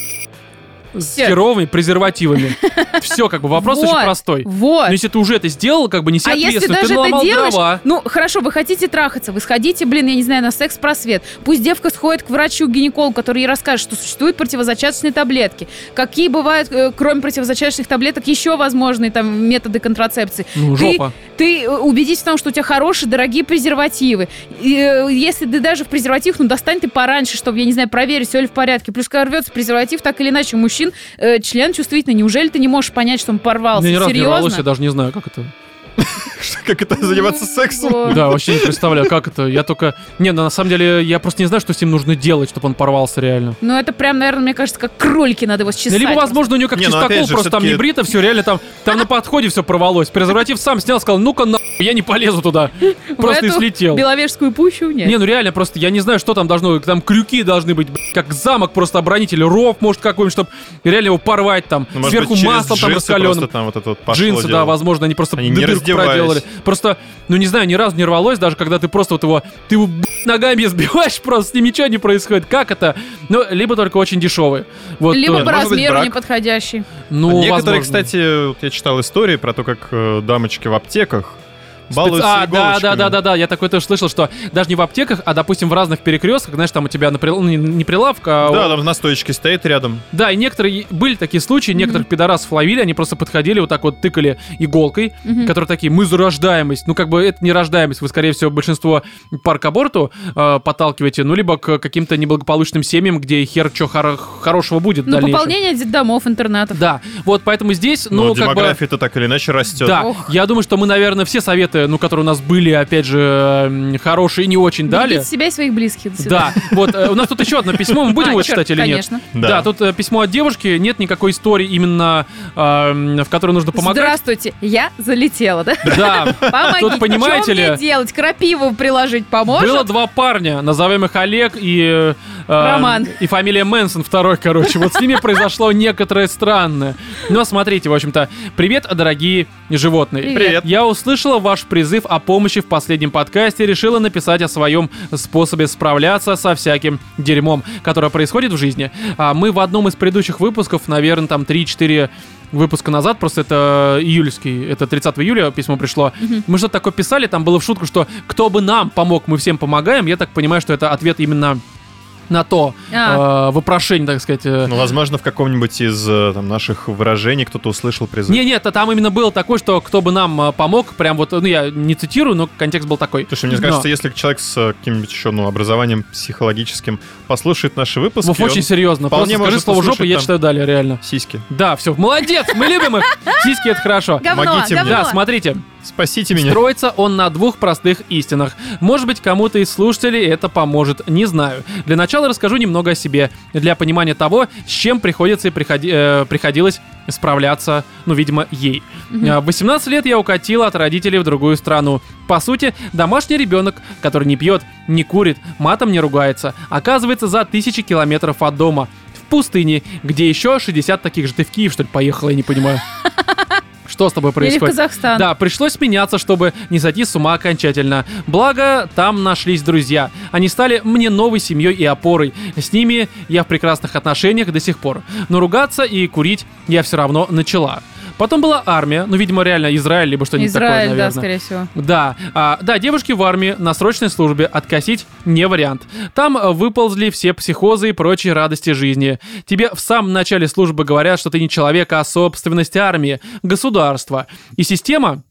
Speaker 1: с
Speaker 3: Всё.
Speaker 1: херовыми презервативами. Все, как бы вопрос
Speaker 3: Вот,
Speaker 1: очень простой.
Speaker 3: Вот.
Speaker 1: Но если ты уже это сделал, как бы неси
Speaker 3: А если
Speaker 1: ответственность,
Speaker 3: даже
Speaker 1: ты
Speaker 3: это
Speaker 1: наломал
Speaker 3: делаешь,
Speaker 1: дрова.
Speaker 3: ну хорошо, вы хотите трахаться, вы сходите, блин, я не знаю, на секс-просвет. Пусть девка сходит к врачу-гинекологу, который ей расскажет, что существуют противозачаточные таблетки. Какие бывают, э, кроме противозачаточных таблеток, еще возможные там методы контрацепции.
Speaker 1: Ну,
Speaker 3: Ты-
Speaker 1: жопа.
Speaker 3: Ты э, убедись в том, что у тебя хорошие, дорогие презервативы. И, э, если ты даже в презерватив, ну достань ты пораньше, чтобы, я не знаю, проверить, все ли в порядке. Плюс когда рвется презерватив, так или иначе, у мужчин э, член чувствительный. Неужели ты не можешь понять, что он порвался?
Speaker 1: Мне ни разу не рвалось, я
Speaker 3: Серьезно?
Speaker 1: даже не знаю, как это.
Speaker 2: Как это заниматься сексом?
Speaker 3: Вот.
Speaker 1: Да, вообще не представляю, как это. Я только... Не, ну, на самом деле, я просто не знаю, что с ним нужно делать, чтобы он порвался реально.
Speaker 3: Ну, это прям, наверное, мне кажется, как кролики надо его
Speaker 1: Ну,
Speaker 3: счесать.
Speaker 1: либо, возможно, у него как
Speaker 2: Не, ну,
Speaker 1: чистокол,
Speaker 2: опять же,
Speaker 1: просто там не
Speaker 2: всё-таки-
Speaker 1: брито, все реально там, там на подходе все порвалось. Презерватив сам снял, сказал, ну-ка нахуй, я не полезу туда.
Speaker 3: В
Speaker 1: Просто и
Speaker 3: эту
Speaker 1: слетел.
Speaker 3: Беловежскую пущу нет.
Speaker 1: Не, ну реально, просто я не знаю, что там должно быть. Там крюки должны быть, блядь, как замок просто оборонитель, ров, может, какой-нибудь, чтобы реально его порвать там.
Speaker 2: Ну, может
Speaker 1: Сверху
Speaker 2: быть, через
Speaker 1: масло там
Speaker 2: джинсы
Speaker 1: раскаленным.
Speaker 2: просто там вот это вот пошло
Speaker 1: Джинсы, да,
Speaker 2: дело.
Speaker 1: возможно, они просто
Speaker 2: Они
Speaker 1: д-
Speaker 2: не
Speaker 1: дырку
Speaker 2: раздеваясь.
Speaker 1: проделали. Просто, ну не знаю, ни разу не рвалось, даже когда ты просто вот его, ты его блядь, ногами сбиваешь, просто с ним ничего не происходит. Как это? Ну, либо только очень дешевые. Вот, э,
Speaker 3: Либо по
Speaker 2: может быть,
Speaker 3: размеру
Speaker 2: брак.
Speaker 3: неподходящий.
Speaker 1: ну,
Speaker 2: Некоторые,
Speaker 1: возможно.
Speaker 2: кстати, вот я читал истории про то, как э, дамочки в аптеках балуются
Speaker 1: А, да, да,
Speaker 2: иголочками.
Speaker 1: да, да, да, я такое тоже слышал, что даже не в аптеках, а, допустим, в разных перекрестках, знаешь, там у тебя на прил- ну, не, не прилавка, а
Speaker 2: Да, там на стоечке стоит рядом.
Speaker 1: Да, и некоторые были такие случаи, некоторых пидорасов ловили, они просто подходили, вот так вот тыкали иголкой,
Speaker 3: Мгм.
Speaker 1: которые такие, мы за рождаемость. Ну, как бы это не рождаемость, вы, скорее всего, большинство пар к аборту э, подталкиваете, ну, либо к каким-то неблагополучным семьям, где хер чё хор- хорошего будет в
Speaker 3: Ну,
Speaker 1: дальнейшем.
Speaker 3: пополнение домов, интернатов.
Speaker 1: Да, вот поэтому здесь,
Speaker 2: Но
Speaker 1: ну, как бы...
Speaker 2: демография-то так или иначе растет.
Speaker 1: Да,
Speaker 3: Ох.
Speaker 1: я думаю, что мы, наверное, все советы наши, ну, которые у нас были, опять же, м, хорошие и не
Speaker 3: Ну,
Speaker 1: очень дали.
Speaker 3: Берегите себя и своих близких. До свидания.
Speaker 1: Да, вот, э, у нас тут еще одно письмо, мы будем
Speaker 3: А,
Speaker 1: его
Speaker 3: черт,
Speaker 1: читать или нет?
Speaker 3: конечно.
Speaker 1: Да. тут э, письмо от девушки, нет никакой истории именно, эм, в которой нужно помогать.
Speaker 3: Здравствуйте, я залетела, да?
Speaker 1: Да,
Speaker 3: Помогите.
Speaker 1: Тут, понимаете
Speaker 3: Чё мне
Speaker 1: ли,
Speaker 3: делать? Крапиву приложить поможет?
Speaker 1: было два парня, назовем их Олег и... э,
Speaker 3: Роман.
Speaker 1: И фамилия Мэнсон, второй, короче. Вот с ними произошло некоторое странное. Но смотрите, в общем-то, привет, дорогие животные.
Speaker 3: Привет.
Speaker 2: Привет.
Speaker 1: Я услышала ваш призыв о помощи в последнем подкасте и решила написать о своем способе справляться со всяким дерьмом, которое происходит в жизни. А мы в одном из предыдущих выпусков, наверное, там 3-4 выпуска назад, просто это июльский, это 30 июля письмо пришло. Мы что-то такое писали, там было в шутку, что кто бы нам помог, мы всем помогаем. Я так понимаю, что это ответ именно на то
Speaker 3: А.
Speaker 1: э, вопрошение, так сказать. э,
Speaker 2: Ну, возможно, в каком-нибудь из э, там, наших выражений кто-то услышал призыв.
Speaker 1: не, нет, а там именно было такое, что кто бы нам э, помог, прям вот, ну я не цитирую, но контекст был такой.
Speaker 2: Слушай, мне
Speaker 1: Но.
Speaker 2: кажется, если человек с э, каким-нибудь еще ну, образованием психологическим послушает наши выпуски,
Speaker 1: Вов, очень
Speaker 2: он-
Speaker 1: серьезно. Просто
Speaker 2: вполне
Speaker 1: скажи
Speaker 2: может
Speaker 1: слово жопа,
Speaker 2: послушать
Speaker 1: я
Speaker 2: там.
Speaker 1: читаю далее, реально.
Speaker 2: Сиськи.
Speaker 1: Да, все, молодец, мы любим их. Сиськи это хорошо.
Speaker 3: Говно,
Speaker 2: помогите мне.
Speaker 3: говно.
Speaker 1: Да, смотрите,
Speaker 2: Спасите меня.
Speaker 1: строится он на двух простых истинах. Может быть, кому-то из слушателей это поможет, не знаю. Для начала расскажу немного о себе, для понимания того, с чем приходится и приходи- э, приходилось справляться, ну, видимо, ей. Э, В 18 лет я укатила от родителей в другую страну. По сути, домашний ребенок, который не пьет, не курит, матом не ругается, оказывается за тысячи километров от дома, в пустыне, где еще 60 таких же. Ты в Киев, что ли, поехала, я не понимаю. Что с тобой
Speaker 3: Или в
Speaker 1: происходит?
Speaker 3: Казахстан.
Speaker 1: Да, пришлось меняться, чтобы не сойти с ума окончательно. Благо, там нашлись друзья. Они стали мне новой семьей и опорой. С ними я в прекрасных отношениях до сих пор. Но ругаться и курить я все равно начала. Потом была армия, ну, видимо, реально Израиль, либо что-нибудь такое,
Speaker 3: Израиль,
Speaker 1: наверное.
Speaker 3: да, скорее всего.
Speaker 1: Да, а, да, девушки в армии на срочной службе откосить не вариант. Там э, выползли все психозы и прочие радости жизни. Тебе в самом начале службы говорят, что ты не человек, а собственность армии, государства. И система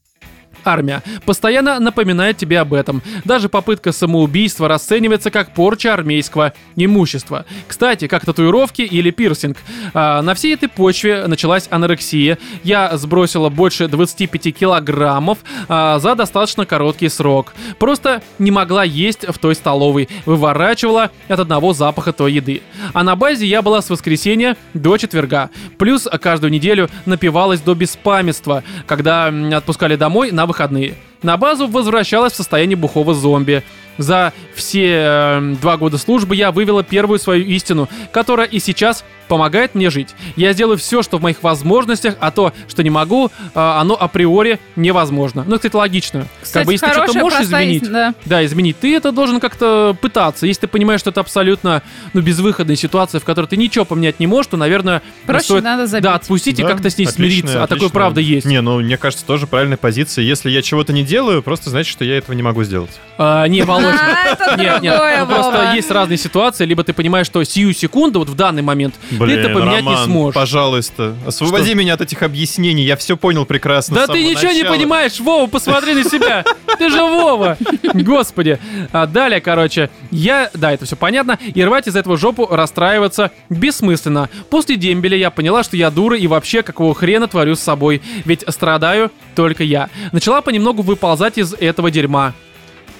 Speaker 1: армия постоянно напоминает тебе об этом. Даже попытка самоубийства расценивается как порча армейского имущества. Кстати, как татуировки или пирсинг. А, на всей этой почве началась анорексия. Я сбросила больше 25 килограммов а, за достаточно короткий срок. Просто не могла есть в той столовой. Выворачивала от одного запаха той еды. А на базе я была с воскресенья до четверга. Плюс каждую неделю напивалась до беспамятства, когда м, отпускали домой на выходные. На базу возвращалась в состоянии бухого зомби. За все э, два года службы я вывела первую свою истину, которая и сейчас помогает мне жить. Я сделаю все, что в моих возможностях, а то, что не могу, э, оно априори невозможно. Ну, кстати, логично.
Speaker 3: Кстати,
Speaker 1: как бы, если ты что-то
Speaker 3: хорошая,
Speaker 1: можешь
Speaker 3: простая
Speaker 1: изменить,
Speaker 3: истина, Да.
Speaker 1: да, изменить. Ты это должен как-то пытаться. Если ты понимаешь, что это абсолютно ну, безвыходная ситуация, в которой ты ничего поменять не можешь, то, наверное,
Speaker 3: Проще
Speaker 1: стоит
Speaker 3: надо забить.
Speaker 1: да, отпустить и
Speaker 2: Да,
Speaker 1: как-то с ней
Speaker 2: отлично,
Speaker 1: смириться. А такое
Speaker 2: отлично.
Speaker 1: правда есть.
Speaker 2: Не, ну, мне кажется, тоже правильная позиция. Если я чего-то не делаю, просто значит, что я этого не могу сделать.
Speaker 1: А, не, Володь.
Speaker 3: А, это
Speaker 1: Нет, нет,
Speaker 3: другое,
Speaker 1: ну, просто
Speaker 3: Вова.
Speaker 1: есть разные ситуации, либо ты понимаешь, что сию секунду, вот в данный момент, ты это поменять не
Speaker 2: Роман,
Speaker 1: сможешь.
Speaker 2: пожалуйста, освободи меня от этих объяснений. Я все понял прекрасно.
Speaker 1: Да
Speaker 2: с самого
Speaker 1: ты ничего не
Speaker 2: начала.
Speaker 1: понимаешь, Вова, посмотри на себя. Ты же Вова. Господи. А далее, короче, я... Да, это все понятно. И рвать из этого жопу расстраиваться бессмысленно. После дембеля я поняла, что я дура и вообще какого хрена творю с собой. Ведь страдаю только я. Начала понемногу выползать из этого дерьма.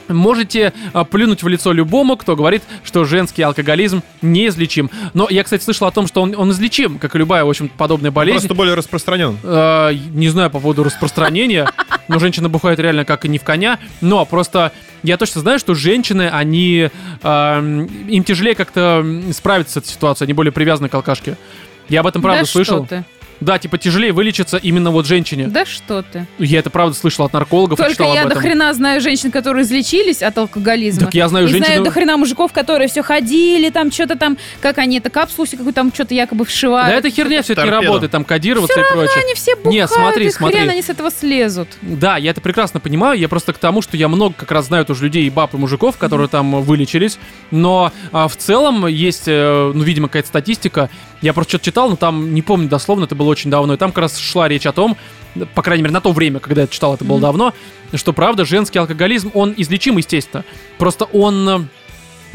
Speaker 1: Можете а, плюнуть в лицо любому, кто говорит, что женский алкоголизм неизлечим. Но я, кстати, слышал о том, что он, он излечим, как и любая, в общем, подобная болезнь.
Speaker 2: Просто более распространен.
Speaker 1: Э, не знаю по поводу распространения, но женщина бухает реально как и не в коня. Но просто я точно знаю, что женщины, они... эм, им тяжелее как-то м, справиться с этой ситуацией, они более привязаны к алкашке. Я об этом правда
Speaker 3: да
Speaker 1: слышал.
Speaker 3: Что ты?
Speaker 1: Да, типа тяжелее вылечиться именно вот женщине.
Speaker 3: Да что ты?
Speaker 1: Я это правда слышал от наркологов, и
Speaker 3: Только
Speaker 1: читал
Speaker 3: я
Speaker 1: об
Speaker 3: до
Speaker 1: этом.
Speaker 3: хрена знаю женщин, которые излечились от алкоголизма.
Speaker 1: Так я знаю ну,
Speaker 3: и
Speaker 1: женщину-
Speaker 3: знаю до хрена мужиков, которые все ходили, там что-то там, как они это капсулки какую-то там что-то якобы вшивают.
Speaker 1: Да это херня все это не
Speaker 2: Торпеда.
Speaker 1: работает, там кодироваться и прочее.
Speaker 3: Они все бухают,
Speaker 1: Не, смотри,
Speaker 3: и
Speaker 1: смотри.
Speaker 3: хрен они с этого слезут.
Speaker 1: Да, я это прекрасно понимаю. Я просто к тому, что я много как раз знаю тоже людей и баб, и мужиков, которые там э, вылечились. Но а, в целом есть, э, ну, видимо, какая-то статистика. Я просто что-то читал, но там, не помню дословно, это было очень давно. И там как раз шла речь о том, да, по крайней мере, на то время, когда я это читал, это было давно, что, правда, женский алкоголизм, он излечим, естественно. Просто он э,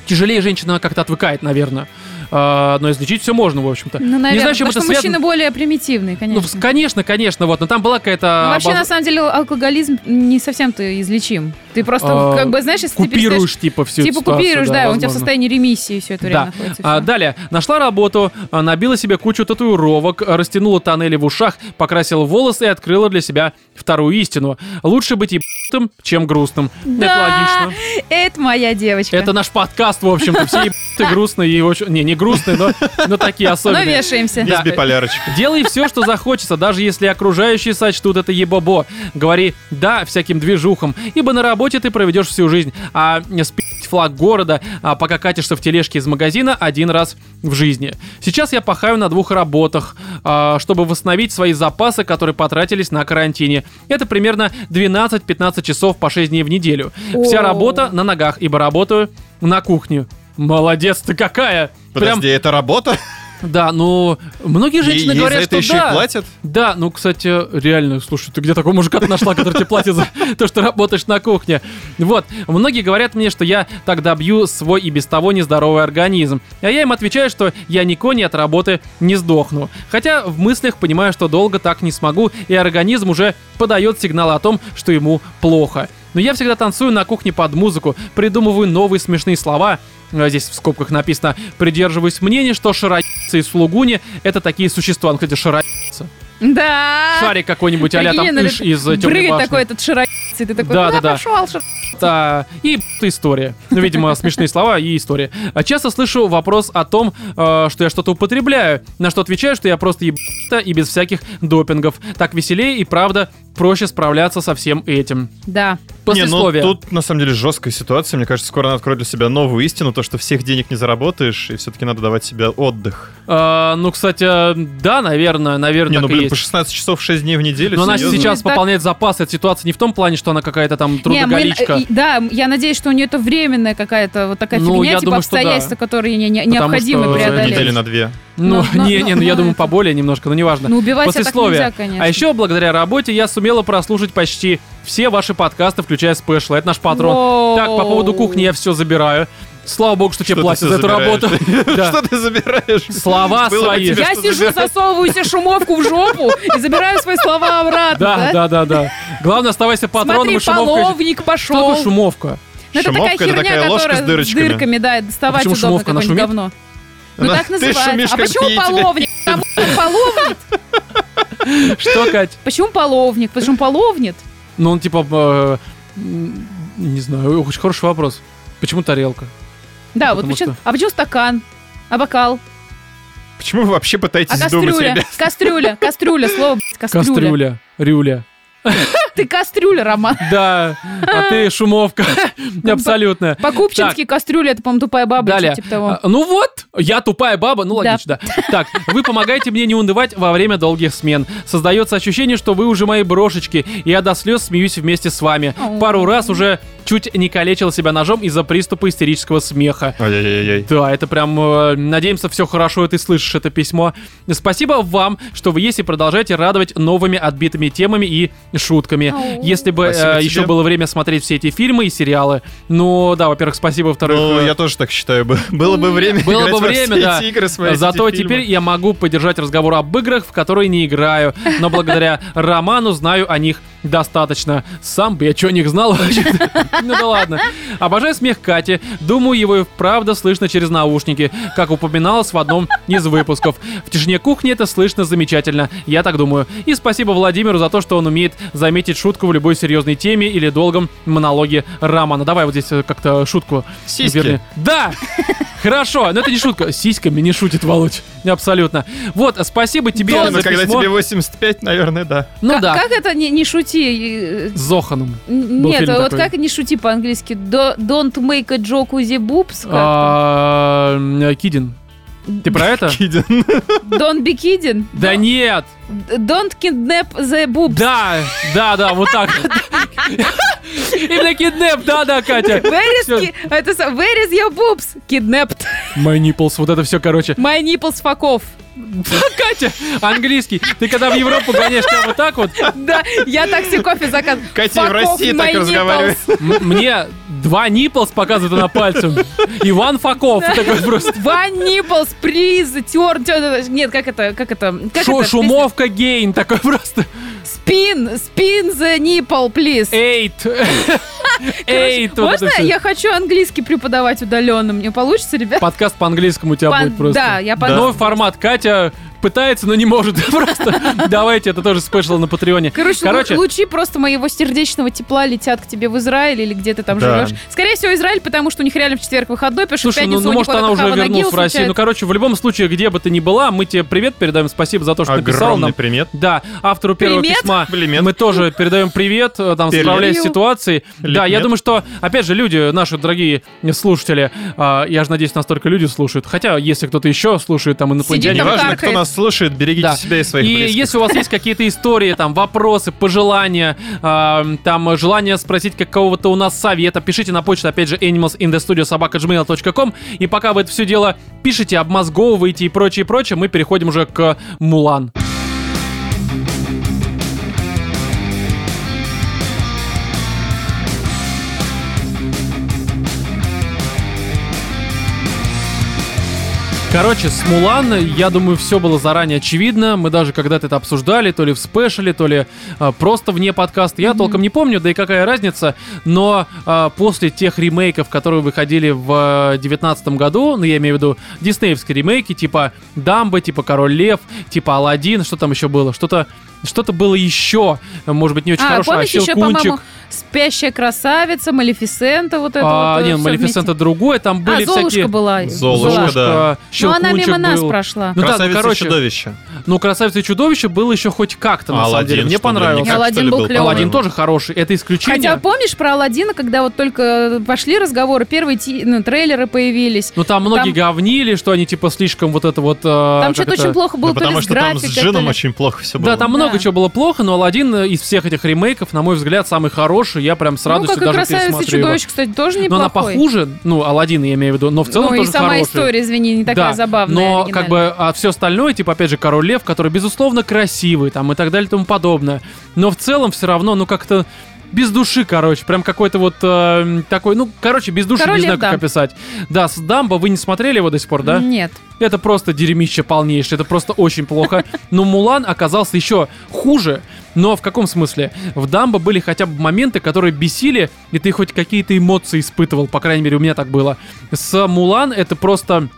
Speaker 1: тяжелее женщина как-то отвыкает, наверное. А, но излечить все можно, в общем-то.
Speaker 3: Ну, наверное,
Speaker 1: не знаю, с чем
Speaker 3: потому
Speaker 1: это
Speaker 3: что мужчины
Speaker 1: связано.
Speaker 3: более примитивные,
Speaker 1: Ну, а,
Speaker 3: конечно.
Speaker 1: с- конечно, конечно, вот. Но там была какая-то...
Speaker 3: Ну, вообще,
Speaker 1: обоз-
Speaker 3: на самом деле, алкоголизм не совсем ты излечим. Ты просто,
Speaker 1: А,
Speaker 3: как бы, знаешь, если ты перестаешь...
Speaker 1: Купируешь, типа, всю
Speaker 3: Типа
Speaker 1: эту ситуацию,
Speaker 3: купируешь, да, он у тебя в
Speaker 1: возможно.
Speaker 3: состоянии ремиссии все это время
Speaker 1: Да.
Speaker 3: находится. и
Speaker 1: А,
Speaker 3: всё.
Speaker 1: далее. Нашла работу, а, набила себе кучу татуировок, а, растянула тоннели в ушах, покрасила волосы и открыла для себя вторую истину. Лучше быть ебанутым, чем грустным.
Speaker 3: Да.
Speaker 1: Это логично.
Speaker 3: Это моя девочка.
Speaker 1: Это наш подкаст, в общем-то. Все ебануты грустные и очень... Не, не грустные, но, но такие
Speaker 3: Но
Speaker 1: особенные.
Speaker 3: вешаемся.
Speaker 1: Да.
Speaker 2: Без биполярочек.
Speaker 1: Делай все, что захочется, даже если окружающие сочтут это ебобо. Говори «да» всяким движухам, ибо на работе ты проведешь всю жизнь, а спить флаг города, а пока катишься в тележке из магазина один раз в жизни. Сейчас я пахаю на двух работах, а, чтобы восстановить свои запасы, которые потратились на карантине. Это примерно 12-15 часов по 6 дней в неделю. Вся
Speaker 3: О.
Speaker 1: работа на ногах, ибо работаю на кухне. Молодец ты какая! Прям,
Speaker 2: Подожди, это работа?
Speaker 1: да, ну, многие
Speaker 2: И
Speaker 1: женщины
Speaker 2: ей за
Speaker 1: говорят,
Speaker 2: это
Speaker 1: что
Speaker 2: еще
Speaker 1: да.
Speaker 2: и платят?
Speaker 1: Да, ну, кстати, реально, слушай, ты где такого мужика нашла, который тебе платит за то, что работаешь на кухне? Вот, многие говорят мне, что я так добью свой и без того нездоровый организм. А я им отвечаю, что я ни кони от работы не сдохну. Хотя в мыслях понимаю, что долго так не смогу, и организм уже подает сигнал о том, что ему плохо. Но я всегда танцую на кухне под музыку, придумываю новые смешные слова. А Здесь в скобках написано «Придерживаюсь мнения, что шароебцы и слугуни — это такие существа». Ну, кстати, шароебцы
Speaker 3: Да.
Speaker 1: шарик какой-нибудь, а там
Speaker 3: Прикинь, ну,
Speaker 1: Иш из темной
Speaker 3: Прыгает такой
Speaker 1: башни.
Speaker 3: этот шарик, и ты такой,
Speaker 1: Да,
Speaker 3: да,
Speaker 1: да, да.
Speaker 3: пошел, шар-
Speaker 1: Да, и б***ь, история. Ну, видимо, смешные слова и история. А Часто слышу вопрос о том, э, что я что-то употребляю, на что отвечаю, что я просто еб***та и без всяких допингов. Так веселее и, правда, проще справляться со всем этим.
Speaker 3: Да.
Speaker 2: Не, ну
Speaker 1: Послесловие.
Speaker 2: тут на самом деле жесткая ситуация. Мне кажется, скоро она откроет для себя новую истину, то, что всех денег не заработаешь, и все-таки надо давать себе отдых.
Speaker 1: Э, ну, кстати, э, да, наверное, наверное,
Speaker 2: не,
Speaker 1: так
Speaker 2: ну
Speaker 1: и
Speaker 2: блин,
Speaker 1: есть.
Speaker 2: по 16 часов 6 дней в неделю.
Speaker 1: Но она
Speaker 2: серьезно?
Speaker 1: сейчас
Speaker 3: Ну, так-
Speaker 1: пополняет запасы. Эта ситуация не в том плане, что она какая-то там
Speaker 3: Не, мы- э,
Speaker 1: трудоголичка.
Speaker 3: и- да, я надеюсь, что у нее это временная какая-то вот такая
Speaker 1: Ну,
Speaker 3: фигня,
Speaker 1: я
Speaker 3: типа
Speaker 1: думаю, что да.
Speaker 3: обстоятельства, которые не, не-
Speaker 1: Потому
Speaker 3: необходимо
Speaker 1: что
Speaker 3: преодолеть.
Speaker 2: недели на две.
Speaker 1: Ну,
Speaker 3: Ну,
Speaker 1: не,
Speaker 3: ну,
Speaker 1: не, ну я
Speaker 3: ну,
Speaker 1: думаю,
Speaker 3: это-
Speaker 1: поболее немножко, но неважно.
Speaker 3: Ну, убивать себя так
Speaker 1: Послесловие.
Speaker 3: нельзя, конечно.
Speaker 1: А еще благодаря работе я сумела прослушать почти все ваши подкасты, включая спешлы. Это наш патрон.
Speaker 3: Воу.
Speaker 1: Так, по поводу кухни я все забираю. Слава богу, что, тебе
Speaker 2: Что ты
Speaker 1: платят
Speaker 2: всё
Speaker 1: за эту
Speaker 2: забираешь?
Speaker 1: работу. Да.
Speaker 2: Что ты забираешь?
Speaker 1: Слова
Speaker 2: Было бы
Speaker 1: свои.
Speaker 2: тебе
Speaker 3: Я
Speaker 2: что
Speaker 3: сижу, засовываю себе шумовку в жопу и забираю свои слова обратно.
Speaker 1: Да, да, да, да. Главное, оставайся патроном
Speaker 3: Смотри,
Speaker 1: и шумовкой.
Speaker 3: половник
Speaker 1: Что
Speaker 3: пошел.
Speaker 1: такое шумовка?
Speaker 3: Ну, это такая
Speaker 2: Шумовка, это
Speaker 3: херня,
Speaker 2: такая ложка с
Speaker 3: которая
Speaker 2: дырочками.
Speaker 3: да, доставать
Speaker 1: А Почему
Speaker 3: удобно
Speaker 1: шумовка? Она
Speaker 3: какое-нибудь
Speaker 1: шумит?
Speaker 3: говно. Ну,
Speaker 2: Она-
Speaker 3: так
Speaker 2: ты
Speaker 3: называют.
Speaker 2: шумишь,
Speaker 3: А
Speaker 2: как
Speaker 3: почему
Speaker 2: ей тебя-
Speaker 3: половник? Потому что половник?
Speaker 1: Что, Кать?
Speaker 3: Почему половник? Почему половнит?
Speaker 1: Ну, он типа... э, м, Не знаю, очень хороший вопрос. Почему тарелка?
Speaker 3: Да, вот
Speaker 1: Потому
Speaker 3: почему. А почему стакан? А бокал?
Speaker 2: Почему вы вообще
Speaker 3: А
Speaker 2: пытаетесь думать,
Speaker 3: кастрюля?
Speaker 2: ребят?
Speaker 3: Кастрюля, кастрюля, слово, блядь, кастрюля.
Speaker 1: Кастрюля. Рюля.
Speaker 3: Ты кастрюля, Роман.
Speaker 1: Да, а ты шумовка. Абсолютная.
Speaker 3: По-купчински кастрюля, это, по-моему, тупая баба.
Speaker 1: Далее.
Speaker 3: типа того.
Speaker 1: А, Ну вот, я тупая баба, ну
Speaker 3: Да.
Speaker 1: логично. Так, вы помогаете мне не унывать во время долгих смен. Создается ощущение, что вы уже мои брошечки, и я до слез смеюсь вместе с вами.
Speaker 3: Ау.
Speaker 1: Пару раз уже чуть не калечил себя ножом из-за приступа истерического смеха.
Speaker 2: Ой-ой-ой.
Speaker 1: Да, это прям, э, надеемся, все хорошо, и ты слышишь это письмо. Спасибо вам, что вы есть и продолжаете радовать новыми отбитыми темами и шутками.
Speaker 3: Ау.
Speaker 1: Если бы э,
Speaker 2: Спасибо
Speaker 1: еще
Speaker 2: тебе.
Speaker 1: было время смотреть все эти фильмы и сериалы. Ну, да, во-первых, спасибо, во-вторых...
Speaker 2: Ну,
Speaker 1: э,
Speaker 2: я тоже так считаю. бы- Было бы время
Speaker 1: Было
Speaker 2: играть
Speaker 1: бы
Speaker 2: во все
Speaker 1: время,
Speaker 2: эти
Speaker 1: да.
Speaker 2: игры, смотреть
Speaker 1: Зато
Speaker 2: эти фильмы.
Speaker 1: теперь я могу поддержать разговор об играх, в которые не играю. Но благодаря роману знаю о них достаточно. Сам бы я чего о них знал вообще. Ну да ладно. Обожаю смех Кати. Думаю, его и правда слышно через наушники, как упоминалось в одном из выпусков. В тишине кухни это слышно замечательно, я так думаю. И спасибо Владимиру за то, что он умеет заметить шутку в любой серьезной теме или долгом монологе Романа. Давай вот здесь э, как-то шутку
Speaker 2: Сиськи.
Speaker 1: верни. Ну, Да! Хорошо, но это не шутка. Сиськами не шутит Володь. Абсолютно. Вот, спасибо тебе
Speaker 2: Ну,
Speaker 1: за
Speaker 2: когда
Speaker 1: письмо.
Speaker 2: тебе 85, наверное, да.
Speaker 1: Ну
Speaker 3: Как-
Speaker 1: да,
Speaker 3: Как это не не шути? э,
Speaker 1: с Зоханом.
Speaker 3: Н-
Speaker 1: Был
Speaker 3: Нет, а
Speaker 1: фильм
Speaker 3: вот
Speaker 1: такой.
Speaker 3: как не шути по-английски? До- Don't make a joke with the boobs? как-то?
Speaker 1: А, м, Кидин. Ты про это?
Speaker 2: Кидин.
Speaker 3: Don't be kidding?
Speaker 1: Да нет!
Speaker 3: Don't kidnap the boobs?
Speaker 1: Да, да, да, вот так. Именно киднеп, да, да, Катя.
Speaker 3: Where is,
Speaker 1: Всё.
Speaker 3: ki- это, са- where is your boobs? Kidnapped.
Speaker 1: My nipples, вот это все, короче.
Speaker 3: My nipples fuck off.
Speaker 1: Да, Катя, английский. Ты когда в Европу гоняешь тебя вот так вот,
Speaker 3: Да, я так себе кофе заказываю.
Speaker 2: Катя и в России так разговаривает.
Speaker 1: м- мне два Ниплс показывает она пальцем. Иван Факов такой просто.
Speaker 3: Ван Ниплс, приз, тер, тер- нет, как это, как это, как
Speaker 1: Шу-
Speaker 3: это?
Speaker 1: шумовка гейн такой просто.
Speaker 3: Спин, спин за нипл, плиз.
Speaker 1: Эйт. Эйт. вот это
Speaker 3: Можно
Speaker 1: всё.
Speaker 3: я хочу английский преподавать удаленно? Мне получится, ребят?
Speaker 1: Подкаст по-английскому у тебя
Speaker 3: Пан-
Speaker 1: будет просто.
Speaker 3: Да, я
Speaker 2: Да.
Speaker 1: Новый
Speaker 3: пан...
Speaker 1: формат. Катя пытается, но не может. Просто давайте, это тоже спешл на Патреоне.
Speaker 3: Короче, лу-
Speaker 1: Короче,
Speaker 3: лучи просто моего сердечного тепла летят к тебе в Израиль или где ты там
Speaker 2: Да.
Speaker 3: живешь. Скорее всего, Израиль, потому что у них реально в четверг выходной, потому что в
Speaker 1: Слушай, ну,
Speaker 3: пятницу
Speaker 1: ну,
Speaker 3: у
Speaker 1: может
Speaker 3: них вот
Speaker 1: она
Speaker 3: эта
Speaker 1: уже
Speaker 3: хава на
Speaker 1: вернулась
Speaker 3: Гилл
Speaker 1: в Россию. Ну,
Speaker 3: случается.
Speaker 1: короче, в любом случае, где бы ты ни была, мы тебе привет передаем. Спасибо за то, что написал
Speaker 2: Огромный
Speaker 1: нам.
Speaker 2: примет.
Speaker 1: Да, автору первого
Speaker 3: Примет?
Speaker 1: письма
Speaker 2: Блимет.
Speaker 1: мы тоже передаем привет, э, там,
Speaker 2: Привет.
Speaker 1: справляясь с ситуацией.
Speaker 2: Липнет.
Speaker 1: Да, я думаю, что, опять же, люди, наши дорогие слушатели, а, я же надеюсь, настолько люди слушают. Хотя, если кто-то еще слушает, там,
Speaker 3: Сидит
Speaker 1: инопланетяне,
Speaker 3: там
Speaker 2: Неважно, кто
Speaker 3: каркает.
Speaker 2: нас слушает, берегите
Speaker 1: Да.
Speaker 2: себя и своих
Speaker 1: И
Speaker 2: близких.
Speaker 1: если у вас есть какие-то истории, там, вопросы, пожелания, эм, там, э, желание спросить какого-то у нас совета, пишите на почту, опять же, animalsinthestudio.gmail.com. И пока вы это все дело пишете, обмозговываете и прочее, прочее, мы переходим уже к Мулан. Короче, с Мулан, я думаю, все было заранее очевидно. Мы даже когда-то это обсуждали, то ли в спешле, то ли э, просто вне подкаста. Я толком не помню, да и какая разница. Но э, после тех ремейков, которые выходили в а, девятнадцатом году, ну я имею в виду диснеевские ремейки, типа Дамбо, типа Король Лев, типа Алладин, что там еще было? Что-то что-то было еще, может быть, не очень
Speaker 3: А,
Speaker 1: хорошее,
Speaker 3: помнишь еще,
Speaker 1: Щелкунчик.
Speaker 3: по-моему, «Спящая красавица», «Малефисента», вот это
Speaker 1: А,
Speaker 3: вот. э,
Speaker 1: нет,
Speaker 3: всё
Speaker 1: Малефисента
Speaker 3: вместе.
Speaker 1: другое, там были
Speaker 3: А, «Золушка»
Speaker 1: всякие...
Speaker 3: была.
Speaker 2: Золушка,
Speaker 3: была.
Speaker 2: да.
Speaker 3: Ну, она
Speaker 1: Щелкунчик
Speaker 3: мимо нас
Speaker 1: был.
Speaker 3: прошла.
Speaker 1: Ну да, ну,
Speaker 2: Красавица и
Speaker 1: короче,
Speaker 2: чудовище.
Speaker 1: Ну, «Красавица и чудовище» было еще хоть как-то, на самом
Speaker 2: Аладдин,
Speaker 1: деле. Мне
Speaker 2: что ли,
Speaker 1: понравилось.
Speaker 2: никак,
Speaker 3: Аладдин
Speaker 2: что ли,
Speaker 3: был клёвый.
Speaker 1: Аладдин
Speaker 2: по-моему?
Speaker 1: тоже хороший, это исключение.
Speaker 3: Хотя помнишь про Алладина, когда вот только э, пошли разговоры, первые ти- ну, трейлеры появились.
Speaker 1: Ну, там многие
Speaker 3: Там-
Speaker 1: говнили, что они, типа, слишком вот это вот... э,
Speaker 3: Там
Speaker 1: как
Speaker 3: что-то
Speaker 1: это-
Speaker 3: очень плохо было,
Speaker 2: Ну,
Speaker 3: то
Speaker 2: потому
Speaker 3: ли с
Speaker 2: что там с
Speaker 3: графикой, то
Speaker 2: Джином
Speaker 3: ли-
Speaker 2: очень плохо все было.
Speaker 1: Да, там много
Speaker 3: Да.
Speaker 1: чего было плохо, но Аладдин из всех этих ремейков, на мой взгляд, самый хороший. Я прям с
Speaker 3: Ну,
Speaker 1: радостью
Speaker 3: как и
Speaker 1: даже
Speaker 3: «Красавица и
Speaker 1: пересмотрю его.
Speaker 3: чудовище», кстати, тоже
Speaker 1: Но она
Speaker 3: неплохой.
Speaker 1: похуже, ну, Аладдин, я имею в виду, но в целом
Speaker 3: ну и
Speaker 1: тоже
Speaker 3: сама
Speaker 1: хороший.
Speaker 3: история, извини, не такая
Speaker 1: Да,
Speaker 3: забавная.
Speaker 1: Но
Speaker 3: оригинальная.
Speaker 1: как бы а все остальное, типа, опять же, король лев, который, безусловно, красивый, там и так далее и тому подобное. Но в целом все равно, ну как-то. Без души, короче, прям какой-то вот э, такой, ну, короче, без души,
Speaker 3: Король
Speaker 1: не
Speaker 3: Лев,
Speaker 1: знаю, как
Speaker 3: да.
Speaker 1: описать. Да, с Дамбо вы не смотрели его до сих пор, да?
Speaker 3: Нет.
Speaker 1: Это просто дерьмище полнейшее, это просто очень плохо. Но Мулан оказался еще хуже. Но в каком смысле? В Дамбо были хотя бы моменты, которые бесили, и ты хоть какие-то эмоции испытывал, по крайней мере, у меня так было. С Мулан это просто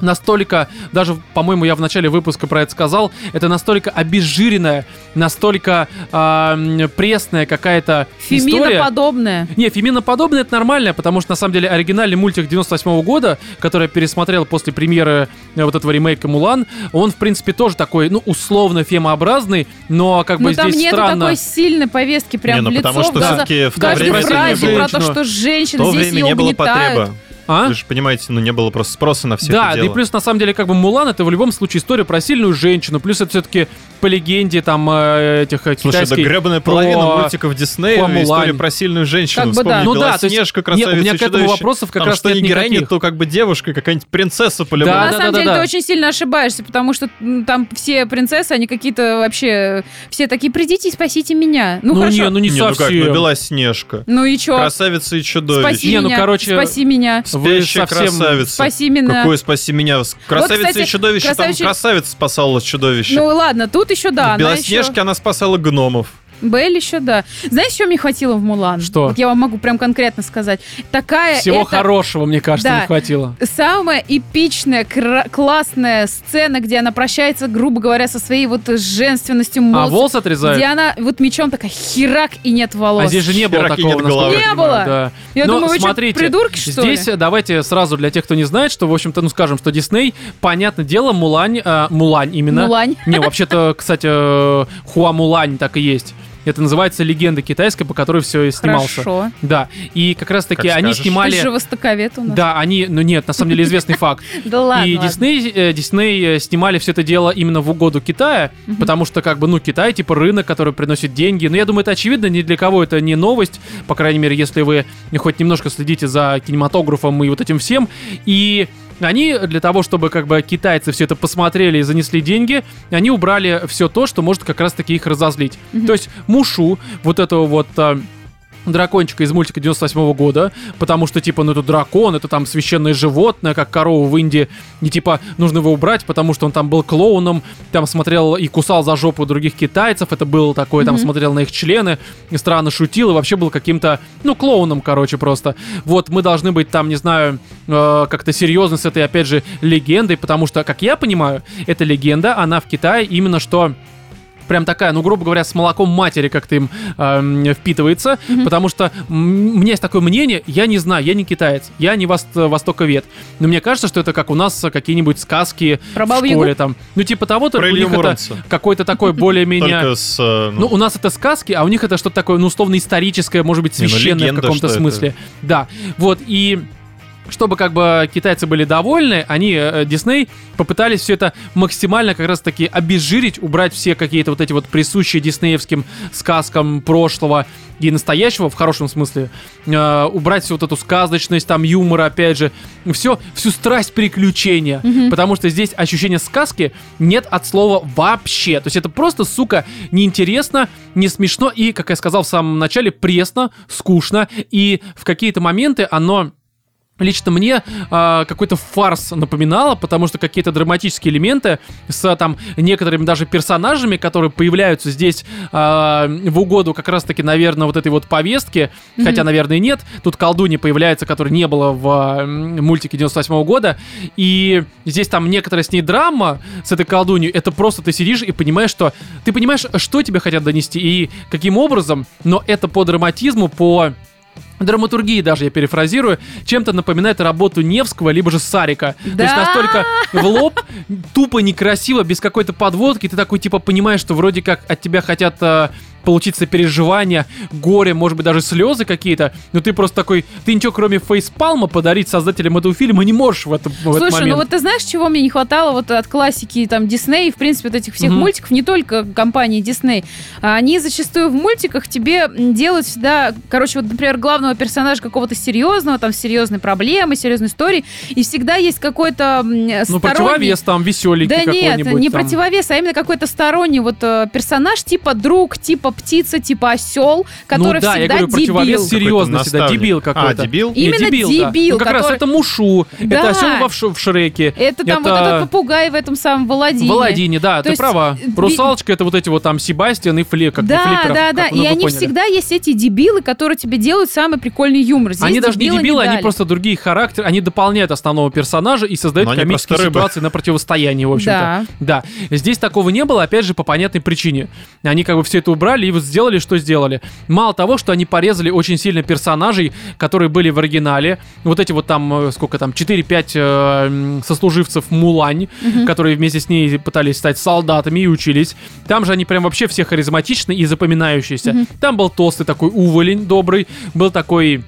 Speaker 1: настолько, даже, по-моему, я в начале выпуска про это сказал, это настолько обезжиренная, настолько а, м, пресная какая-то история.
Speaker 3: Феминоподобная.
Speaker 1: Не, феминоподобное это нормально, потому что на самом деле оригинальный мультик 98 года, который я пересмотрел после премьеры э, вот этого ремейка Мулан, он в принципе тоже такой, ну, условно фемообразный, но как
Speaker 3: Но
Speaker 1: бы
Speaker 3: Ну, там
Speaker 1: здесь
Speaker 3: нету
Speaker 1: странно.
Speaker 3: такой сильной повестки прям
Speaker 2: Не, ну,
Speaker 3: в лицо,
Speaker 2: потому что
Speaker 3: в глаза.
Speaker 2: всё-таки в то
Speaker 3: каждой
Speaker 1: время это не
Speaker 3: фразе
Speaker 1: было.
Speaker 3: про то, что
Speaker 2: В
Speaker 3: женщин
Speaker 2: то
Speaker 3: здесь
Speaker 2: время
Speaker 3: ее
Speaker 2: не было
Speaker 3: угнетают.
Speaker 2: потреба.
Speaker 1: А?
Speaker 2: Вы же понимаете, ну не было просто спроса на все
Speaker 1: да,
Speaker 2: это
Speaker 1: да и
Speaker 2: дело.
Speaker 1: плюс на самом деле как бы Мулан это в любом случае история про сильную женщину, плюс это все-таки по легенде там э, этих э,
Speaker 2: Слушай, да
Speaker 1: китайских-
Speaker 2: гребаная половина
Speaker 1: О,
Speaker 2: мультиков Диснея,
Speaker 1: по Мулане.
Speaker 2: история про сильную женщину.
Speaker 3: Как бы да.
Speaker 2: Вспомни
Speaker 1: Ну да, то есть-
Speaker 2: Белоснежка,
Speaker 1: не, у меня
Speaker 2: красавица и
Speaker 1: к этому
Speaker 2: чудовище.
Speaker 1: вопросов как
Speaker 2: Там
Speaker 1: раз
Speaker 2: что
Speaker 1: нет
Speaker 2: не героиня,
Speaker 1: никаких.
Speaker 2: то как бы девушка, какая-нибудь принцесса по-любому.
Speaker 1: Да,
Speaker 3: на
Speaker 1: да,
Speaker 3: самом
Speaker 1: да,
Speaker 3: деле
Speaker 1: да.
Speaker 3: ты очень сильно ошибаешься, потому что м, там все принцессы, они какие-то вообще... Все такие, придите и спасите меня. Ну,
Speaker 1: Ну,
Speaker 3: хорошо.
Speaker 1: не, ну не,
Speaker 2: не, ну как,
Speaker 1: совсем.
Speaker 2: ну Белоснежка,
Speaker 3: Ну и чё?
Speaker 2: красавица и чудовище.
Speaker 3: Спаси
Speaker 1: Не, ну,
Speaker 3: меня,
Speaker 1: короче,
Speaker 3: спаси меня,
Speaker 1: Вы
Speaker 2: Спящая
Speaker 1: совсем-
Speaker 2: красавица.
Speaker 3: спаси меня.
Speaker 2: Какое спаси меня? С- Красавица и
Speaker 3: кстати,
Speaker 2: чудовище,
Speaker 3: красавица-
Speaker 2: там красавица спасала чудовище.
Speaker 3: Ну ладно, тут еще да,
Speaker 2: в
Speaker 3: она
Speaker 2: Белоснежке она спасала гномов.
Speaker 3: еще... Белль еще да. Знаешь, чего мне хватило в Мулан?
Speaker 1: Что?
Speaker 3: Вот я вам могу прям конкретно сказать. Такая
Speaker 1: Всего
Speaker 3: это
Speaker 1: хорошего, мне кажется,
Speaker 3: Да.
Speaker 1: не хватило.
Speaker 3: Самая эпичная, кра- классная сцена, где она прощается, грубо говоря, со своей вот женственностью
Speaker 1: А
Speaker 3: мол,
Speaker 1: волос отрезают?
Speaker 3: где она вот мечом такая херак и нет волос.
Speaker 1: А здесь же не было
Speaker 2: Херак и
Speaker 1: такого.
Speaker 2: нет
Speaker 1: насколько
Speaker 2: головы.
Speaker 1: я
Speaker 3: Не
Speaker 1: понимаю,
Speaker 3: было.
Speaker 1: да.
Speaker 3: Я
Speaker 1: Но
Speaker 3: думаю, вы чё,
Speaker 1: Ну, смотрите,
Speaker 3: придурки, что ли?
Speaker 1: Здесь э, давайте сразу для тех, кто не знает, что, в общем-то, ну скажем, что Дисней, понятное дело, Мулань, э, Мулань именно.
Speaker 3: Мулань.
Speaker 1: Не, вообще-то, кстати, э, Хуа Мулань так и есть. Это называется легенда китайская, по которой все и снимался.
Speaker 3: Хорошо.
Speaker 1: Да. И как раз таки
Speaker 2: Как
Speaker 1: они
Speaker 2: скажешь.
Speaker 3: Ты
Speaker 1: снимали.
Speaker 3: же востоковед у нас.
Speaker 1: Да, они, ну нет, на самом деле известный факт.
Speaker 3: Да Ну, ладно,
Speaker 1: И
Speaker 3: ладно.
Speaker 1: Дисней, э, Дисней э, снимали все это дело именно в угоду Китая, потому что, как бы, ну, Китай, типа, рынок, который приносит деньги. Но я думаю, это очевидно, ни для кого это не новость, по крайней мере, если вы хоть немножко следите за кинематографом и вот этим всем. И они для того, чтобы как бы китайцы все это посмотрели и занесли деньги, они убрали все то, что может как раз-таки их разозлить. То есть мушу вот этого вот а, дракончика из мультика 98 года, потому что, типа, ну это дракон, это там священное животное, как корова в Индии, и, типа, нужно его убрать, потому что он там был клоуном, там смотрел и кусал за жопу других китайцев, это было такое, там
Speaker 3: Мгм.
Speaker 1: смотрел на их члены, и странно шутил, и вообще был каким-то, ну, клоуном, короче, просто. Вот, мы должны быть там, не знаю, э, как-то серьезны с этой, опять же, легендой, потому что, как я понимаю, эта легенда, она в Китае именно что прям такая, ну, грубо говоря, с молоком матери как-то им эм, впитывается, потому что м, у меня есть такое мнение, я не знаю, я не китаец, я не вос- востоковед, но мне кажется, что это как у нас э, какие-нибудь сказки
Speaker 3: Про
Speaker 1: в
Speaker 3: Бабу-Ягу?
Speaker 1: школе там, ну, типа того, только
Speaker 2: Про
Speaker 1: у
Speaker 2: Илью
Speaker 1: них это
Speaker 2: Муромца.
Speaker 1: какой-то такой более-менее...
Speaker 2: Только с... э,
Speaker 1: Ну, у нас это сказки, а у них это что-то такое, ну, условно историческое, может быть,
Speaker 2: Не, ну,
Speaker 1: священное
Speaker 2: легенда,
Speaker 1: в каком-то
Speaker 2: что это.
Speaker 1: смысле. Да, вот, и чтобы как бы китайцы были довольны, они, э, Дисней, попытались все это максимально как раз-таки обезжирить, убрать все какие-то вот эти вот присущие диснеевским сказкам прошлого и настоящего, в хорошем смысле, э, убрать всю вот эту сказочность, там, юмора, опять же, все, всю страсть приключения, потому что здесь ощущение сказки нет от слова вообще, то есть это просто, сука, неинтересно, не смешно и, как я сказал в самом начале, пресно, скучно, и в какие-то моменты оно лично мне а, какой-то фарс напоминало, потому что какие-то драматические элементы с а, там некоторыми даже персонажами, которые появляются здесь а, в угоду как раз-таки, наверное, вот этой вот повестки, хотя, наверное, и нет. Тут колдунья появляется, которой не было в а, м, мультике 98 года, и здесь там некоторая с ней драма с этой колдунью, это просто ты сидишь и понимаешь, что... Ты понимаешь, что тебе хотят донести и каким образом, но это по драматизму, по драматургии даже, я перефразирую, чем-то напоминает работу Невского, либо же Сарика. То есть
Speaker 3: Да.
Speaker 1: настолько в лоб, тупо некрасиво, без какой-то подводки, ты такой типа понимаешь, что вроде как от тебя хотят э, получить сопереживание, горе, может быть, даже слезы какие-то, но ты просто такой, ты ничего кроме фейспалма подарить создателям этого фильма не можешь в, этом, в этот
Speaker 3: Слушай,
Speaker 1: момент.
Speaker 3: ну вот ты знаешь, чего мне не хватало вот от классики там Дисней и, в принципе, вот этих всех
Speaker 1: Мгм.
Speaker 3: мультиков, не только компании Дисней. А Они зачастую в мультиках тебе м, делают всегда, короче, вот, например, главного персонажа какого-то серьезного, там, серьезной проблемы, серьезной истории, и всегда есть какой-то м,
Speaker 1: Ну,
Speaker 3: сторонний...
Speaker 1: противовес там, веселенький
Speaker 3: Да нет,
Speaker 1: какой-нибудь.
Speaker 3: не
Speaker 1: там.
Speaker 3: противовес, а именно какой-то сторонний вот э, персонаж, типа друг, типа птица, типа осел, который
Speaker 1: ну, да,
Speaker 3: всегда
Speaker 1: я говорю,
Speaker 3: дебил.
Speaker 1: противовес
Speaker 2: Какой-то
Speaker 1: серьезности, да,
Speaker 2: наставник.
Speaker 1: дебил какой-то.
Speaker 2: А, дебил?
Speaker 1: Не,
Speaker 3: Именно
Speaker 1: да. Ну,
Speaker 3: дебил,
Speaker 1: как раз
Speaker 3: который-
Speaker 1: это Мушу, это
Speaker 3: Да.
Speaker 1: осел во в, Ш- в Шреке.
Speaker 3: Это там вот
Speaker 1: Это-
Speaker 3: этот попугай в этом самом Владимире.
Speaker 1: Владине, да,
Speaker 3: То
Speaker 1: ты
Speaker 3: есть,
Speaker 1: права.
Speaker 3: э, ви-
Speaker 1: Русалочка это вот эти вот там Себастьян и Фле, как
Speaker 3: да,
Speaker 1: ну, Флиппер,
Speaker 3: да,
Speaker 1: как
Speaker 3: да.
Speaker 1: вы, ну,
Speaker 3: И
Speaker 1: вы
Speaker 3: они
Speaker 1: поняли.
Speaker 3: всегда есть эти дебилы, которые тебе делают самый прикольный юмор. Здесь
Speaker 1: Они даже не дебилы, они
Speaker 3: дали.
Speaker 1: просто другие характеры, они дополняют основного персонажа и создают
Speaker 2: Но они
Speaker 1: комические
Speaker 2: просто рыбы.
Speaker 1: ситуации на противостоянии, в общем-то. Да. Здесь такого не было, опять же, по понятной причине. Они как бы все это убрали и вот сделали, что сделали. Мало того, что они порезали очень сильно персонажей, которые были в оригинале. Вот эти вот там, э, сколько там, 4-5 э, м, сослуживцев Мулань, которые вместе с ней пытались стать солдатами и учились. Там же они прям вообще все харизматичны и запоминающиеся. Там был толстый такой уволень добрый, был такой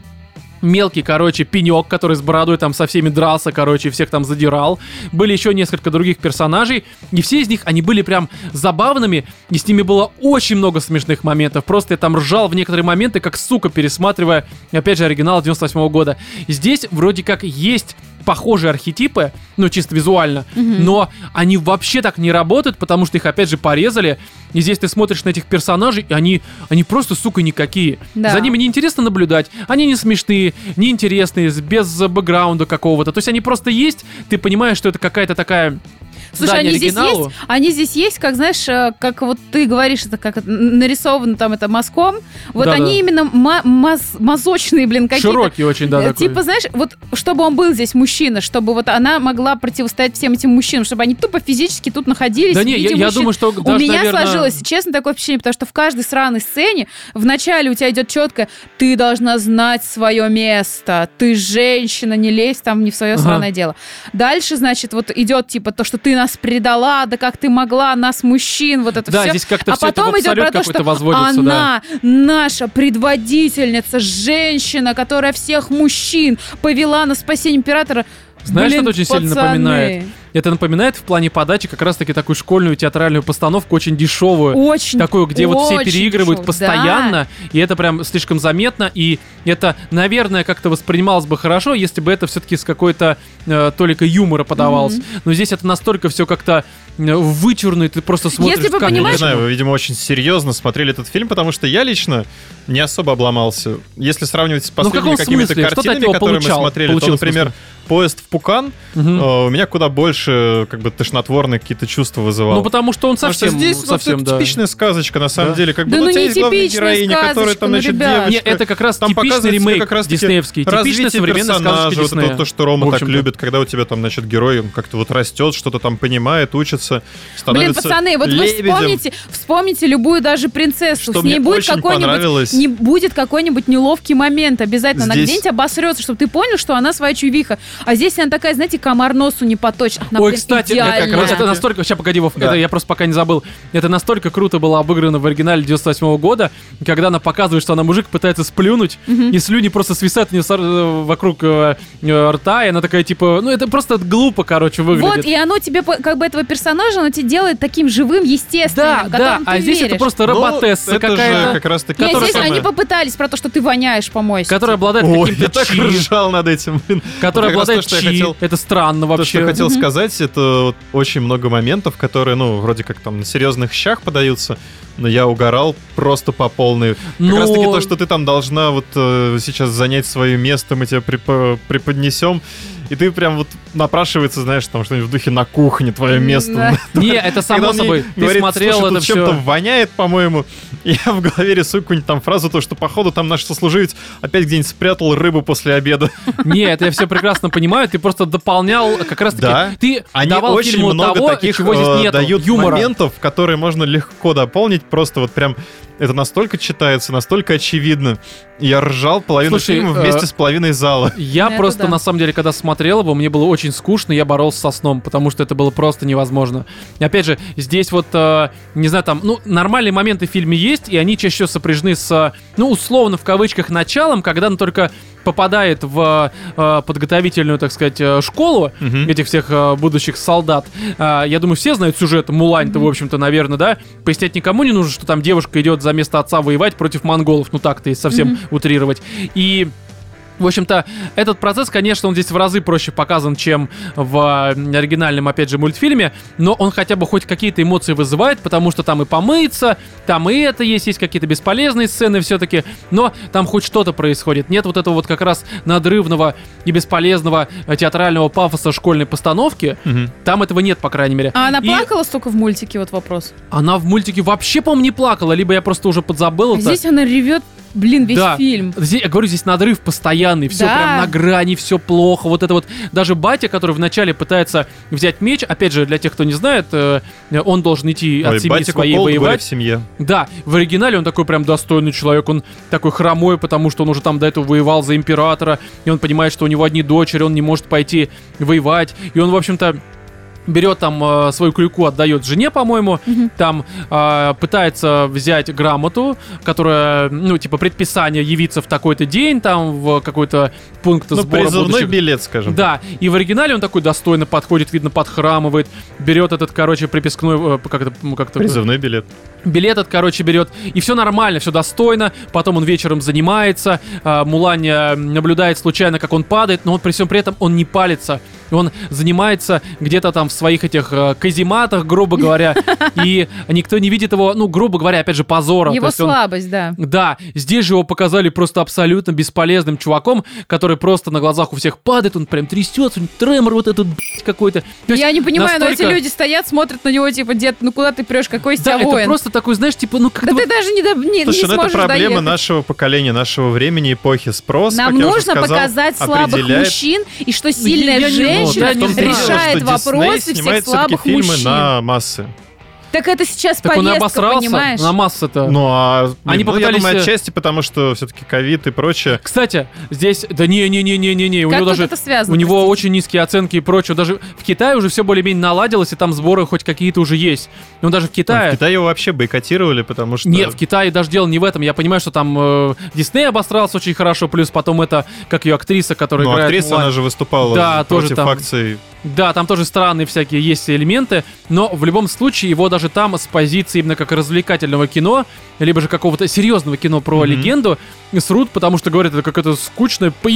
Speaker 1: мелкий, короче, пенек, который с бородой там со всеми дрался, короче, всех там задирал. Были еще несколько других персонажей, и все из них, они были прям забавными, и с ними было очень много смешных моментов. Просто я там ржал в некоторые моменты, как сука, пересматривая, опять же, оригинал 98 года. Здесь вроде как есть похожие архетипы, ну, чисто визуально, но они вообще так не работают, потому что их, опять же, порезали, и здесь ты смотришь на этих персонажей, и они, они просто, сука, никакие.
Speaker 3: Да.
Speaker 1: За ними неинтересно наблюдать. Они не смешные, неинтересные, с- без э, бэкграунда какого-то. То есть они просто есть, ты понимаешь, что это какая-то такая...
Speaker 3: Слушай,
Speaker 1: дань
Speaker 3: они здесь
Speaker 1: оригиналу.
Speaker 3: есть, они здесь есть, как знаешь, э, как вот ты говоришь, это как это, н- нарисовано там это мазком. Вот
Speaker 1: Да-да.
Speaker 3: они именно ма- маз- мазочные, блин, какие-то.
Speaker 1: Широкий очень, да,
Speaker 3: Э,
Speaker 1: такой.
Speaker 3: Типа, знаешь, вот чтобы он был здесь мужчина, чтобы вот она могла противостоять всем этим мужчинам, чтобы они тупо физически тут находились.
Speaker 1: Да
Speaker 3: в
Speaker 1: не, я,
Speaker 3: виде
Speaker 1: я
Speaker 3: мужчин.
Speaker 1: думаю, что
Speaker 3: У
Speaker 1: даже,
Speaker 3: меня
Speaker 1: наверное,
Speaker 3: сложилось, честно, такое впечатление, потому что в каждой сраной сцене в начале у тебя идет четко «ты должна знать свое место», «ты женщина, не лезь там не в свое
Speaker 1: Ага.
Speaker 3: сраное дело». Дальше, значит, вот идет типа то, что ты нас предала, да как ты могла, нас, мужчин, вот это
Speaker 1: Да,
Speaker 3: все.
Speaker 1: здесь как-то
Speaker 3: а
Speaker 1: все это в
Speaker 3: потом идет
Speaker 1: абсолют
Speaker 3: про то,
Speaker 1: какой-то
Speaker 3: что
Speaker 1: возводится, да.
Speaker 3: она наша предводительница, женщина, которая всех мужчин повела на спасение императора.
Speaker 1: Знаешь,
Speaker 3: Блин,
Speaker 1: что это очень сильно
Speaker 3: пацаны.
Speaker 1: напоминает? Это напоминает в плане подачи как раз-таки такую школьную театральную постановку, очень дешевую.
Speaker 3: Очень.
Speaker 1: Такую, где вот все
Speaker 3: очень
Speaker 1: переигрывают
Speaker 3: дешево.
Speaker 1: постоянно, и это прям слишком заметно, и это, наверное, как-то воспринималось бы хорошо, если бы это все-таки с какой-то э, толикой юмора подавалось. Но здесь это настолько все как-то э, вычурно, и ты просто смотришь,
Speaker 3: Если бы
Speaker 1: как
Speaker 2: Я Ну, не
Speaker 3: понимаешь-
Speaker 2: знаю, вы, видимо, очень серьезно смотрели этот фильм, потому что я лично не особо обломался. Если сравнивать с
Speaker 1: Ну, в
Speaker 2: последними
Speaker 1: каком
Speaker 2: какими-то
Speaker 1: смысле? Что ты от
Speaker 2: картинами,
Speaker 1: него
Speaker 2: которые
Speaker 1: получал?
Speaker 2: мы смотрели,
Speaker 1: Получил
Speaker 2: то, например, «Поезд в Пукан»,
Speaker 1: Мгм.
Speaker 2: э, у меня куда больше как бы тошнотворные какие-то чувства вызывал.
Speaker 1: Ну, потому что он
Speaker 2: Потому что
Speaker 1: совсем,
Speaker 2: здесь вот
Speaker 1: совсем,
Speaker 2: это
Speaker 1: да.
Speaker 2: типичная сказочка, на самом
Speaker 1: Да.
Speaker 2: деле. Как
Speaker 3: Да
Speaker 2: бы,
Speaker 3: ну,
Speaker 2: у тебя
Speaker 3: не
Speaker 2: есть главная
Speaker 3: типичная
Speaker 2: героиня, которая
Speaker 3: сказочка,
Speaker 2: там,
Speaker 3: ну,
Speaker 2: значит,
Speaker 3: ребят.
Speaker 1: Не,
Speaker 2: девочка.
Speaker 1: это как раз
Speaker 2: Там
Speaker 1: типичный
Speaker 2: показывается
Speaker 1: ремейк
Speaker 2: как раз-таки
Speaker 1: диснеевский, типичная
Speaker 2: Развитие
Speaker 1: современная сказочка
Speaker 2: персонажа, вот
Speaker 1: Диснея.
Speaker 2: это то, что Рома
Speaker 1: В
Speaker 2: так
Speaker 1: общем-то.
Speaker 2: любит, когда у тебя там, значит, герой, он как-то вот растет, что-то там понимает, учится,
Speaker 3: Блин,
Speaker 2: становится
Speaker 3: пацаны, вот
Speaker 2: лебедем.
Speaker 3: вы вспомните, вспомните любую даже принцессу.
Speaker 2: Что
Speaker 3: С ней
Speaker 2: мне
Speaker 3: будет
Speaker 2: очень
Speaker 3: какой-нибудь
Speaker 2: понравилось.
Speaker 3: не будет какой-нибудь неловкий момент. Обязательно она
Speaker 2: Здесь-
Speaker 3: где-нибудь обосрется, чтобы ты понял, что она своя чувиха. А здесь она такая, знаете, комар носу не поточит. Она,
Speaker 1: Ой,
Speaker 3: блин,
Speaker 1: кстати,
Speaker 3: идеальная.
Speaker 1: это, как раз- это настолько... Сейчас, погоди, Вов,
Speaker 2: Да.
Speaker 1: это я просто пока не забыл. Это настолько круто было обыграно в оригинале 98 года, когда она показывает, что она мужик пытается сплюнуть, и слюни просто свисают у нее с ор- э, вокруг э, э, рта, и она такая, типа... Ну, это просто глупо, короче, выглядит.
Speaker 3: Вот, и оно тебе, по- как бы этого персонажа, оно тебя делает таким живым,
Speaker 1: Да,
Speaker 3: естественным,
Speaker 1: да,
Speaker 3: которому
Speaker 1: а
Speaker 3: ты
Speaker 1: здесь
Speaker 3: веришь.
Speaker 1: это просто
Speaker 2: Ну,
Speaker 1: роботесса
Speaker 2: это же
Speaker 1: какая-то,
Speaker 2: как раз таки...
Speaker 3: Нет,
Speaker 1: которая
Speaker 3: здесь а
Speaker 1: самая-
Speaker 3: они попытались про то, что ты воняешь, помойся.
Speaker 1: которая обладает
Speaker 2: Ой, я
Speaker 1: каким-то
Speaker 2: так
Speaker 1: чи,
Speaker 2: ржал над этим, блин.
Speaker 1: которая
Speaker 2: Как раз то,
Speaker 1: обладает
Speaker 2: что я
Speaker 1: чи.
Speaker 2: хотел-
Speaker 1: Это странно
Speaker 2: То, что
Speaker 1: вообще.
Speaker 2: я хотел сказать, это вот очень много моментов, которые, ну, вроде как там на серьезных щах подаются, но я угорал просто по полной. Как
Speaker 1: Но-
Speaker 2: раз таки то, что ты там должна вот э, сейчас занять свое место, мы тебя припо- преподнесем, и ты прям вот напрашивается, знаешь, там что-нибудь в духе на кухне твое место.
Speaker 3: Да.
Speaker 1: Не, это
Speaker 2: Когда
Speaker 1: само
Speaker 2: он мне
Speaker 1: собой. Ты
Speaker 2: говорит,
Speaker 1: смотрел
Speaker 2: «Слушай,
Speaker 1: это
Speaker 2: тут чем-то
Speaker 1: все.
Speaker 2: воняет, по-моему. И я в голове рисую какую-нибудь там фразу, то, что походу там наш сослуживец опять где-нибудь спрятал рыбу после обеда.
Speaker 1: Не, это я все прекрасно понимаю. Ты просто дополнял как раз таки.
Speaker 2: Да.
Speaker 1: Ты
Speaker 2: Они
Speaker 1: давал
Speaker 2: очень
Speaker 1: фильму
Speaker 2: много
Speaker 1: того,
Speaker 2: таких
Speaker 1: чего здесь
Speaker 2: э,
Speaker 1: нет.
Speaker 2: дают
Speaker 1: юмора.
Speaker 2: моментов, которые можно легко дополнить, просто вот прям это настолько читается, настолько очевидно. Я ржал половину
Speaker 1: Слушай,
Speaker 2: фильма
Speaker 1: э,
Speaker 2: вместе с половиной зала.
Speaker 1: Я
Speaker 3: Это
Speaker 1: просто
Speaker 3: да.
Speaker 1: на самом деле, когда смотрел его, мне было очень скучно, я боролся со сном, потому что это было просто невозможно. И опять же, здесь вот, э, не знаю, там, ну, нормальные моменты в фильме есть, и они чаще всего сопряжены с, э, ну, условно, в кавычках, началом, когда он только попадает в э, подготовительную, так сказать, э, школу
Speaker 2: Мгм.
Speaker 1: этих всех э, будущих солдат. А, я думаю, все знают сюжет Мулань-то, в общем-то, наверное, да? Пояснять никому не нужно, что там девушка идет за место отца воевать против монголов. Ну так-то, если совсем утрировать. И... В общем-то, этот процесс, конечно, он здесь в разы проще показан, чем в э, оригинальном, опять же, мультфильме, но он хотя бы хоть какие-то эмоции вызывает, потому что там и помыться, там и это есть, есть какие-то бесполезные сцены все-таки, но там хоть что-то происходит. Нет вот этого вот как раз надрывного и бесполезного э, театрального пафоса школьной постановки.
Speaker 2: Мгм.
Speaker 1: Там этого нет, по крайней мере.
Speaker 3: А она
Speaker 1: И
Speaker 3: плакала столько в мультике, вот вопрос.
Speaker 1: Она в мультике вообще, по-моему, не плакала, либо я просто уже подзабыл
Speaker 3: А
Speaker 1: это.
Speaker 3: здесь она ревет, блин, весь
Speaker 1: Ну, Да.
Speaker 3: фильм.
Speaker 1: Здесь, я говорю, здесь надрыв постоянный, все
Speaker 3: Да.
Speaker 1: прям на грани, все плохо. Вот это вот даже батя, который вначале пытается взять меч, опять же, для тех, кто не знает, э, он должен идти
Speaker 2: Ой,
Speaker 1: от семьи
Speaker 2: батику
Speaker 1: своей
Speaker 2: Колд, горе
Speaker 1: воевать.
Speaker 2: в семье.
Speaker 1: Да, в оригинале он такой прям достойный человек, он такой хромой, потому что он уже там до этого воевал за императора, и он понимает, что у него одни дочери, он не может пойти воевать, и он, в общем-то, берет там э, свою клюку, отдает жене, по-моему,
Speaker 3: Мгм.
Speaker 1: там э, пытается взять грамоту, которая, ну, типа, предписание явиться в такой-то день, там, в какой-то пункт
Speaker 2: Ну,
Speaker 1: сбора
Speaker 2: призывной
Speaker 1: будущих
Speaker 2: билет, скажем.
Speaker 1: да, и в оригинале он такой достойно подходит, видно, подхрамывает, берет этот, короче, припискной, э, как это, ну, как-то...
Speaker 2: Призывной билет.
Speaker 1: Билет этот, короче, берет. И все нормально, все достойно. Потом он вечером занимается. а, Мулань э, наблюдает случайно, как он падает, но он при всем при этом он не палится. Он занимается где-то там в своих этих э, казематах, грубо говоря. И никто не видит его, ну, грубо говоря, опять же, позора. То
Speaker 3: Его
Speaker 1: есть он-
Speaker 3: слабость, да.
Speaker 1: да, здесь же его показали просто абсолютно бесполезным чуваком, который просто на глазах у всех падает, он прям трясется, у него тремор вот этот блядь, какой-то. То есть
Speaker 3: Я не понимаю, но
Speaker 1: настолько-
Speaker 3: эти люди стоят, смотрят на него, типа, дед, ну куда ты прешь, какой из
Speaker 1: Да,
Speaker 3: тебя
Speaker 1: это
Speaker 3: воин?
Speaker 1: просто такой, знаешь, типа, ну как
Speaker 3: Да ты даже не, до- не, не
Speaker 2: Слушай, ну это
Speaker 3: сможешь
Speaker 2: проблема
Speaker 3: доехать.
Speaker 2: нашего поколения, нашего времени, эпохи. Спрос,
Speaker 3: Нам
Speaker 2: как я уже
Speaker 3: нужно
Speaker 2: сказал,
Speaker 3: показать слабых
Speaker 2: определяет
Speaker 3: мужчин, и что сильная
Speaker 1: я не- ну,
Speaker 3: женщина
Speaker 1: да, не
Speaker 2: том-то и дело,
Speaker 3: решает
Speaker 2: что Дисней
Speaker 3: вопросы всех
Speaker 2: снимает
Speaker 3: слабых
Speaker 2: всё-таки фильмы
Speaker 3: мужчин.
Speaker 2: на массы.
Speaker 3: Так это сейчас
Speaker 1: Так он и
Speaker 3: повестка,
Speaker 1: обосрался
Speaker 3: понимаешь?
Speaker 1: на массы-то.
Speaker 2: Ну, а...
Speaker 1: Они
Speaker 2: блин, ну, я
Speaker 1: попытались,
Speaker 2: думаю,
Speaker 1: э,
Speaker 2: отчасти, потому что все-таки ковид и прочее.
Speaker 1: Кстати, здесь... Да не-не-не-не-не-не, у
Speaker 3: Как
Speaker 1: него
Speaker 3: тут
Speaker 1: даже...
Speaker 3: это связано?
Speaker 1: У него
Speaker 3: простите?
Speaker 1: очень низкие оценки и прочее. Даже в Китае уже все более-менее наладилось, и там сборы хоть какие-то уже есть. Но даже в
Speaker 2: В
Speaker 1: Китае...
Speaker 2: Китае его вообще бойкотировали, потому что...
Speaker 1: Нет, в Китае даже дело не в этом. Я понимаю, что там э, Дисней обосрался очень хорошо, плюс потом это, как ее актриса, которая
Speaker 2: Ну,
Speaker 1: играет...
Speaker 2: актриса,
Speaker 1: Мулан.
Speaker 2: она же выступала
Speaker 1: Да, тоже
Speaker 2: против
Speaker 1: там.
Speaker 2: акций.
Speaker 1: Да, там тоже странные всякие есть элементы, но в любом случае его даже там с позиции именно как развлекательного кино, либо же какого-то серьезного кино про
Speaker 2: Мгм.
Speaker 1: легенду срут, потому что говорят, это какое-то скучное по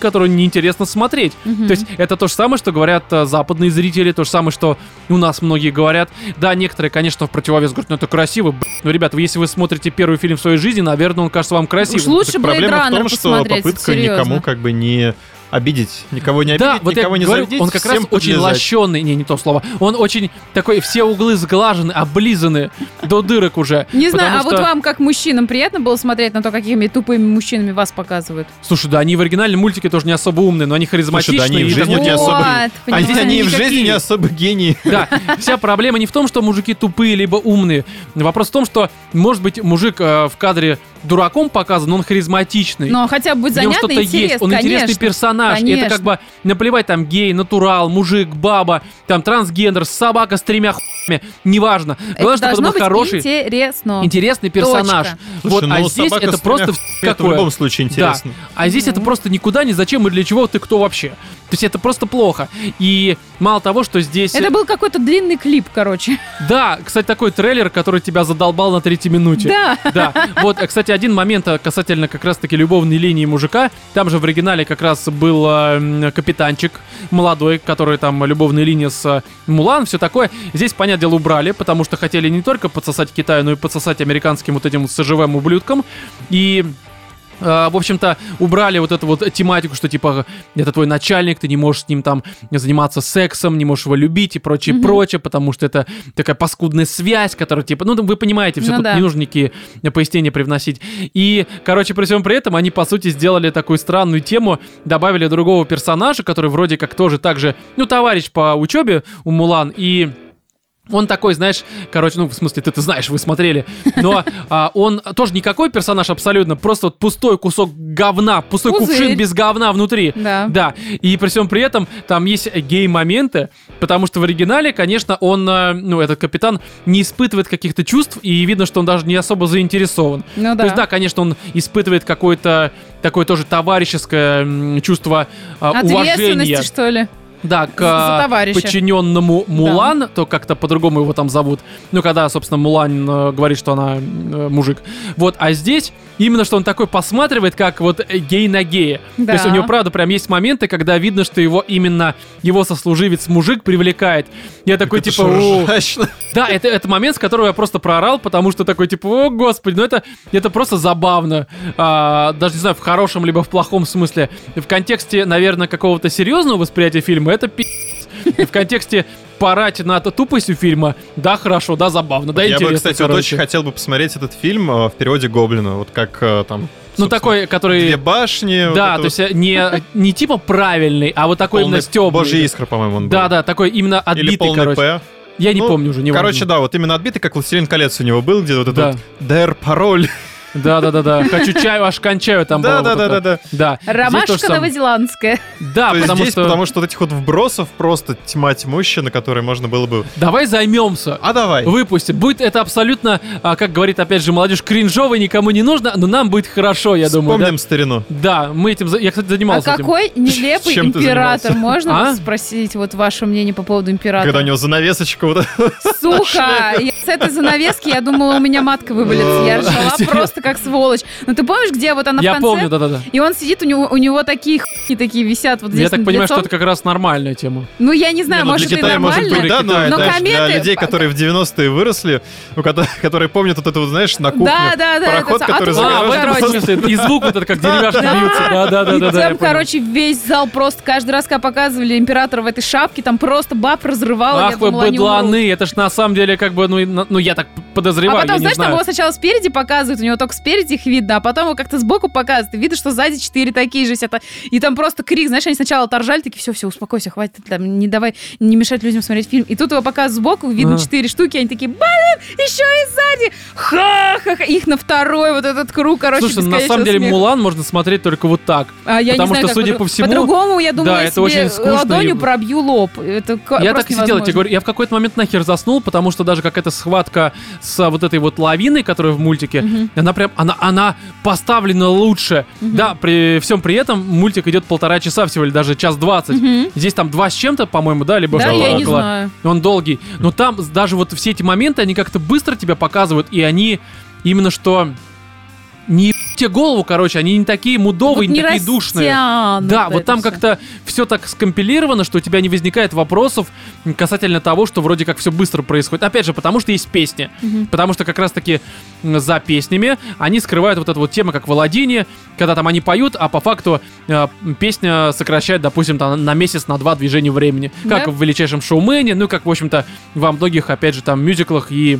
Speaker 1: которую неинтересно смотреть.
Speaker 3: Мгм.
Speaker 1: То есть это то же самое, что говорят э, западные зрители, то же самое, что у нас многие говорят. Да, некоторые, конечно, в противовес говорят, ну это красиво, б***ь». но, ребят, если вы смотрите первый фильм в своей жизни, наверное, он кажется вам красивым.
Speaker 3: Уж лучше
Speaker 2: Так
Speaker 3: Blade
Speaker 2: проблема в
Speaker 3: Runner
Speaker 2: том, что
Speaker 3: посмотреть,
Speaker 2: попытка
Speaker 3: серьезно.
Speaker 2: никому как бы не обидеть, никого не обидеть,
Speaker 1: Да, вот я
Speaker 2: никого не
Speaker 1: говорю,
Speaker 2: завидеть,
Speaker 1: он как раз
Speaker 2: всем
Speaker 1: очень
Speaker 2: подлезать.
Speaker 1: лощеный, не, не то слово. Он очень такой, все углы сглажены, облизаны до дырок уже.
Speaker 3: Не знаю,
Speaker 1: Потому
Speaker 3: а вот
Speaker 1: что-
Speaker 3: вам, как мужчинам, приятно было смотреть на то, какими тупыми мужчинами вас показывают?
Speaker 1: Слушай, да, они в оригинальном мультике тоже не особо умные, но они харизматичные.
Speaker 2: они и в
Speaker 1: и
Speaker 2: жизни
Speaker 1: такой-
Speaker 2: не особо-
Speaker 3: Вот,
Speaker 2: Они,
Speaker 1: понимаешь?
Speaker 2: они и в
Speaker 1: Никакие.
Speaker 2: жизни не особо гении.
Speaker 1: Да, вся проблема не в том, что мужики тупые либо умные. Вопрос в том, что, может быть, мужик э, в кадре дураком показан, но он харизматичный.
Speaker 3: Но хотя бы будь
Speaker 1: В нем
Speaker 3: занятно
Speaker 1: что-то
Speaker 3: интерес,
Speaker 1: есть, он интересный
Speaker 3: конечно.
Speaker 1: персонаж. И это
Speaker 3: конечно.
Speaker 1: как бы наплевать там гей, натурал, мужик, баба, там трансгендер, собака с тремя хуями, неважно.
Speaker 3: Это
Speaker 1: Главное, чтобы это
Speaker 3: должно
Speaker 1: был
Speaker 3: быть
Speaker 1: хороший,
Speaker 3: интересно.
Speaker 1: интересный персонаж.
Speaker 3: Точка.
Speaker 1: Вот,
Speaker 2: Слушай,
Speaker 1: а
Speaker 2: ну,
Speaker 1: здесь
Speaker 2: собака
Speaker 1: это
Speaker 2: с
Speaker 1: просто
Speaker 2: тремя Это в
Speaker 1: какое?
Speaker 2: любом случае интересно.
Speaker 1: Да. А здесь это просто никуда, ни зачем и для чего ты кто вообще. То есть это просто плохо. И мало того, что здесь...
Speaker 3: Это был какой-то длинный клип, короче.
Speaker 1: Да, кстати, такой трейлер, который тебя задолбал на третьей минуте.
Speaker 3: Да.
Speaker 1: Да, вот, э, кстати, один момент э, касательно как раз-таки любовной линии мужика. Там же в оригинале как раз был э, м, капитанчик молодой, который там любовная линия с э, Мулан, все такое. Здесь, понятное дело, убрали, потому что хотели не только подсосать Китаю, но и подсосать американским вот этим СЖВ ублюдкам. И э, в общем-то, убрали вот эту вот тематику, что типа это твой начальник, ты не можешь с ним там заниматься сексом, не можешь его любить и прочее, прочее, потому что это такая паскудная связь, которая типа, ну вы понимаете, все
Speaker 3: Ну
Speaker 1: тут
Speaker 3: да.
Speaker 1: не нужно никакие пояснения привносить. И, короче, при всем при этом они, по сути, сделали такую странную тему, добавили другого персонажа, который вроде как тоже так же, ну, товарищ по учебе у Мулан, и он такой, знаешь, короче, ну, в смысле, ты, ты знаешь, вы смотрели, но а, он тоже никакой персонаж абсолютно, просто вот пустой кусок говна, пустой
Speaker 3: Пузырь.
Speaker 1: кувшин без говна внутри.
Speaker 3: Да.
Speaker 1: Да, и при всем при этом там есть э, гей-моменты, потому что в оригинале, конечно, он, э, ну, этот капитан не испытывает каких-то чувств, и видно, что он даже не особо заинтересован.
Speaker 3: Ну
Speaker 1: То есть, да,
Speaker 3: да.
Speaker 1: конечно, он испытывает какое-то такое тоже товарищеское м, чувство э, уважения.
Speaker 3: Ответственности, что ли?
Speaker 1: Да, к
Speaker 3: За- за
Speaker 1: э,
Speaker 3: товарища.
Speaker 1: подчиненному Мулан, то как-то по-другому его там зовут. Ну, когда, собственно, Мулан э, говорит, что она э, мужик. Вот, а здесь именно что он такой посматривает, как вот э, гей на гея.
Speaker 3: Да.
Speaker 1: То есть у него, правда, прям есть моменты, когда видно, что его именно его сослуживец мужик привлекает. Я такой,
Speaker 2: Это
Speaker 1: типа,
Speaker 2: ж
Speaker 1: «О».
Speaker 2: ужасно.
Speaker 1: да, это, это момент, с которого я просто проорал, потому что такой, типа, о, господи, ну это, это просто забавно. А, даже не знаю, в хорошем либо в плохом смысле. В контексте, наверное, какого-то серьезного восприятия фильма это пи***. В контексте порать на т- тупостью фильма, да, хорошо, да, забавно, да,
Speaker 2: Я
Speaker 1: интересно.
Speaker 2: бы, кстати, вот
Speaker 1: короче.
Speaker 2: очень хотел бы посмотреть этот фильм э, в переводе Гоблина. Вот как э, там...
Speaker 1: Ну,
Speaker 2: собственно,
Speaker 1: такой, который...
Speaker 2: Две башни. вот
Speaker 1: Да,
Speaker 2: это
Speaker 1: то
Speaker 2: вот
Speaker 1: есть э, не, не типа правильный, а вот такой
Speaker 2: полный
Speaker 1: именно стёбный.
Speaker 2: Божья искра, по-моему, он был.
Speaker 1: Да, да, такой именно
Speaker 2: Или
Speaker 1: отбитый,
Speaker 2: полный
Speaker 1: короче.
Speaker 2: П.
Speaker 1: Я не
Speaker 2: Ну,
Speaker 1: помню уже, не
Speaker 2: Короче, да, вот именно отбитый, как «Властелин колец» у него был, где вот
Speaker 1: Да.
Speaker 2: этот дэр пароль.
Speaker 1: да. Да, да, да, да. Хочу чаю, аж кончаю там. было
Speaker 2: Да, да,
Speaker 1: вот
Speaker 2: да,
Speaker 1: это. Да.
Speaker 2: да, да.
Speaker 1: Здесь то
Speaker 3: Ромашка
Speaker 1: же самое.
Speaker 3: новозеландская.
Speaker 1: Да,
Speaker 2: То есть
Speaker 1: потому
Speaker 2: здесь,
Speaker 1: что...
Speaker 2: потому что вот этих вот вбросов просто тьма тьмущая, на которые можно было бы...
Speaker 1: Давай займемся.
Speaker 2: А давай.
Speaker 1: Выпустим. Будет это абсолютно, а, как говорит опять же молодежь, кринжово, никому не нужно, но нам будет хорошо, я думаю.
Speaker 2: Вспомним старину.
Speaker 1: Да? да, мы этим... за- Я, кстати,
Speaker 3: А
Speaker 1: занимался этим.
Speaker 3: какой нелепый
Speaker 2: Чем ты
Speaker 3: император? Можно
Speaker 1: А?
Speaker 3: спросить вот ваше мнение по поводу
Speaker 2: Когда у
Speaker 3: императора?
Speaker 2: него занавесочка вот
Speaker 3: Сука! Я с этой занавески, я думала, у меня матка вывалится. Я ржала просто как сволочь. Ну ты помнишь, где вот она в
Speaker 1: Я
Speaker 3: конце?
Speaker 1: помню, да-да-да.
Speaker 3: И он сидит, у него, у него такие хуйни такие висят вот здесь
Speaker 1: Я так
Speaker 3: над
Speaker 1: понимаю, что
Speaker 3: лицом.
Speaker 1: это как раз нормальная тема.
Speaker 3: Ну, я не знаю,
Speaker 2: Не, ну,
Speaker 3: может,
Speaker 2: для
Speaker 3: и
Speaker 2: Китая,
Speaker 3: нормально.
Speaker 2: может быть, да, но,
Speaker 1: Но
Speaker 2: это, знаешь, для
Speaker 3: кометы-
Speaker 2: людей, которые в 90-е выросли, у кото- которые помнят вот это вот, знаешь, на кухне.
Speaker 3: Да, да, да.
Speaker 2: Проход,
Speaker 3: это- а
Speaker 2: который
Speaker 3: тут-
Speaker 1: А, в этом
Speaker 3: короче,
Speaker 1: смысле. И звук вот этот, как деревяшки бьются. Да-да-да.
Speaker 3: и там, короче, весь зал просто каждый раз, когда показывали императора в этой шапке, там просто баб разрывала. я
Speaker 1: Ах вы
Speaker 3: думала, они умрут.
Speaker 1: быдланы, это ж на самом деле как бы, ну, и на- ну я так
Speaker 3: А
Speaker 1: подозреваю, я
Speaker 3: потом,
Speaker 1: не
Speaker 3: знаешь, там
Speaker 1: знаю.
Speaker 3: его сначала спереди показывают, у него только только спереди их видно, а потом его как-то сбоку показывают. и Видно, что сзади четыре такие же. Это... И там просто крик, знаешь, они сначала торжали, такие, все, все, успокойся, хватит, там, не давай, не мешать людям смотреть фильм. И тут его показывают сбоку, видно
Speaker 1: Ага.
Speaker 3: четыре штуки, они такие, блин, еще и сзади. Ха-ха-ха. Их на второй вот этот круг, короче,
Speaker 1: Слушай, ну, на
Speaker 3: бесконечного
Speaker 1: самом деле
Speaker 3: смеха.
Speaker 1: Мулан можно смотреть только вот так.
Speaker 3: А, я
Speaker 1: потому
Speaker 3: не знаю,
Speaker 1: что,
Speaker 3: как
Speaker 1: судя
Speaker 3: по-
Speaker 1: по всему-
Speaker 3: По-другому, я думаю,
Speaker 1: Да,
Speaker 3: я
Speaker 1: это
Speaker 3: себе
Speaker 1: очень скучно
Speaker 3: ладонью
Speaker 1: и-
Speaker 3: пробью лоб. Это к-
Speaker 1: Я
Speaker 3: просто
Speaker 1: так и сидел, я тебе
Speaker 3: невозможно.
Speaker 1: говорю, я в какой-то момент нахер заснул, потому что даже какая-то схватка с а, вот этой вот лавиной, которая в мультике,
Speaker 3: Мгм.
Speaker 1: она прям, она, она поставлена лучше. Да, при всем при этом мультик идет полтора часа всего, или даже час двадцать.
Speaker 3: Мгм.
Speaker 1: Здесь там два с чем-то, по-моему, да, либо
Speaker 3: Да,
Speaker 1: что-то
Speaker 3: я не
Speaker 1: около.
Speaker 3: знаю.
Speaker 1: Он долгий. Но там с- даже вот все эти моменты, они как-то быстро тебя показывают, и они именно что... Не еб- тебе голову, короче, они не такие мудовые,
Speaker 3: Вот
Speaker 1: не,
Speaker 3: не
Speaker 1: такие душные.
Speaker 3: растянуто
Speaker 1: Да, вот
Speaker 3: это
Speaker 1: там
Speaker 3: всё.
Speaker 1: как-то все так скомпилировано, что у тебя не возникает вопросов касательно того, что вроде как все быстро происходит. Опять же, потому что есть песни.
Speaker 3: Мгм.
Speaker 1: Потому что как раз-таки м, за песнями они скрывают вот эту вот тему, как в Аладдине, когда там они поют, а по факту э, м, песня сокращает, допустим, там, на месяц, на два движения времени. Как
Speaker 3: Да.
Speaker 1: в величайшем шоумене, ну и как, в общем-то, во многих, опять же, там мюзиклах и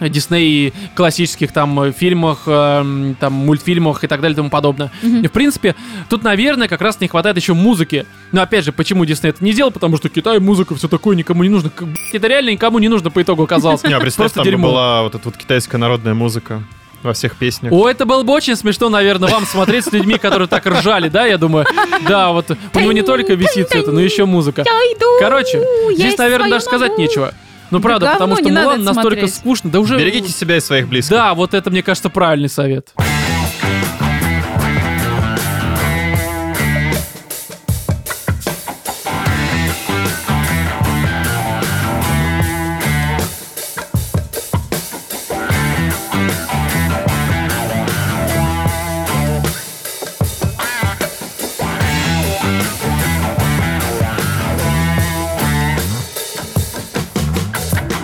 Speaker 1: Дисней и классических там э, фильмах, эм, там мультфильмах и так далее и тому подобное.
Speaker 3: Мгм.
Speaker 1: И, в принципе, тут, наверное, как раз не хватает еще музыки. Но опять же, почему Дисней это не делал? Потому что Китай, музыка, все такое никому не нужно. Как, блядь, Это реально никому не нужно по итогу оказалось.
Speaker 2: Не, а представь,
Speaker 1: Просто
Speaker 2: там бы
Speaker 1: дерьмо.
Speaker 2: была вот эта вот китайская народная музыка во всех песнях.
Speaker 1: О, это было бы очень смешно, наверное, вам смотреть с людьми, которые так ржали, да, я думаю. Да, вот у него не только висит все это, но еще музыка.
Speaker 3: Я иду,
Speaker 1: Короче,
Speaker 3: я
Speaker 1: здесь, наверное,
Speaker 3: свою
Speaker 1: даже сказать
Speaker 3: могу.
Speaker 1: нечего. Ну,
Speaker 3: Да
Speaker 1: правда, потому
Speaker 3: говно
Speaker 1: что
Speaker 3: не надо
Speaker 1: Мулан
Speaker 3: это
Speaker 1: настолько
Speaker 3: смотреть.
Speaker 1: скучно. Да уже...
Speaker 2: Берегите себя и своих близких.
Speaker 1: Да, вот это, мне кажется, правильный совет.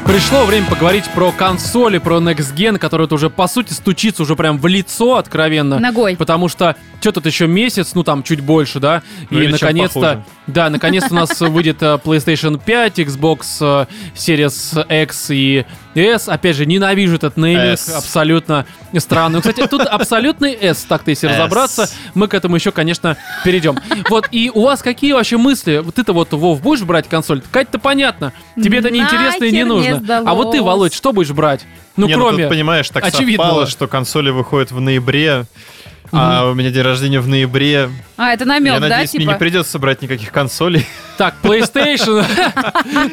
Speaker 1: Пришло время поговорить про консоли, про Next Gen, который вот уже, по сути, стучится уже прям в лицо откровенно.
Speaker 3: Ногой.
Speaker 1: Потому что что тут еще месяц, ну там чуть больше, да,
Speaker 2: Ну
Speaker 1: и
Speaker 2: или чем похуже.
Speaker 1: наконец-то, да, наконец-то у нас выйдет э, PlayStation 5, Xbox э, Series X и S. Опять же, ненавижу этот нейминг,
Speaker 2: S.
Speaker 1: абсолютно странный. Ну, Кстати, тут абсолютный S, так-то если
Speaker 2: S.
Speaker 1: разобраться, мы к этому еще, конечно, перейдем. Вот, и у вас какие вообще мысли? Вот Ты-то вот, Вов, будешь брать консоль? Кать-то понятно, тебе это неинтересно и не
Speaker 3: Нахер мне
Speaker 1: нужно. А вот ты,
Speaker 3: сдалось.
Speaker 1: Володь, что будешь брать? Ну,
Speaker 2: Не,
Speaker 1: кроме...
Speaker 2: тут, понимаешь, так
Speaker 1: очевидного.
Speaker 2: совпало, что консоли выходят в ноябре, а у меня день рождения в ноябре.
Speaker 3: А, это намек,
Speaker 2: Я
Speaker 3: да,
Speaker 2: надеюсь, мне не
Speaker 3: типа?
Speaker 2: придется брать никаких консолей.
Speaker 1: Так, PlayStation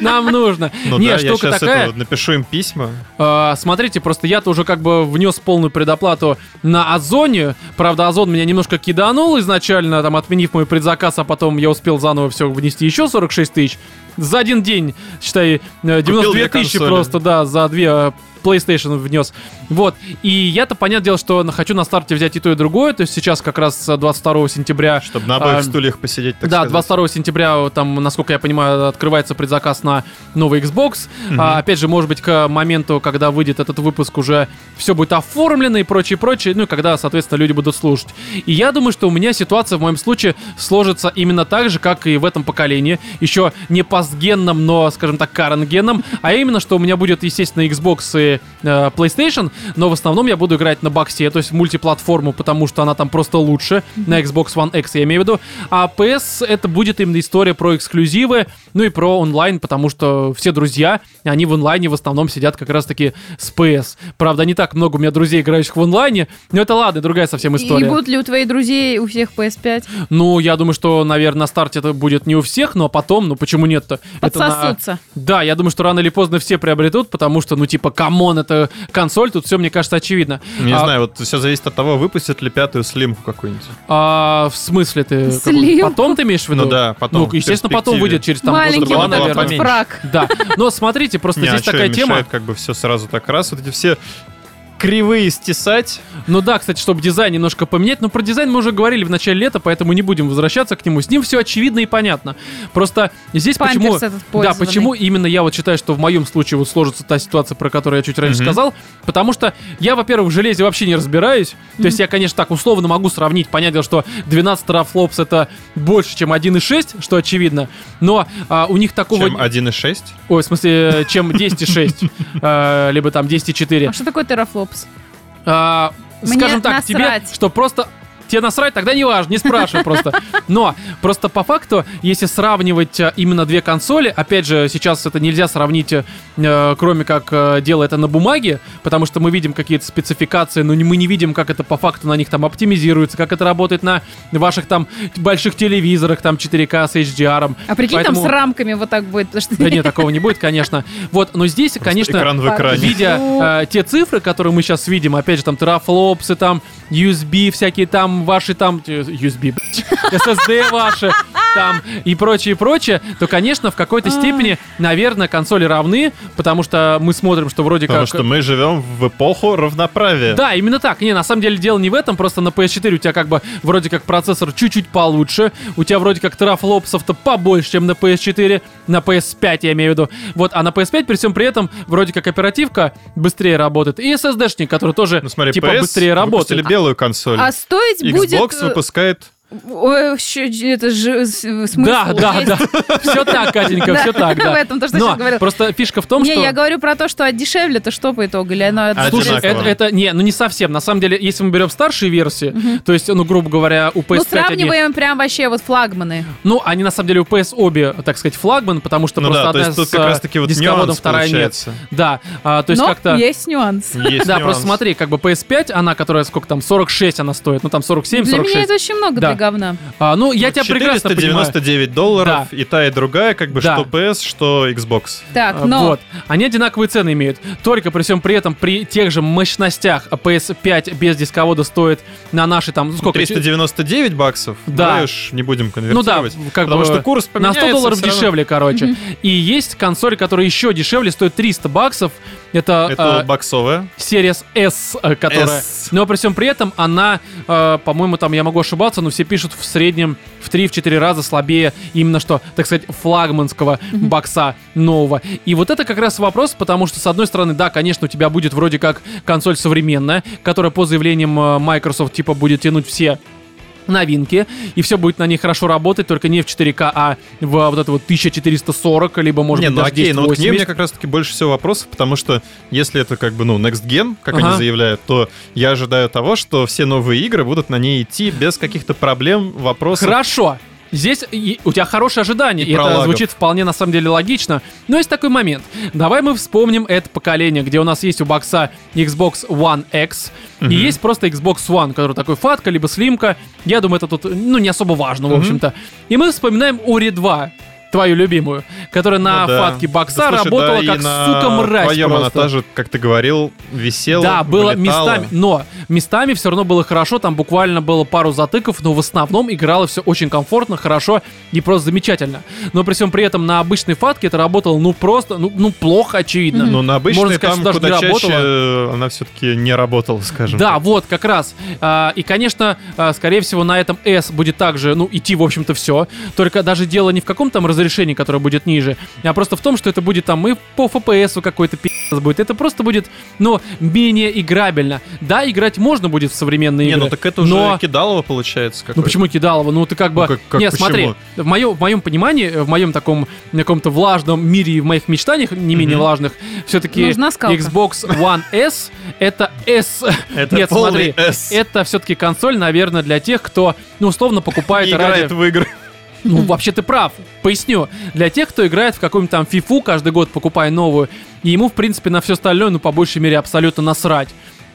Speaker 1: нам нужно.
Speaker 2: Ну
Speaker 1: Не,
Speaker 2: да, я
Speaker 1: штука
Speaker 2: сейчас
Speaker 1: такая.
Speaker 2: напишу им письма.
Speaker 1: А, Смотрите, просто я-то уже как бы внес полную предоплату на Озоне. Правда, Озон меня немножко киданул изначально, там, отменив мой предзаказ, а потом я успел заново все внести еще 46 тысяч. За один день, считай, э, 92
Speaker 2: Купил две
Speaker 1: тысячи
Speaker 2: консоли.
Speaker 1: просто, да, за две э, PlayStation внес. Вот. И я-то, понятное дело, что на- хочу на старте взять и то, и другое. То есть сейчас как раз э, 22 сентября
Speaker 2: Чтобы на обоих
Speaker 1: А,
Speaker 2: стульях посидеть, так
Speaker 1: да,
Speaker 2: сказать.
Speaker 1: 22 сентября, там, насколько я понимаю, открывается предзаказ на новый Xbox.
Speaker 2: Мгм.
Speaker 1: А, опять же, может быть, к моменту, когда выйдет этот выпуск, уже все будет оформлено и прочее, прочее. Ну и когда, соответственно, люди будут слушать. И я думаю, что у меня ситуация в моем случае сложится именно так же, как и в этом поколении. Еще не постгенном, но, скажем так, каренгенном. А именно, что у меня будет, естественно, Xbox и э, PlayStation, но в основном я буду играть на боксе, то есть в мультиплатформу, потому что она там просто лучше. На Xbox One X я имею в виду. А PS это будет именно история про эксклюзивы, ну и про онлайн, потому что все друзья, они в онлайне в основном сидят как раз-таки с PS. Правда, не так много у меня друзей, играющих в онлайне, но это ладно, другая совсем
Speaker 3: И
Speaker 1: история.
Speaker 3: будут ли у твоих друзей у всех PS5?
Speaker 1: Ну, я думаю, что, наверное, на старте это будет не у всех, но потом, ну почему нет-то? Это на-
Speaker 3: Подсосутся.
Speaker 1: да, я думаю, что рано или поздно все приобретут, потому что, ну, типа, камон, это консоль, тут все, мне кажется, очевидно.
Speaker 2: Ну, Не
Speaker 1: А,
Speaker 2: знаю, вот все зависит от того, выпустят ли пятую слимку какую-нибудь.
Speaker 1: а, в смысле ты? какой?
Speaker 3: Слил.
Speaker 1: Потом ты имеешь в виду?
Speaker 2: Ну да, потом.
Speaker 1: Ну, естественно,
Speaker 2: в
Speaker 1: потом
Speaker 2: перспективе.
Speaker 1: выйдет через там
Speaker 3: Маленький
Speaker 2: чтобы
Speaker 1: полгода,
Speaker 3: вот
Speaker 2: она была
Speaker 3: этот вот
Speaker 1: наверное.
Speaker 2: поменьше.
Speaker 3: фраг.
Speaker 1: Да, но смотрите, просто
Speaker 2: Не, а
Speaker 1: здесь
Speaker 2: чё,
Speaker 1: такая тема.
Speaker 2: мешает как бы все сразу так раз, вот эти все кривые стесать.
Speaker 1: Ну да, кстати, чтобы дизайн немножко поменять, но про дизайн мы уже говорили в начале лета, поэтому не будем возвращаться к нему. С ним все очевидно и понятно. Просто здесь почему...
Speaker 3: Памперс этот
Speaker 1: Да,
Speaker 3: пользованный.
Speaker 1: почему именно я вот считаю, что в моем случае вот сложится та ситуация, про которую я чуть раньше
Speaker 2: Мгм.
Speaker 1: сказал, потому что я, во-первых, в железе вообще не разбираюсь, то есть я, конечно, так условно могу сравнить, понятно, что 12 терафлопс это больше, чем 1.6, что очевидно, но а, у них такого...
Speaker 2: Чем 1.6?
Speaker 1: Ой, в смысле, э, чем 10.6, э, либо там
Speaker 3: А
Speaker 1: 10.4.
Speaker 3: что такое терафлопс?
Speaker 1: А,
Speaker 3: Мне
Speaker 1: скажем так,
Speaker 3: насрать.
Speaker 1: тебе, что просто тебе насрать, тогда не важно, не спрашивай просто. Но просто по факту, если сравнивать э, именно две консоли, опять же, сейчас это нельзя сравнить, э, э, кроме как э, дело это на бумаге, потому что мы видим какие-то спецификации, но не- мы не видим, как это по факту на них там оптимизируется, как это работает на ваших там больших телевизорах, там 4К с HDR.
Speaker 3: А прикинь,
Speaker 1: Поэтому-
Speaker 3: там с рамками вот так будет, потому что...
Speaker 1: Да нет, такого не будет, конечно. Вот, но здесь, конечно... а,
Speaker 2: Экран в экране.
Speaker 1: Видя э, те цифры, которые мы сейчас видим, опять же, там терафлопсы, там USB, всякие там ваши там... э, USB, блядь, SSD ваши, там и прочее, прочее, то, конечно, в какой-то степени, наверное, консоли равны, потому что мы смотрим, что вроде
Speaker 2: Потому
Speaker 1: как...
Speaker 2: что мы живем в эпоху равноправия.
Speaker 1: Да, именно так. Не, на самом деле дело не в этом, просто на PS4 у тебя как бы вроде как процессор чуть-чуть получше, у тебя вроде как терафлопсов-то побольше, чем на PS4, на PS5 я имею в виду. Вот, а на PS5 при всем при этом вроде как оперативка быстрее работает, и SSD-шник, который тоже
Speaker 2: Ну смотри,
Speaker 1: типа
Speaker 2: PS
Speaker 1: быстрее
Speaker 2: выпустили
Speaker 1: работает.
Speaker 2: белую консоль.
Speaker 3: А стоить будет...
Speaker 2: Xbox
Speaker 3: э,
Speaker 2: выпускает...
Speaker 3: Ой, щ- это же с- э, смысл.
Speaker 1: Да, да,
Speaker 3: есть.
Speaker 1: да. Все так, Катенька,
Speaker 3: Да,
Speaker 1: все так, да.
Speaker 3: в этом то, что
Speaker 1: Но
Speaker 3: я говорила.
Speaker 1: просто фишка в том,
Speaker 3: Не,
Speaker 1: что...
Speaker 3: я говорю про то, что дешевле-то что по итогу? Или оно...
Speaker 2: А,
Speaker 1: Слушай, это,
Speaker 2: Одинаково.
Speaker 1: это- не, ну не совсем. На самом деле, если мы берем старшие версии, то есть, ну, грубо говоря, у PS5
Speaker 3: Ну,
Speaker 1: они-
Speaker 3: сравниваем прям вообще вот флагманы.
Speaker 1: Ну, они на самом деле у PS обе, так сказать, флагман, потому что
Speaker 2: Ну
Speaker 1: просто
Speaker 2: да, то
Speaker 1: одна
Speaker 2: есть тут
Speaker 1: с,
Speaker 2: как
Speaker 1: э,
Speaker 2: раз-таки вот
Speaker 1: дисководом,
Speaker 2: нюанс
Speaker 1: вторая
Speaker 2: получается.
Speaker 1: нет. Да, а, то есть
Speaker 3: Но
Speaker 1: как-то...
Speaker 3: есть нюанс.
Speaker 2: Есть
Speaker 1: Да,
Speaker 2: нюанс.
Speaker 1: просто смотри, как бы PS5, она, которая сколько там, 46 она стоит, ну там 47,
Speaker 3: Для
Speaker 1: 46.
Speaker 3: меня это очень много
Speaker 1: Да.
Speaker 3: для говна.
Speaker 1: А, ну, я тебя прекрасно понимаю.
Speaker 2: 499 долларов, и та, и другая, как бы,
Speaker 1: Да.
Speaker 2: что PS, что Xbox.
Speaker 3: Так,
Speaker 1: А,
Speaker 3: но...
Speaker 1: Вот. Они одинаковые цены имеют. Только при всем при этом, при тех же мощностях а PS5 без дисковода стоит на наши там, сколько?
Speaker 2: 399 баксов.
Speaker 1: Да.
Speaker 2: Давай уж не будем
Speaker 1: Ну да,
Speaker 2: конвертировать.
Speaker 1: как
Speaker 2: потому
Speaker 1: бы
Speaker 2: что курс
Speaker 1: на 100
Speaker 2: поменяется
Speaker 1: долларов
Speaker 2: всё равно.
Speaker 1: дешевле, короче. И есть консоль, которая еще дешевле, стоит 300 баксов. Это,
Speaker 2: Это
Speaker 1: э,
Speaker 2: боксовая.
Speaker 1: Series S, э, которая...
Speaker 2: S.
Speaker 1: Но при всем при этом она, э, по-моему, там, я могу ошибаться, но все пишут в среднем в 3-4 раза слабее именно что, так сказать, флагманского бокса нового. И вот это как раз вопрос, потому что, с одной стороны, да, конечно, у тебя будет вроде как консоль современная, которая по заявлениям э, Microsoft, типа, будет тянуть все новинки, и все будет на ней хорошо работать, только не в 4К, а в а, вот это вот 1440, либо, может
Speaker 2: не,
Speaker 1: быть,
Speaker 2: ну
Speaker 1: даже
Speaker 2: окей, но вот к ней
Speaker 1: 1080.
Speaker 2: у меня как раз-таки больше всего вопросов, потому что если это как бы, ну, next gen, как
Speaker 1: Ага.
Speaker 2: они заявляют, то я ожидаю того, что все новые игры будут на ней идти без каких-то проблем, вопросов.
Speaker 1: Хорошо. Здесь и- у тебя хорошие ожидания,
Speaker 2: И
Speaker 1: и, это
Speaker 2: пролагов.
Speaker 1: звучит вполне на самом деле логично. Но есть такой момент. Давай мы вспомним это поколение, где у нас есть у бокса Xbox One X, и есть просто Xbox One, который такой фатка, либо слимка. Я думаю, это тут, ну, не особо важно, в общем-то. И мы вспоминаем Ури 2, твою любимую, которая на
Speaker 2: Ну да.
Speaker 1: фатке бокса
Speaker 2: Да, слушай,
Speaker 1: работала
Speaker 2: да, и
Speaker 1: как
Speaker 2: на
Speaker 1: сука мразь
Speaker 2: твоем она
Speaker 1: просто.
Speaker 2: тоже, как ты говорил, висела,
Speaker 1: Да, было
Speaker 2: вылетала.
Speaker 1: местами, но местами все равно было хорошо, там буквально было пару затыков, но в основном играло все очень комфортно, хорошо и просто замечательно. Но при всем при этом на обычной фатке это работало, ну просто, ну, ну плохо, очевидно.
Speaker 2: Но на обычной
Speaker 1: Можно сказать,
Speaker 2: там
Speaker 1: что даже
Speaker 2: куда
Speaker 1: не
Speaker 2: чаще
Speaker 1: работала.
Speaker 2: э, она все-таки не работала, скажем.
Speaker 1: Да,
Speaker 2: так.
Speaker 1: вот, как раз. А, И, конечно, а, скорее всего, на этом S будет также, ну, идти, в общем-то, все. Только даже дело не в каком там разрешении, которое будет ниже, а просто в том, что это будет там и по FPS -у какой-то пи***ц будет. Это просто будет, ну, менее играбельно. Да, играть можно будет в современные
Speaker 2: Не,
Speaker 1: игры.
Speaker 2: ну так это уже
Speaker 1: но-
Speaker 2: кидалово получается.
Speaker 1: Ну
Speaker 2: какое-то.
Speaker 1: почему Кидалова? Ну ты как бы...
Speaker 2: Ну, как- как
Speaker 1: Нет,
Speaker 2: почему?
Speaker 1: смотри, в моем, в моем понимании, э, в моем таком на каком-то влажном мире и в моих мечтаниях, не менее влажных, все-таки
Speaker 3: Нужна скалка.
Speaker 1: Xbox One S это S.
Speaker 2: Это
Speaker 1: Нет,
Speaker 2: полный
Speaker 1: смотри,
Speaker 2: S.
Speaker 1: это все-таки консоль, наверное, для тех, кто, ну, условно, покупает
Speaker 2: Не
Speaker 1: ради...
Speaker 2: играет в игры.
Speaker 1: Ну, вообще ты прав. Поясню. Для тех, кто играет в какую-нибудь там фифу каждый год, покупая новую, и ему, в принципе, на все остальное, ну, по большей мере, абсолютно насрать.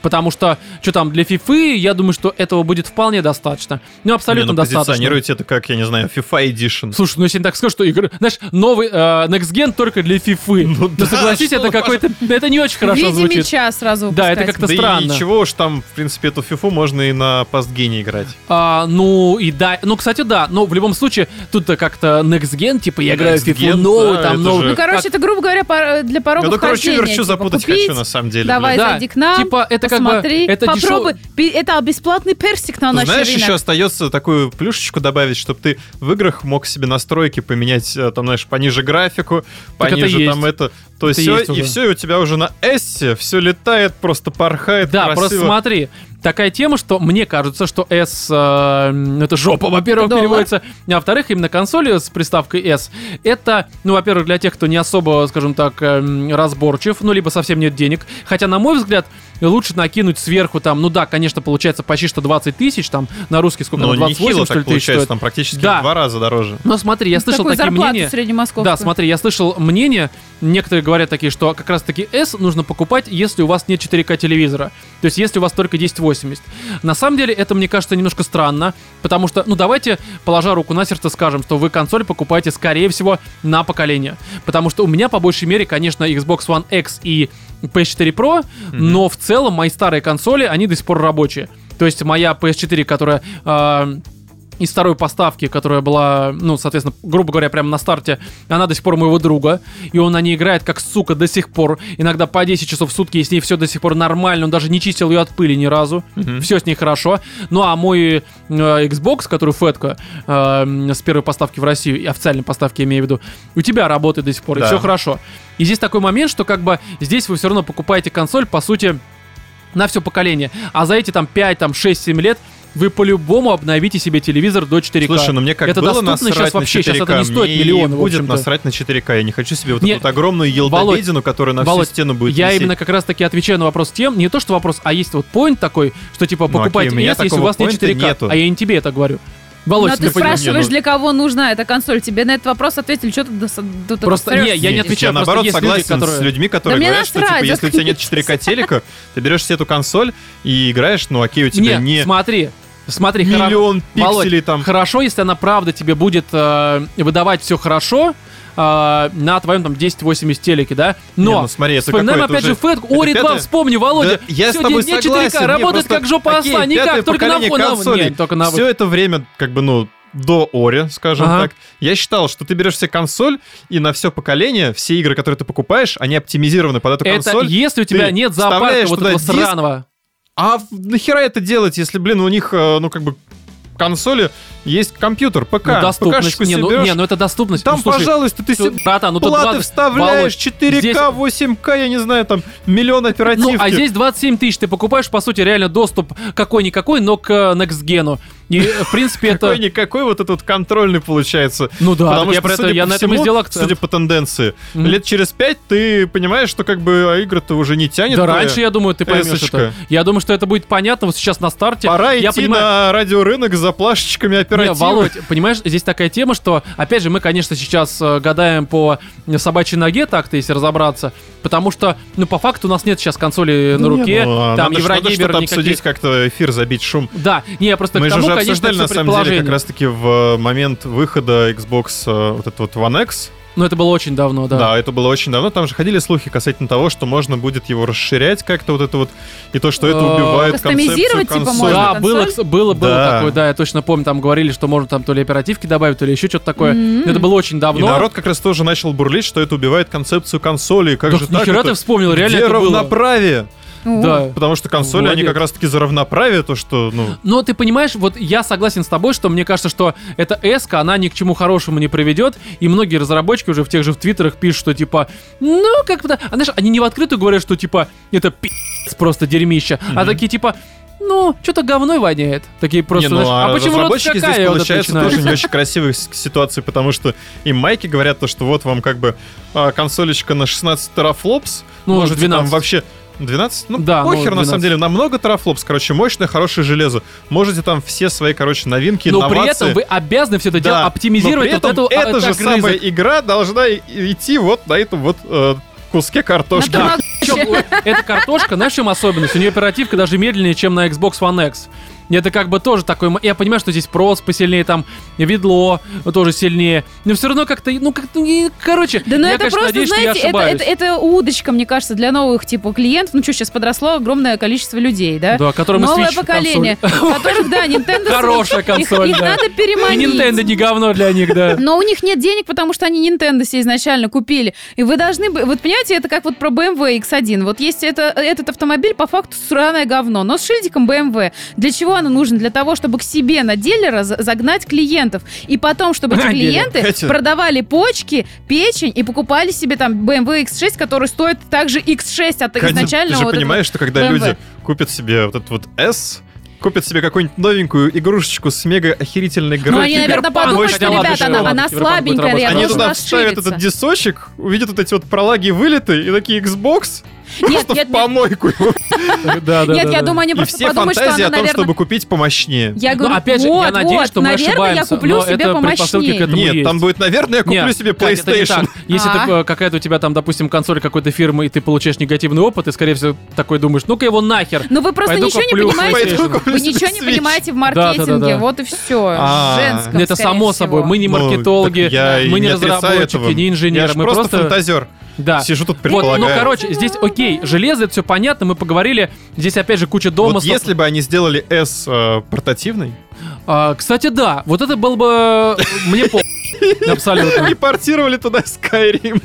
Speaker 1: Потому что, что там, для фифы, я думаю, что этого будет вполне достаточно. Ну, абсолютно
Speaker 2: Не, ну,
Speaker 1: достаточно.
Speaker 2: Позиционируете это как, я не знаю, FIFA Edition.
Speaker 1: Слушай, ну если так скажешь, что игры... Знаешь, новый э, Next Gen только для фифы. Ну,
Speaker 2: да,
Speaker 1: согласись,
Speaker 2: что
Speaker 1: это
Speaker 2: вы,
Speaker 1: какой-то... Это не очень
Speaker 3: В
Speaker 1: хорошо
Speaker 3: виде
Speaker 1: звучит.
Speaker 3: меча сразу
Speaker 1: Да, это
Speaker 3: выпускать.
Speaker 1: как-то
Speaker 2: да и
Speaker 1: странно.
Speaker 2: ничего уж там, в принципе, эту фифу можно и на пастгене играть.
Speaker 1: А, ну и да, ну кстати да, но в любом случае тут-то как-то Next Gen, типа я играю в
Speaker 2: Next
Speaker 1: FIFA
Speaker 2: Gen,
Speaker 1: новую,
Speaker 2: да,
Speaker 1: там
Speaker 2: это
Speaker 1: новую.
Speaker 2: же-
Speaker 3: Ну, короче, это, грубо говоря, пор- для порога
Speaker 2: Я ну, короче,
Speaker 3: вхождения,
Speaker 2: верчу
Speaker 3: типа,
Speaker 2: запутать
Speaker 3: купить,
Speaker 2: хочу, на самом деле.
Speaker 3: Давай,
Speaker 2: блин.
Speaker 1: Да,
Speaker 3: зайди к нам,
Speaker 1: типа, это как бы-
Speaker 3: посмотри,
Speaker 1: это дешево-
Speaker 3: попробуй. Пи- Это бесплатный персик на
Speaker 2: Ну,
Speaker 3: наш
Speaker 2: знаешь,
Speaker 3: рынок.
Speaker 2: еще остается такую плюшечку добавить, чтобы ты в играх мог себе настройки поменять, э, там, знаешь, пониже графику,
Speaker 1: Так это
Speaker 2: пониже
Speaker 1: есть.
Speaker 2: там это, то
Speaker 1: Это
Speaker 2: все,
Speaker 1: есть
Speaker 2: и
Speaker 1: уже.
Speaker 2: все, и у тебя уже на S все летает, просто порхает
Speaker 1: Да,
Speaker 2: красиво.
Speaker 1: просто смотри, такая тема, что мне кажется, что S э, это жопа, во-первых,
Speaker 3: Доллар.
Speaker 1: переводится, а во-вторых, именно консоли с приставкой S это, ну, во-первых, для тех, кто не особо, скажем так, эм, разборчив, ну, либо совсем нет денег. Хотя, на мой взгляд, лучше накинуть сверху там, ну да, конечно, получается почти что 20 тысяч, там на русский сколько
Speaker 2: Но
Speaker 1: там, 28 что
Speaker 2: нехило
Speaker 1: ли
Speaker 2: Ну, так
Speaker 1: тысяч
Speaker 2: получается,
Speaker 1: стоит.
Speaker 2: там практически
Speaker 1: Да.
Speaker 2: в два раза дороже.
Speaker 1: Но смотри, я слышал
Speaker 3: Такую
Speaker 1: такие
Speaker 3: зарплату
Speaker 1: мнения.
Speaker 3: среднемосковскую.
Speaker 1: Да, смотри, я слышал мнение, некоторые говорят такие, что как раз-таки S нужно покупать, если у вас нет 4К телевизора. То есть, если у вас только 1080. На самом деле, это, мне кажется, немножко странно, потому что, ну, давайте, положа руку на сердце, скажем, что вы консоль покупаете, скорее всего, на поколение. Потому что у меня, по большей мере, конечно, Xbox One X и PS4 Pro, но в целом мои старые консоли, они до сих пор рабочие. То есть, моя PS4, которая... э, из второй поставки, которая была, ну, соответственно, грубо говоря, прямо на старте, она до сих пор у моего друга, и он на ней играет как сука до сих пор, иногда по 10 часов в сутки, и с ней все до сих пор нормально, он даже не чистил ее от пыли ни разу, все с ней хорошо, ну, а мой э, Xbox, который фетка, э, с первой поставки в Россию, и официальной поставки, я имею в виду, у тебя работает до сих пор, и
Speaker 2: Да.
Speaker 1: все хорошо. И здесь такой момент, что как бы здесь вы все равно покупаете консоль, по сути, на все поколение. А за эти там 5, там 6-7 лет вы по-любому обновите себе телевизор до 4К.
Speaker 2: Слушай, ну мне как
Speaker 1: Типа, это
Speaker 2: было
Speaker 1: доступно
Speaker 2: насрать
Speaker 1: сейчас вообще,
Speaker 2: на 4К,
Speaker 1: сейчас это не стоит
Speaker 2: мне
Speaker 1: миллиона, в
Speaker 2: будет
Speaker 1: общем-то.
Speaker 2: насрать на 4К. Я не хочу себе вот
Speaker 1: Не,
Speaker 2: эту вот огромную елдобедину, которая на
Speaker 1: Володь,
Speaker 2: всю стену будет
Speaker 1: я
Speaker 2: висеть.
Speaker 1: именно как раз таки отвечаю на вопрос тем, не то что вопрос, а есть вот поинт такой, что типа
Speaker 2: Ну, окей,
Speaker 1: покупайте
Speaker 2: у меня
Speaker 1: S, если у
Speaker 2: такого
Speaker 1: вас нет
Speaker 2: поинта
Speaker 1: 4К,
Speaker 2: нету.
Speaker 1: а я не тебе это говорю. Володь,
Speaker 3: Но
Speaker 1: ты
Speaker 3: ты
Speaker 1: понимаешь?
Speaker 3: спрашиваешь,
Speaker 2: ну-
Speaker 3: для кого нужна эта консоль. Тебе на этот вопрос ответили, что ты до- до-
Speaker 1: Просто
Speaker 3: до-
Speaker 1: не, я не
Speaker 2: Нет,
Speaker 1: отвечаю, просто
Speaker 2: я наоборот
Speaker 1: есть люди,
Speaker 2: согласен
Speaker 1: которые-
Speaker 2: с людьми, которые
Speaker 3: Да мне
Speaker 2: говорят, что типа,
Speaker 3: насрать,
Speaker 2: если у тебя нет 4К телека, ты берешь себе эту консоль и играешь, ну окей, у тебя
Speaker 1: Нет,
Speaker 2: не
Speaker 1: смотри, смотри, хоро-
Speaker 2: миллион
Speaker 1: Володь,
Speaker 2: пикселей там.
Speaker 1: Хорошо, если она правда тебе будет э, выдавать все хорошо э, на твоем там 1080 телеке, да? Но
Speaker 2: Не, ну смотри, это
Speaker 1: вспоминаем
Speaker 2: какое-то
Speaker 1: опять же
Speaker 2: уже-
Speaker 1: Фэтку.
Speaker 2: это
Speaker 1: Ори 2
Speaker 2: пятое?
Speaker 1: вспомни, Володя.
Speaker 2: Да, я с
Speaker 1: Всё,
Speaker 2: тобой
Speaker 1: не- не 4К,
Speaker 2: согласен.
Speaker 1: работает как жопа осла, никак, только на фоне. Нет, только на
Speaker 2: Все это время, как бы, ну, до Ори, скажем
Speaker 1: Ага.
Speaker 2: так. Я считал, что ты берешь себе консоль, и на все поколение, все игры, которые ты покупаешь, они оптимизированы под эту
Speaker 1: Это
Speaker 2: консоль.
Speaker 1: если у тебя
Speaker 2: ты
Speaker 1: нет зоопарка
Speaker 2: вставляешь
Speaker 1: вот
Speaker 2: туда
Speaker 1: этого
Speaker 2: диск,
Speaker 1: сраного. ну,
Speaker 2: А в- нахера это делать, если, блин, у них, э, ну, как бы, консоли есть компьютер, ПК,
Speaker 1: Ну, доступность.
Speaker 2: ПКшечку
Speaker 1: Не
Speaker 2: себе
Speaker 1: ну,
Speaker 2: берешь,
Speaker 1: не, ну это доступность.
Speaker 2: там,
Speaker 1: Ну, слушай,
Speaker 2: пожалуйста, ты
Speaker 1: всё-
Speaker 2: себе
Speaker 1: братан, ну тут
Speaker 2: платы
Speaker 1: 20
Speaker 2: вставляешь,
Speaker 1: Володь,
Speaker 2: 4К,
Speaker 1: здесь-
Speaker 2: 8К, я не знаю, там, миллион оперативки.
Speaker 1: Ну, а здесь 27 тысяч. Ты покупаешь, по сути, реально доступ какой-никакой, но к э, Next Gen. И, э, в принципе, это...
Speaker 2: Какой-никакой вот этот контрольный получается.
Speaker 1: Ну да,
Speaker 2: Потому
Speaker 1: так я
Speaker 2: что,
Speaker 1: про это,
Speaker 2: судя
Speaker 1: я
Speaker 2: по
Speaker 1: на этом и
Speaker 2: всему,
Speaker 1: сделал акцент.
Speaker 2: Судя по тенденции,
Speaker 1: Мгм.
Speaker 2: лет через пять ты понимаешь, что как бы а игры-то уже не тянет.
Speaker 1: Да
Speaker 2: твоя.
Speaker 1: раньше, я думаю, ты поймешь
Speaker 2: эсочка.
Speaker 1: это. Я думаю, что это будет понятно вот сейчас на старте.
Speaker 2: Пора
Speaker 1: я
Speaker 2: идти
Speaker 1: понимаю,
Speaker 2: на радиорынок за плашечками
Speaker 1: Не,
Speaker 2: оперативы.
Speaker 1: Володь, понимаешь, здесь такая тема, что, опять же, мы, конечно, сейчас э, гадаем по собачьей ноге, так-то, если разобраться, потому что, ну, по факту у нас нет сейчас консоли на
Speaker 2: Ну,
Speaker 1: руке,
Speaker 2: а
Speaker 1: там Еврогеймер
Speaker 2: там
Speaker 1: никаких...
Speaker 2: обсудить, как-то эфир забить шум.
Speaker 1: Да, не, я просто
Speaker 2: Мы
Speaker 1: к
Speaker 2: же
Speaker 1: тому,
Speaker 2: уже
Speaker 1: конечно,
Speaker 2: обсуждали,
Speaker 1: это
Speaker 2: на
Speaker 1: всё
Speaker 2: самом деле, как
Speaker 1: предположение.
Speaker 2: раз-таки в э, момент выхода Xbox э, вот этот вот One X.
Speaker 1: Но Ну, это было очень давно, да.
Speaker 2: Да. это было очень давно. Там же ходили слухи касательно того, что можно будет его расширять как-то вот это вот. И то, что это
Speaker 1: Э,
Speaker 2: убивает концепцию
Speaker 3: Кастомизировать, типа,
Speaker 2: консоли.
Speaker 3: можно?
Speaker 1: Да,
Speaker 3: консоль?
Speaker 1: было, было, было
Speaker 2: Да.
Speaker 1: такое, да, я точно помню, там говорили, что можно там то ли оперативки добавить, то ли еще что-то такое.
Speaker 3: М-м.
Speaker 1: Это было очень
Speaker 2: И
Speaker 1: давно.
Speaker 2: народ как раз тоже начал бурлить, что это убивает концепцию консолей. Как
Speaker 1: Да
Speaker 2: же так?
Speaker 1: нихера
Speaker 2: это?
Speaker 1: ты вспомнил,
Speaker 2: Где
Speaker 1: реально это было.
Speaker 2: равноправие?
Speaker 3: Ну,
Speaker 1: Да.
Speaker 2: Потому что консоли,
Speaker 1: Молодец.
Speaker 2: они как раз-таки за равноправие, то что, ну...
Speaker 1: Но ты понимаешь, вот я согласен с тобой, что мне кажется, что эта эска, она ни к чему хорошему не приведет, и многие разработчики уже в тех же в твиттерах пишут, что типа, ну, как бы, да». а, знаешь, они не в открытую говорят, что типа, это пи***ц просто дерьмище, а такие типа, ну, что-то говной воняет. Такие просто,
Speaker 2: не, ну,
Speaker 1: знаешь, а, почему вот
Speaker 2: разработчики
Speaker 1: такая?» вот
Speaker 2: здесь,
Speaker 1: это
Speaker 2: получается,
Speaker 1: начинают.
Speaker 2: тоже не очень красивые с- ситуации, потому что и майки говорят то, что вот вам как бы а, консолечка на 16 терафлопс,
Speaker 1: Ну,
Speaker 2: можете
Speaker 1: 12.
Speaker 2: там вообще... 12? Ну,
Speaker 1: Да, ну,
Speaker 2: похер, на
Speaker 1: 12.
Speaker 2: самом деле, намного терафлопс, короче, мощное, хорошее железо. Можете там все свои, короче, новинки,
Speaker 1: Но при
Speaker 2: инновации.
Speaker 1: этом вы обязаны все это дело
Speaker 2: Да, но
Speaker 1: оптимизировать
Speaker 2: при
Speaker 1: вот
Speaker 2: этом
Speaker 1: эту а,
Speaker 2: эта же
Speaker 1: этот огрызок.
Speaker 2: самая игра должна и- идти вот на этом вот э, куске картошки.
Speaker 1: Да.
Speaker 3: На
Speaker 1: Причем, э, эта картошка, знаешь, в чем особенность? У нее оперативка даже медленнее, чем на Xbox One X. Это как бы тоже такой... м- Я понимаю, что здесь прос посильнее, там, ведло тоже сильнее. Но все равно как-то... Ну, как-то... не- Короче,
Speaker 3: Да, но
Speaker 1: я,
Speaker 3: это
Speaker 1: конечно,
Speaker 3: просто,
Speaker 1: надеюсь,
Speaker 3: знаете,
Speaker 1: что я
Speaker 3: это,
Speaker 1: ошибаюсь.
Speaker 3: это, это удочка, мне кажется, для новых типа клиентов. Ну что, сейчас подросло огромное количество людей, да?
Speaker 1: Да, которым и
Speaker 3: э, Новое
Speaker 1: Switch
Speaker 3: поколение, которых, да, Nintendo
Speaker 1: Хорошая
Speaker 3: Switch, их-
Speaker 1: консоль,
Speaker 3: Их
Speaker 1: да.
Speaker 3: надо
Speaker 1: И
Speaker 3: переманить.
Speaker 1: Nintendo не говно для них, да.
Speaker 3: Но у них нет денег, потому что они Nintendo себе изначально купили. И вы должны бы... Вот понимаете, это как вот про BMW X1. Вот есть это, этот автомобиль, по факту, сраное говно, но с шильдиком BMW. Для чего миллиона нужно для того, чтобы к себе на дилера за- загнать клиентов. И потом, чтобы эти
Speaker 1: Делер.
Speaker 3: клиенты
Speaker 2: Хотя-
Speaker 3: продавали почки, печень и покупали себе там BMW X6, который стоит также X6 от
Speaker 2: Катя, ты
Speaker 3: изначально.
Speaker 2: же
Speaker 3: вот этого.
Speaker 2: понимаешь, что когда
Speaker 3: BMW.
Speaker 2: люди купят себе вот этот вот S, купят себе какую-нибудь новенькую игрушечку с мега охерительной
Speaker 3: Ну,
Speaker 2: графикой,
Speaker 3: они, наверное,
Speaker 1: Киберпанк
Speaker 3: подумают,
Speaker 1: очень
Speaker 3: что, ребята,
Speaker 1: ладно,
Speaker 3: она,
Speaker 1: ладно,
Speaker 3: она
Speaker 1: Киберпанк будет
Speaker 3: слабенькая,
Speaker 1: работать.
Speaker 3: я
Speaker 2: они
Speaker 1: должен
Speaker 2: туда
Speaker 3: должна
Speaker 2: вставят
Speaker 3: расшириться.
Speaker 2: этот дисочек, увидят вот эти вот пролаги вылеты и такие Xbox, просто
Speaker 3: Нет, нет,
Speaker 2: в
Speaker 3: нет.
Speaker 2: помойку.
Speaker 3: Нет, я думаю, они
Speaker 2: И
Speaker 3: просто
Speaker 2: все
Speaker 3: подумают, что
Speaker 2: фантазии
Speaker 3: она,
Speaker 2: о том,
Speaker 3: наверное...
Speaker 2: чтобы купить помощнее.
Speaker 3: Я
Speaker 1: Но
Speaker 3: говорю,
Speaker 1: Ну, опять же,
Speaker 3: вот,
Speaker 1: я надеюсь,
Speaker 3: вот,
Speaker 1: что мы
Speaker 3: наверное,
Speaker 1: ошибаемся,
Speaker 3: я куплю
Speaker 1: но
Speaker 3: себе
Speaker 1: это предпосылки к
Speaker 3: помощнее.
Speaker 1: этому
Speaker 2: Нет,
Speaker 1: есть.
Speaker 2: там будет, наверное, я куплю
Speaker 1: Нет,
Speaker 2: себе
Speaker 1: Кать, это не
Speaker 2: PlayStation.
Speaker 1: так. Если
Speaker 3: А.
Speaker 1: ты, э, какая-то у тебя там, допустим, консоль какой-то фирмы, и ты получаешь негативный опыт, ты, скорее всего, такой думаешь, ну-ка его нахер.
Speaker 3: Но Ну, вы просто
Speaker 1: Пойду
Speaker 3: ничего не
Speaker 1: куплю
Speaker 3: понимаете.
Speaker 1: PlayStation.
Speaker 2: Пойду куплю
Speaker 3: Вы
Speaker 2: себе
Speaker 3: ничего не
Speaker 2: Switch.
Speaker 3: понимаете в
Speaker 1: да, да,
Speaker 3: маркетинге.
Speaker 1: да.
Speaker 3: Вот и все.
Speaker 2: А.
Speaker 3: женском,
Speaker 1: Ну, Это само собой, мы не
Speaker 2: Ну,
Speaker 1: маркетологи,
Speaker 2: так я и
Speaker 1: мы не,
Speaker 2: не отрицаю
Speaker 1: разработчики,
Speaker 2: этого.
Speaker 1: не
Speaker 2: Я
Speaker 1: инженеры,
Speaker 2: ж
Speaker 1: мы
Speaker 2: просто
Speaker 1: просто...
Speaker 2: фантазер.
Speaker 1: да.
Speaker 2: Сижу тут
Speaker 1: Вот, ну,
Speaker 2: предполагаю.
Speaker 1: короче, здесь окей, железо, это все понятно, мы поговорили. Здесь, опять же, куча
Speaker 2: Вот
Speaker 1: домыслов.
Speaker 2: если бы они сделали S э, портативный
Speaker 1: А, кстати, да, вот это был бы... э, Мне по... Абсолютно.
Speaker 2: и портировали туда Skyrim.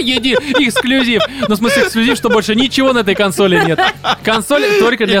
Speaker 1: Еди, эксклюзив. Ну, в смысле, эксклюзив, что больше ничего на этой консоли нет. Консоль только для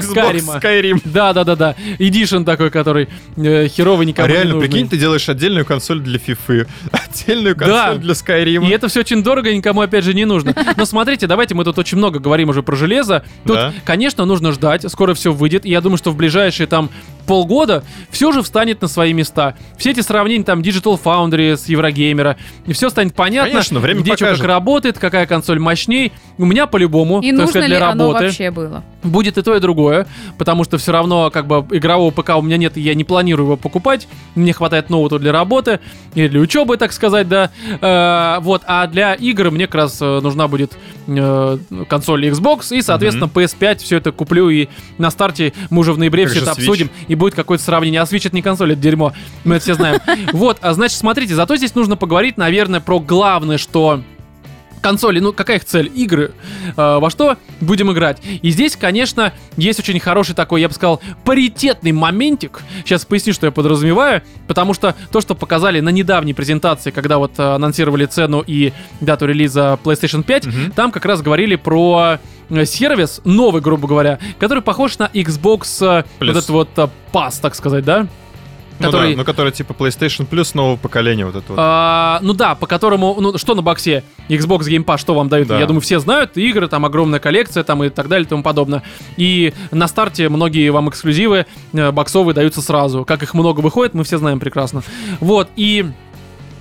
Speaker 1: Скайрима.
Speaker 2: Xbox Skyrim.
Speaker 1: Да, да, да, да. Эдишн такой, который э, херовый никому
Speaker 2: А
Speaker 1: не
Speaker 2: реально,
Speaker 1: нужный.
Speaker 2: прикинь, ты делаешь отдельную консоль для FIFA, отдельную
Speaker 1: Да.
Speaker 2: консоль для Skyrim.
Speaker 1: И это все очень дорого, и никому опять же не нужно. Но смотрите, давайте мы тут очень много говорим уже про железо. Тут,
Speaker 2: Да.
Speaker 1: конечно, нужно ждать, скоро все выйдет. И я думаю, что в ближайшие там полгода все же встанет на свои места. Все эти сравнения там Digital Foundry с Еврогеймера, и все станет понятно,
Speaker 2: Конечно, время
Speaker 1: где что как
Speaker 2: покажет.
Speaker 1: работает, какая консоль мощней. У меня по-любому,
Speaker 3: И
Speaker 1: так
Speaker 3: нужно
Speaker 1: сказать,
Speaker 3: ли
Speaker 1: для
Speaker 3: оно
Speaker 1: работы.
Speaker 3: вообще было?
Speaker 1: Будет и то, и другое, потому что все равно, как бы, игрового ПК у меня нет, и я не планирую его покупать. Мне хватает ноута для работы и для учебы, так сказать, да. Э, вот, а для игр мне как раз э, нужна будет э, консоль Xbox, и, соответственно, PS5 все это куплю, и на старте мы уже в ноябре
Speaker 2: Как
Speaker 1: все
Speaker 2: же
Speaker 1: это
Speaker 2: Switch?
Speaker 1: обсудим, и будет какое-то сравнение. А Switch это не консоль, это дерьмо, мы это все знаем. Вот, а значит, смотрите, зато здесь нужно поговорить, наверное, про главное, что консоли, ну какая их цель? Игры. Э, во что будем играть? И здесь, конечно, есть очень хороший такой, я бы сказал, паритетный моментик. Сейчас поясню, что я подразумеваю. Потому что то, что показали на недавней презентации, когда вот э, анонсировали цену и дату релиза PlayStation 5,
Speaker 2: Мгм.
Speaker 1: там как раз говорили про э, сервис новый, грубо говоря, который похож на Xbox, э, вот
Speaker 2: Плюс.
Speaker 1: этот вот э, Pass, так сказать, да?
Speaker 2: Ну
Speaker 1: Который-
Speaker 2: да, ну который типа PlayStation Plus нового поколения вот этого.
Speaker 1: А, ну да, по которому, ну что на боксе Xbox Game Pass, что вам дают,
Speaker 2: Да.
Speaker 1: я думаю, все знают, игры, там огромная коллекция, там и так далее, и тому подобное. И на старте многие вам эксклюзивы э, боксовые даются сразу. Как их много выходит, мы все знаем прекрасно. Вот, и...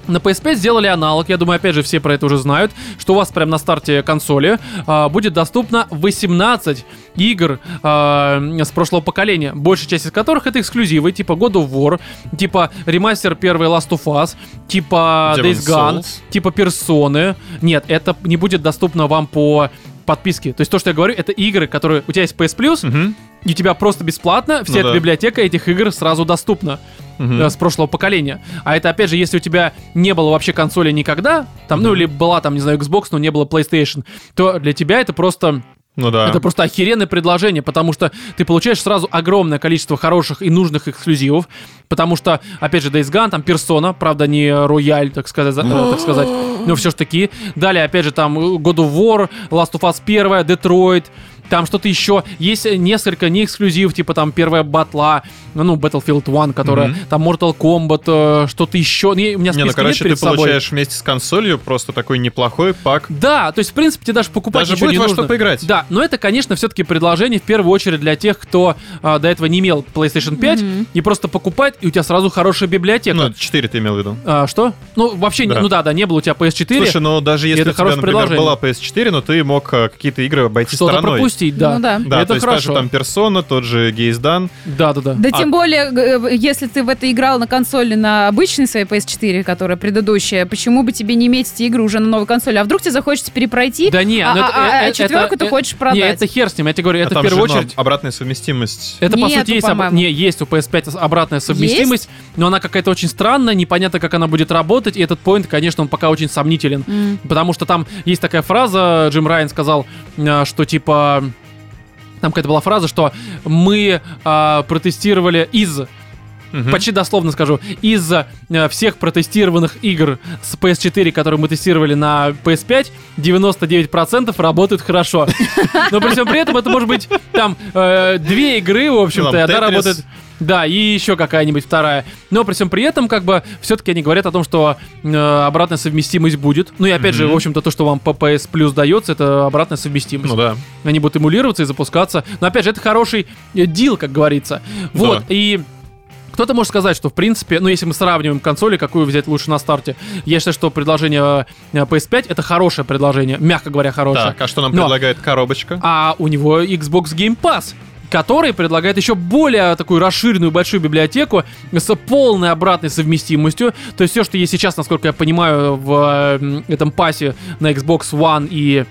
Speaker 1: На PS5 сделали аналог, я думаю, опять же, все про это уже знают, что у вас прямо на старте консоли а, будет доступно 18 игр а, с прошлого поколения, большая часть из которых это эксклюзивы, типа God of War, типа ремастер первой Last of Us, типа
Speaker 2: Demon's
Speaker 1: Days Gone,
Speaker 2: Souls.
Speaker 1: типа Персоны. Нет, это не будет доступно вам по подписке. То есть то, что я говорю, это игры, которые у тебя есть PS Plus,
Speaker 2: Мгм,
Speaker 1: и у тебя просто бесплатно вся
Speaker 2: Хм. Ну
Speaker 1: эта
Speaker 2: да.
Speaker 1: библиотека этих игр сразу доступна
Speaker 2: мгм.
Speaker 1: э, с прошлого поколения. А это, опять же, если у тебя не было вообще консоли никогда, там, ну,
Speaker 2: Мгм.
Speaker 1: или была там, не знаю, Xbox, но не было PlayStation, то для тебя это просто...
Speaker 2: Ну да.
Speaker 1: Это просто охеренное предложение, потому что ты получаешь сразу огромное количество хороших и нужных эксклюзивов, потому что, опять же, Days Gone, там Persona, правда, не рояль, так сказать, за- э, так сказать, но все ж таки. Далее, опять же, там э, God of War, Last of Us 1, Detroit, там что-то еще. Есть несколько не эксклюзив, типа там первая батла, ну, Battlefield 1, которая,
Speaker 2: Мгм.
Speaker 1: там Mortal Kombat, э, что-то еще. Не, у меня списка
Speaker 2: Не, ну
Speaker 1: нет
Speaker 2: короче, ты
Speaker 1: перед собой.
Speaker 2: получаешь вместе с консолью просто такой неплохой пак.
Speaker 1: Да, то есть, в принципе, тебе даже покупать
Speaker 2: Даже
Speaker 1: ничего
Speaker 2: будет
Speaker 1: не
Speaker 2: во
Speaker 1: нужно.
Speaker 2: что поиграть.
Speaker 1: Да, но это, конечно, все-таки предложение в первую очередь для тех, кто а, до этого не имел PlayStation 5, и просто покупать, и у тебя сразу хорошая библиотека.
Speaker 2: Ну, 4 ты имел в виду.
Speaker 1: А, что? Ну, вообще, не-
Speaker 2: Да.
Speaker 1: ну да, да, не было у тебя PS4.
Speaker 2: Слушай, ну даже если
Speaker 1: это
Speaker 2: у тебя,
Speaker 1: хорошее
Speaker 2: например,
Speaker 1: предложение.
Speaker 2: была PS4, но ты мог э, какие-то игры обойти
Speaker 1: что-то
Speaker 2: стороной.
Speaker 1: пропустить, да.
Speaker 3: Ну да.
Speaker 2: Да,
Speaker 1: это
Speaker 2: то есть
Speaker 1: хорошо.
Speaker 2: та же там персона, тот же Гейздан.
Speaker 1: Да, да, да.
Speaker 3: Да тем более, г- э, если ты в это играл на консоли на обычной своей PS4, которая предыдущая, почему бы тебе не иметь эти игры уже на новой консоли? А вдруг тебе захочется перепройти,
Speaker 1: Да не,
Speaker 3: а,
Speaker 1: ну
Speaker 3: а-
Speaker 1: это-
Speaker 3: а- а
Speaker 1: э, э,
Speaker 3: четверку
Speaker 1: это-
Speaker 3: ты
Speaker 1: э,
Speaker 3: хочешь
Speaker 1: Не,
Speaker 3: продать?
Speaker 1: это хер с ним, я тебе говорю,
Speaker 2: А
Speaker 1: это в
Speaker 2: там
Speaker 1: первую
Speaker 2: же, ну,
Speaker 1: очередь.
Speaker 2: обратная совместимость.
Speaker 1: Это, по
Speaker 3: Нету,
Speaker 1: сути, есть, об-
Speaker 3: по-моему.
Speaker 1: не, есть у PS5 обратная совместимость, но она какая-то очень странная, непонятно, как она будет работать, и этот поинт, конечно, он пока очень сомнителен.
Speaker 3: М.
Speaker 1: Потому что там есть такая фраза, Джим Райан сказал, э, что типа... Там какая-то была фраза, что мы э, протестировали а, из
Speaker 2: Мгм.
Speaker 1: почти дословно скажу, из э, всех протестированных игр с PS4, которые мы тестировали на PS5, 99% работают хорошо. Но при всем при этом это может быть там э, две игры, в общем-то, и
Speaker 2: там,
Speaker 1: одна
Speaker 2: Tetris.
Speaker 1: работает... Да, и еще какая-нибудь вторая. Но при всем при этом, как бы, все-таки они говорят о том, что э, обратная совместимость будет. Ну и опять же,
Speaker 2: Мгм.
Speaker 1: в общем-то, то, что вам по PS Plus дается, это обратная совместимость
Speaker 2: Ну да.
Speaker 1: они будут эмулироваться и запускаться. Но опять же, это хороший э, дил, как говорится. Вот,
Speaker 2: Да.
Speaker 1: и... Кто-то может сказать, что в принципе, ну если мы сравниваем консоли, какую взять лучше на старте, я считаю, что предложение э, PS5 это хорошее предложение, мягко говоря, хорошее.
Speaker 2: Так, а что нам
Speaker 1: Но-
Speaker 2: предлагает коробочка?
Speaker 1: А у него Xbox Game Pass который предлагает еще более такую расширенную большую библиотеку с полной обратной совместимостью. То есть все, что есть сейчас, насколько я понимаю, в э, м, этом пасе на Xbox One и,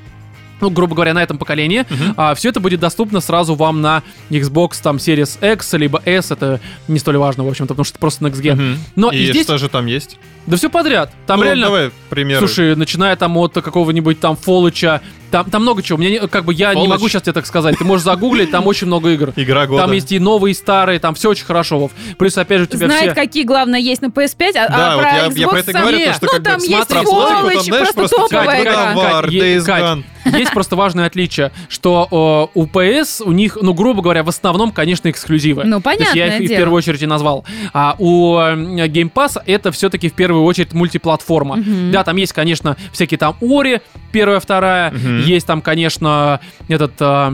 Speaker 1: ну, грубо говоря, на этом поколении,
Speaker 2: Мгм.
Speaker 1: все это будет доступно сразу вам на Xbox там Series X, либо S, это не столь важно, в общем-то, потому что это просто на XG.
Speaker 2: Мгм.
Speaker 1: но
Speaker 2: и
Speaker 1: и здесь-
Speaker 2: что же там есть?
Speaker 1: Да все подряд. Там
Speaker 2: Ну,
Speaker 1: реально...
Speaker 2: Давай примеры.
Speaker 1: Слушай, начиная там от какого-нибудь там Фолыча, там, там много чего. Мне не- как бы я не
Speaker 2: Fallout?
Speaker 1: могу сейчас тебе так сказать. Ты можешь загуглить, там очень много игр.
Speaker 2: Игра года.
Speaker 1: Там есть и новые, и старые, там все очень хорошо, Вов. Плюс, опять же, у тебя
Speaker 3: Знает,
Speaker 1: все...
Speaker 3: какие, главное, есть на PS5, а,
Speaker 2: Да,
Speaker 3: а
Speaker 2: вот
Speaker 3: про
Speaker 2: я,
Speaker 3: Xbox
Speaker 2: я про это
Speaker 3: сам-
Speaker 2: говорю, то,
Speaker 1: нет.
Speaker 2: что
Speaker 3: Ну,
Speaker 2: когда
Speaker 3: там
Speaker 2: ты
Speaker 3: есть
Speaker 2: смотришь
Speaker 1: и
Speaker 2: обложку, там,
Speaker 3: Fallout,
Speaker 2: знаешь,
Speaker 3: просто
Speaker 2: просто типа
Speaker 3: топовая
Speaker 2: God of
Speaker 1: игра.
Speaker 2: War,
Speaker 1: Кать, е-
Speaker 2: Days
Speaker 1: Кать,
Speaker 2: Gone.
Speaker 1: Есть просто важное отличие, что э, у PS у них, ну, грубо говоря, в основном, конечно, эксклюзивы.
Speaker 3: Ну,
Speaker 1: То есть я
Speaker 3: понятное
Speaker 1: их и в
Speaker 3: дело.
Speaker 1: первую очередь и назвал. А у э, Game Pass это все-таки в первую очередь мультиплатформа.
Speaker 3: Мгм.
Speaker 1: Да, там есть, конечно, всякие там Ори, первая, вторая.
Speaker 2: Мгм.
Speaker 1: Есть там, конечно, этот... э,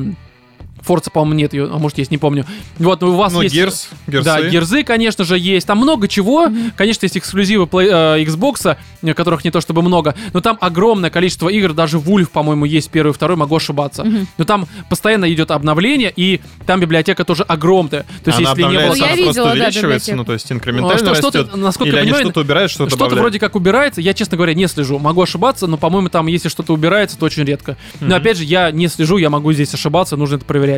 Speaker 1: Форца, по-моему, нет ее, а может, есть, не помню. Вот, ну, у вас
Speaker 2: Ну,
Speaker 1: есть...
Speaker 2: Gears, Gears.
Speaker 1: Да, герзы, конечно же, есть. Там много чего. Конечно, есть эксклюзивы Play- э, Xbox, э, которых не то чтобы много, но там огромное количество игр. Даже Вульф, по-моему, есть первый, второй, могу ошибаться.
Speaker 3: Мгм.
Speaker 1: Но там постоянно идет обновление, и там библиотека тоже огромная. То есть,
Speaker 2: Она
Speaker 1: если не было...
Speaker 2: обновляется,
Speaker 3: Ну, я
Speaker 2: она
Speaker 3: видела, да,
Speaker 2: просто увеличивается,
Speaker 3: библиотеку.
Speaker 2: ну, то есть
Speaker 1: Ну, а
Speaker 2: инкрементально
Speaker 1: что- что-то,
Speaker 2: растет.
Speaker 1: насколько
Speaker 2: Или они
Speaker 1: понимаю,
Speaker 2: что-то убирают, что-то
Speaker 1: Что-то
Speaker 2: добавляют.
Speaker 1: вроде как убирается, я, честно говоря, не слежу. Могу ошибаться, но, по-моему, там, если что-то убирается, то очень редко. Но,
Speaker 2: Мгм.
Speaker 1: опять же, я не слежу, я могу здесь ошибаться, нужно это проверять.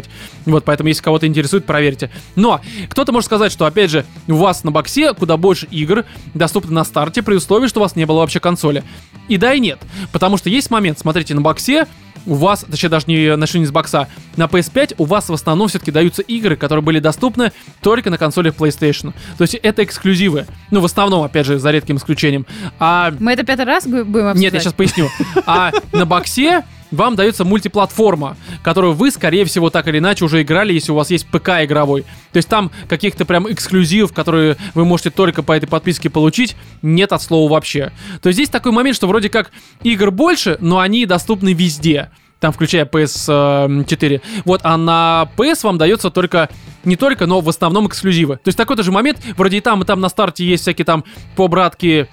Speaker 1: Вот, поэтому, если кого-то интересует, проверьте. Но кто-то может сказать, что, опять же, у вас на боксе куда больше игр доступно на старте, при условии, что у вас не было вообще консоли. И да, и нет. Потому что есть момент, смотрите, на боксе у вас, точнее, даже не начну не с бокса, на PS5 у вас в основном все-таки даются игры, которые были доступны только на консолях PlayStation. То есть это эксклюзивы. Ну, в основном, опять же, за редким исключением. А
Speaker 3: Мы это пятый раз г- будем обсуждать?
Speaker 1: нет, я сейчас поясню. А на боксе вам дается мультиплатформа, которую вы, скорее всего, так или иначе уже играли, если у вас есть ПК игровой. То есть там каких-то прям эксклюзивов, которые вы можете только по этой подписке получить, нет от слова вообще. То есть здесь такой момент, что вроде как игр больше, но они доступны везде. Там, включая PS4. Вот, а на PS вам дается только не только, но в основном эксклюзивы. То есть такой же момент, вроде и там, и там на старте есть всякие там побратки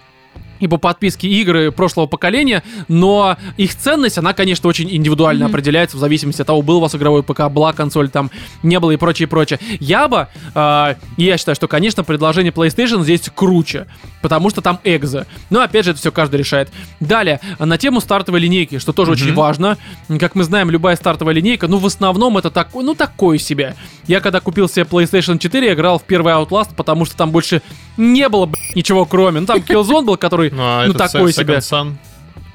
Speaker 1: и по подписке игры прошлого поколения, но их ценность, она, конечно, очень индивидуально определяется в зависимости от того, был у вас игровой ПК, была консоль, там не было и прочее, прочее. Я бы, э, я считаю, что, конечно, предложение PlayStation здесь круче, потому что там экзо. Но, опять же, это все каждый решает. Далее, на тему стартовой линейки, что тоже очень важно. Как мы знаем, любая стартовая линейка, ну, в основном это такой, ну, такое себе. Я когда купил себе PlayStation 4, я играл в первый Outlast, потому что там больше не было, блядь, ничего кроме. Ну, там Killzone был, который,
Speaker 2: Ну, а
Speaker 1: ну,
Speaker 2: этот
Speaker 1: такой
Speaker 2: Second
Speaker 1: себе.
Speaker 2: Son.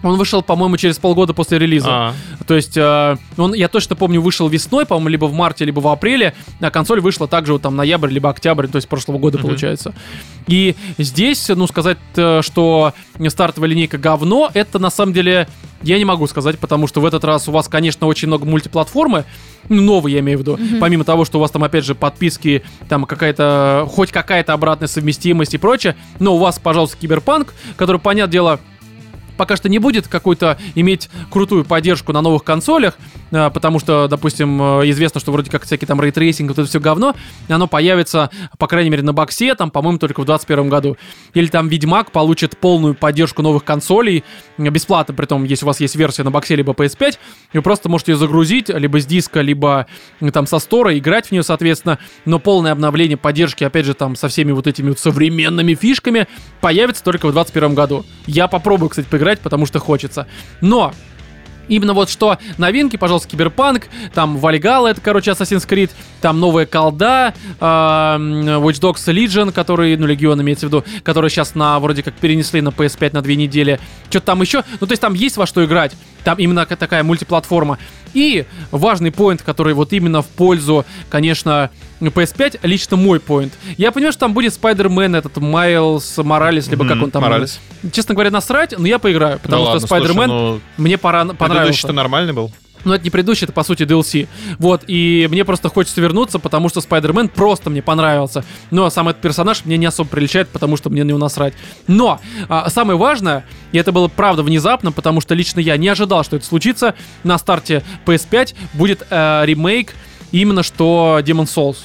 Speaker 1: Он вышел, по-моему, через полгода после релиза.
Speaker 2: А,
Speaker 1: То есть, э, он, я точно помню, вышел весной, по-моему, либо в марте, либо в апреле, а консоль вышла также вот там ноябрь, либо октябрь, то есть прошлого года,
Speaker 2: Мгм.
Speaker 1: получается. И здесь, ну, сказать, э, что стартовая линейка говно, это на самом деле я не могу сказать, потому что в этот раз у вас, конечно, очень много мультиплатформы, ну, новой я имею в виду, помимо того, что у вас там, опять же, подписки, там какая-то, хоть какая-то обратная совместимость и прочее, но у вас, пожалуйста, Киберпанк, который, понятное дело, пока что не будет какую-то иметь крутую поддержку на новых консолях, э, потому что, допустим, э, известно, что вроде как всякие там рейтрейсинг, вот это все говно, оно появится, по крайней мере, на боксе, там, по-моему, только в 2021 году. Или там Ведьмак получит полную поддержку новых консолей, э, бесплатно, при том, если у вас есть версия на боксе либо PS5, вы просто можете ее загрузить, либо с диска, либо э, там со стора, играть в нее, соответственно, но полное обновление поддержки, опять же, там, со всеми вот этими вот современными фишками появится только в 2021 году. Я попробую, кстати, поиграть, потому что хочется. Но Именно вот что новинки, пожалуйста, Киберпанк, там Вальгала, это, короче, Assassin's Creed, там новая колда, э, Watch Dogs Legion, который, ну, Легион имеется в виду, который сейчас на, вроде как, перенесли на PS5 на две недели. Что-то там еще, ну, то есть там есть во что играть. Там именно к- такая мультиплатформа. И важный поинт, который вот именно в пользу, конечно, PS5, лично мой поинт. Я понимаю, что там будет Спайдермен, этот Майлз Моралес, либо как
Speaker 2: Мгм,
Speaker 1: он там.
Speaker 2: Моралес.
Speaker 1: Честно говоря, насрать, но я поиграю,
Speaker 2: Ну,
Speaker 1: потому что Спайдермен мне пора, понравился.
Speaker 2: Предыдущий-то нормальный был.
Speaker 1: Но это не предыдущий, это по сути DLC. Вот, и мне просто хочется вернуться, потому что Спайдермен просто мне понравился. Но сам этот персонаж мне не особо приличает, потому что мне на него насрать. Но а, самое важное, и это было правда внезапно, потому что лично я не ожидал, что это случится, на старте PS5 будет э, ремейк именно что Demon Souls.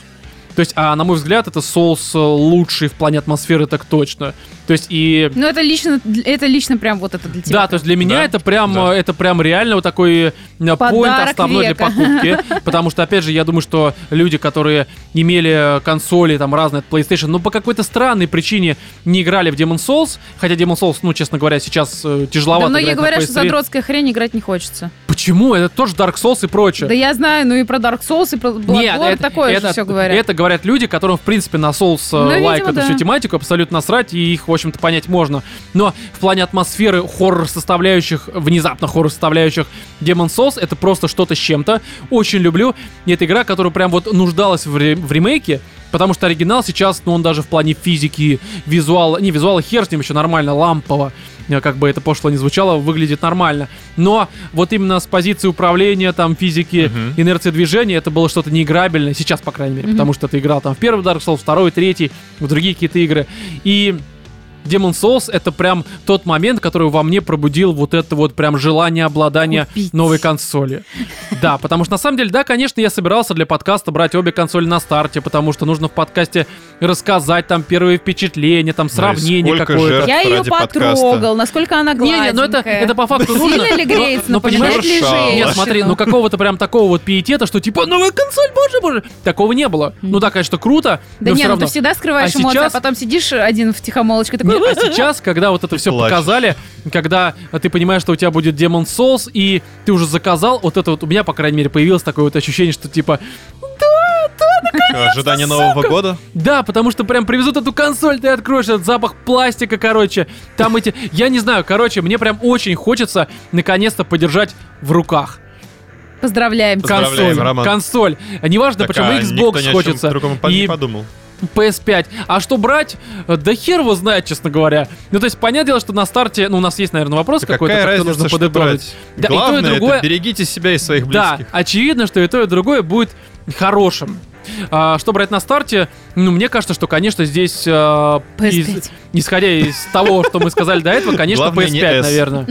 Speaker 1: То есть, а на мой взгляд, это Souls э, лучший в плане атмосферы, так точно. То есть и
Speaker 3: Ну, это лично, это лично прям вот это для тебя.
Speaker 1: да, то есть для меня
Speaker 2: Да.
Speaker 1: это прям,
Speaker 2: Да.
Speaker 1: э, это прям реально вот такой поинт
Speaker 3: Подарок
Speaker 1: основной для
Speaker 3: века.
Speaker 1: покупки. Потому что, опять же, я думаю, что люди, которые имели э, консоли там разные от PlayStation, но по какой-то странной причине не играли в Demon Souls, хотя Demon Souls, ну, честно говоря, сейчас э,
Speaker 3: Да
Speaker 1: тяжеловато
Speaker 3: многие
Speaker 1: играть на
Speaker 3: говорят, что за
Speaker 1: PS3.
Speaker 3: дротская хрень играть не хочется.
Speaker 1: Почему? Это тоже Dark Souls и прочее.
Speaker 3: Да я знаю, ну и про Dark Souls, и про Bloodborne такое же все говорят.
Speaker 1: это говорят люди, которым, в принципе, на Souls э,
Speaker 3: Ну, видимо,
Speaker 1: лайк эту
Speaker 3: да.
Speaker 1: всю тематику абсолютно насрать, и их, в общем-то, понять можно. Но в плане атмосферы хоррор-составляющих, внезапно хоррор-составляющих Demon Souls, это просто что-то с чем-то. Очень люблю. И это игра, которая прям вот нуждалась в, ре- в ремейке, потому что оригинал сейчас, ну, он даже в плане физики, визуала, не визуала, хер с ним еще нормально, лампово, э, как бы это пошло не звучало, выглядит нормально. Но вот именно с позиции управления, там, физики,
Speaker 2: Мгм.
Speaker 1: инерции движения, это было что-то неиграбельное, сейчас, по крайней мере,
Speaker 3: Мгм.
Speaker 1: потому что ты играл там в первый Dark Souls, второй, третий, в другие какие-то игры. И Demon Souls это прям тот момент, который во мне пробудил вот это вот прям желание обладания
Speaker 3: Купить.
Speaker 1: новой консоли. Да, потому что на самом деле, да, конечно, я собирался для подкаста брать обе консоли на старте, потому что нужно в подкасте рассказать там первые впечатления, там сравнение
Speaker 2: сколько
Speaker 1: какое-то.
Speaker 2: жертв
Speaker 3: Я ее
Speaker 2: ради подкаста.
Speaker 3: потрогал, насколько она
Speaker 1: Не, не,
Speaker 3: гладенькая.
Speaker 1: ну это, это по факту нужно.
Speaker 3: Сильно ли
Speaker 1: но-
Speaker 3: греется,
Speaker 1: но понимаешь,
Speaker 3: напоминает ли
Speaker 2: шалость.
Speaker 1: нет,
Speaker 3: женщину?
Speaker 1: смотри, ну какого-то прям такого вот пиетета, что типа новая консоль, боже, боже, такого не было. Ну да, конечно, круто, но
Speaker 3: Да не,
Speaker 1: все
Speaker 3: ну ты
Speaker 1: равно.
Speaker 3: всегда скрываешь
Speaker 1: А
Speaker 3: эмоции,
Speaker 1: сейчас-
Speaker 3: а потом сидишь один в тихомолочке такой...
Speaker 1: Не, а сейчас, когда вот это все
Speaker 2: плачешь.
Speaker 1: показали, когда ты понимаешь, что у тебя будет Demon Souls, и ты уже заказал, вот это вот у меня, по крайней мере, появилось такое вот ощущение, что типа,
Speaker 2: Ожидание Нового года.
Speaker 1: да, потому что прям привезут эту консоль, ты откроешь этот запах пластика, короче, там эти, я не знаю, короче, мне прям очень хочется наконец-то подержать в руках
Speaker 3: Поздравляем. тебя.
Speaker 2: Поздравляем,
Speaker 1: консоль,
Speaker 2: Роман.
Speaker 1: консоль, неважно,
Speaker 2: Так,
Speaker 1: почему
Speaker 2: а никто ни о
Speaker 1: Xbox
Speaker 2: чем
Speaker 1: хочется,
Speaker 2: другом по-
Speaker 1: и
Speaker 2: не подумал.
Speaker 1: PS5. А что брать? Э, Да хер его знает, честно говоря. Ну, то есть, понятное дело, что на старте, ну, у нас есть, наверное, вопрос
Speaker 2: Да
Speaker 1: какой-то,
Speaker 2: какая
Speaker 1: как-то
Speaker 2: разница,
Speaker 1: нужно
Speaker 2: что
Speaker 1: подытожить.
Speaker 2: брать?
Speaker 1: Да, и то, и
Speaker 2: Главное,
Speaker 1: другое-
Speaker 2: это берегите себя и своих
Speaker 1: Да,
Speaker 2: близких.
Speaker 1: очевидно, что и то, и другое будет хорошим. А, что брать на старте? Ну, мне кажется, что, конечно, здесь... а,
Speaker 3: PS5.
Speaker 1: исходя из того, что мы сказали до этого, конечно,
Speaker 2: Главное, не
Speaker 1: PS5,
Speaker 2: S.
Speaker 1: наверное.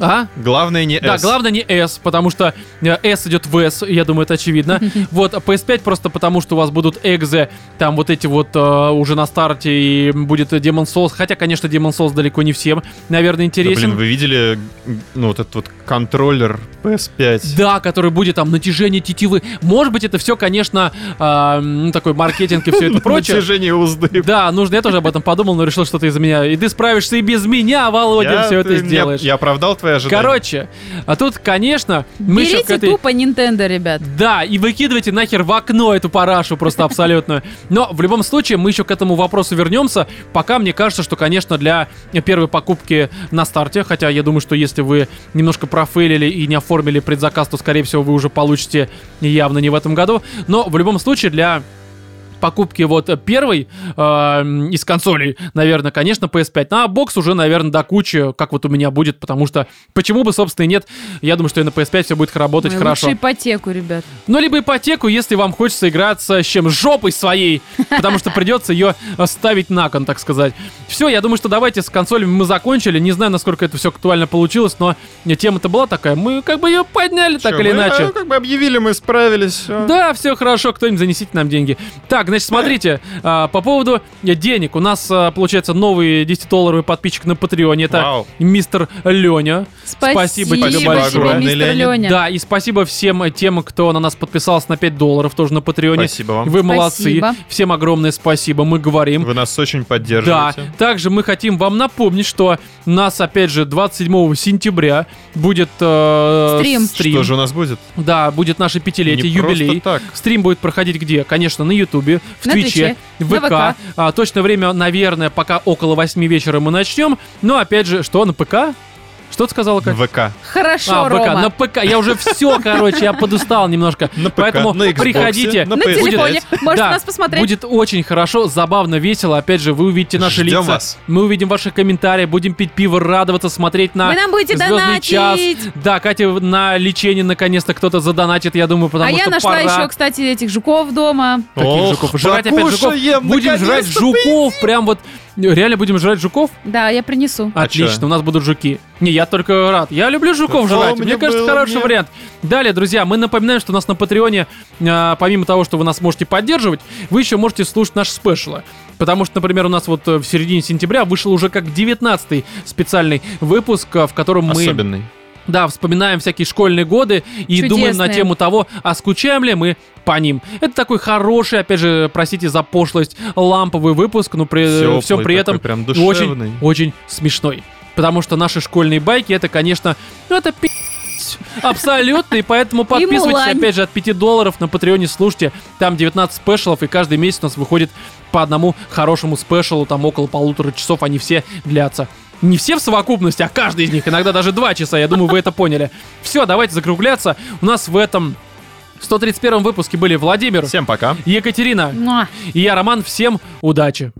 Speaker 1: А?
Speaker 2: Главное не
Speaker 1: Да,
Speaker 2: S.
Speaker 1: главное не S, потому что э, S идет в S, я думаю, это очевидно. Вот, а PS5 просто потому, что у вас будут экзы, там вот эти вот э, уже на старте, и будет Demon Souls. Хотя, конечно, Demon Souls далеко не всем, наверное,
Speaker 2: Да, блин,
Speaker 1: интересен.
Speaker 2: вы видели, ну, вот этот вот контроллер PS5?
Speaker 1: Да, который будет там натяжение тетивы. Может быть, это все, конечно, э, ну, такой маркетинг и все это прочее.
Speaker 2: Натяжение узды.
Speaker 1: Да, нужно, я тоже об этом подумал, но решил, что ты из-за меня. И ты справишься и без меня, Володя,
Speaker 2: Я-
Speaker 1: все
Speaker 2: ты
Speaker 1: это
Speaker 2: меня-
Speaker 1: сделаешь.
Speaker 2: Я оправдал твои ожидания.
Speaker 1: Короче, а тут, конечно, мы еще к
Speaker 3: Берите
Speaker 1: этой...
Speaker 3: тупо Nintendo, ребят.
Speaker 1: Да, и выкидывайте нахер в окно эту парашу просто абсолютно. Но в любом случае мы еще к этому вопросу вернемся. Пока мне кажется, что, конечно, для первой покупки на старте, хотя я думаю, что если вы немножко профейлили и не оформили предзаказ, то, скорее всего, вы уже получите явно не в этом году. Но в любом случае для покупки вот э, первой э, м, из консолей, наверное, конечно, PS5. На Ну, а бокс уже, наверное, до кучи, как вот у меня будет, потому что почему бы, собственно, и нет. Я думаю, что и на PS5 все будет работать
Speaker 3: Мы
Speaker 1: хорошо.
Speaker 3: Лучше ипотеку, ребят.
Speaker 1: Ну, либо ипотеку, если вам хочется играться с чем? С Жопой своей, потому что придется ее э, ставить на кон, так сказать. Все, я думаю, что давайте с консолями мы закончили. Не знаю, насколько это все актуально получилось, но тема-то была такая. Мы как бы ее подняли,
Speaker 2: Чё,
Speaker 1: так или
Speaker 2: мы, а,
Speaker 1: иначе.
Speaker 2: как бы объявили, мы справились. всё.
Speaker 1: Да, все хорошо, кто-нибудь занесите нам деньги. Так, значит, смотрите, а, по поводу э, денег. У нас, а, получается, новый 10-долларовый подписчик на Патреоне. Это
Speaker 2: Вау.
Speaker 1: мистер Леня. Спасибо
Speaker 3: Спасибо,
Speaker 1: тебе
Speaker 2: большое.
Speaker 3: тебе, мистер
Speaker 2: Леонид.
Speaker 3: Леня.
Speaker 1: Да, и спасибо всем э, тем, кто на нас подписался на 5 долларов, тоже на Патреоне.
Speaker 2: Спасибо вам.
Speaker 1: Вы молодцы.
Speaker 3: Спасибо.
Speaker 1: Всем огромное спасибо. Мы говорим.
Speaker 2: Вы нас очень
Speaker 1: Да,
Speaker 2: поддерживаете.
Speaker 1: также мы хотим вам напомнить, что у нас, опять же, 27 сентября будет э,
Speaker 3: Стрим.
Speaker 2: Что же у нас будет?
Speaker 1: Да, будет наше пятилетие,
Speaker 2: Не
Speaker 1: юбилей.
Speaker 2: просто так.
Speaker 1: Стрим будет проходить где? Конечно, на Ютубе, в
Speaker 3: На
Speaker 1: Твиче,
Speaker 3: Твиче,
Speaker 1: в ВК.
Speaker 3: на ВК.
Speaker 1: А, Ну, точное время, наверное, пока около 8 вечера мы начнем. Но, опять же, что на ПК? Что ты сказала, Катя?
Speaker 2: ВК.
Speaker 3: Хорошо,
Speaker 1: А, ВК,
Speaker 3: Рома.
Speaker 1: на ПК. Я уже все, короче, я подустал немножко.
Speaker 2: На ПК,
Speaker 1: Поэтому
Speaker 2: на Xbox,
Speaker 1: приходите.
Speaker 2: на
Speaker 3: На
Speaker 2: PS5.
Speaker 3: телефоне. Можете
Speaker 1: Да,
Speaker 3: нас посмотреть.
Speaker 1: Будет очень хорошо, забавно, весело. Опять же, вы увидите наши
Speaker 2: Ждем
Speaker 1: лица.
Speaker 2: вас.
Speaker 1: Мы увидим ваши комментарии, будем пить пиво, радоваться, смотреть на
Speaker 3: Вы нам будете
Speaker 1: «Звездный
Speaker 3: донатить.
Speaker 1: час». Да, Катя на лечение наконец-то кто-то задонатит, я думаю, потому
Speaker 3: а
Speaker 1: что
Speaker 3: я нашла
Speaker 1: пора.
Speaker 3: еще, кстати, этих жуков дома.
Speaker 1: Каких
Speaker 2: Ох,
Speaker 1: жуков? Жрать опять жуков.
Speaker 2: покушаем,
Speaker 1: Будем жрать
Speaker 2: наконец-то
Speaker 1: жуков, прям вот. Реально будем жрать жуков?
Speaker 3: Да, я принесу.
Speaker 2: А
Speaker 1: Отлично,
Speaker 2: чё?
Speaker 1: у нас будут жуки. Не, я только рад. Я люблю жуков
Speaker 2: Да,
Speaker 1: жрать.
Speaker 2: мне
Speaker 1: Мне кажется,
Speaker 2: было,
Speaker 1: хороший
Speaker 2: мне.
Speaker 1: вариант. Далее, друзья, мы напоминаем, что у нас на Патреоне, а, помимо того, что вы нас можете поддерживать, вы еще можете слушать наши спешлы. Потому что, например, у нас вот э, в середине сентября вышел уже как 19-й специальный выпуск, э, в котором мы...
Speaker 2: Особенный.
Speaker 1: Да, вспоминаем всякие школьные годы и
Speaker 3: Чудесные.
Speaker 1: думаем на тему того, а скучаем ли мы по ним. Это такой хороший, опять же, простите за пошлость, ламповый выпуск, но при,
Speaker 2: Тёплый
Speaker 1: все при
Speaker 2: такой,
Speaker 1: этом
Speaker 2: прям душевный.
Speaker 1: очень, очень смешной. Потому что наши школьные байки, это, конечно, ну это пи***. Абсолютно, и поэтому подписывайтесь,
Speaker 3: лань.
Speaker 1: опять же, от 5 долларов на Патреоне слушайте. Там 19 спешалов, и каждый месяц у нас выходит по одному хорошему спешалу, там около полутора часов, они все длятся. Не все в совокупности, а каждый из них, иногда даже два часа, я думаю, вы это поняли. Все, давайте закругляться. У нас в этом 131 выпуске были Владимир,
Speaker 2: Всем пока.
Speaker 1: Екатерина
Speaker 3: Муа.
Speaker 1: и я, Роман. Всем удачи!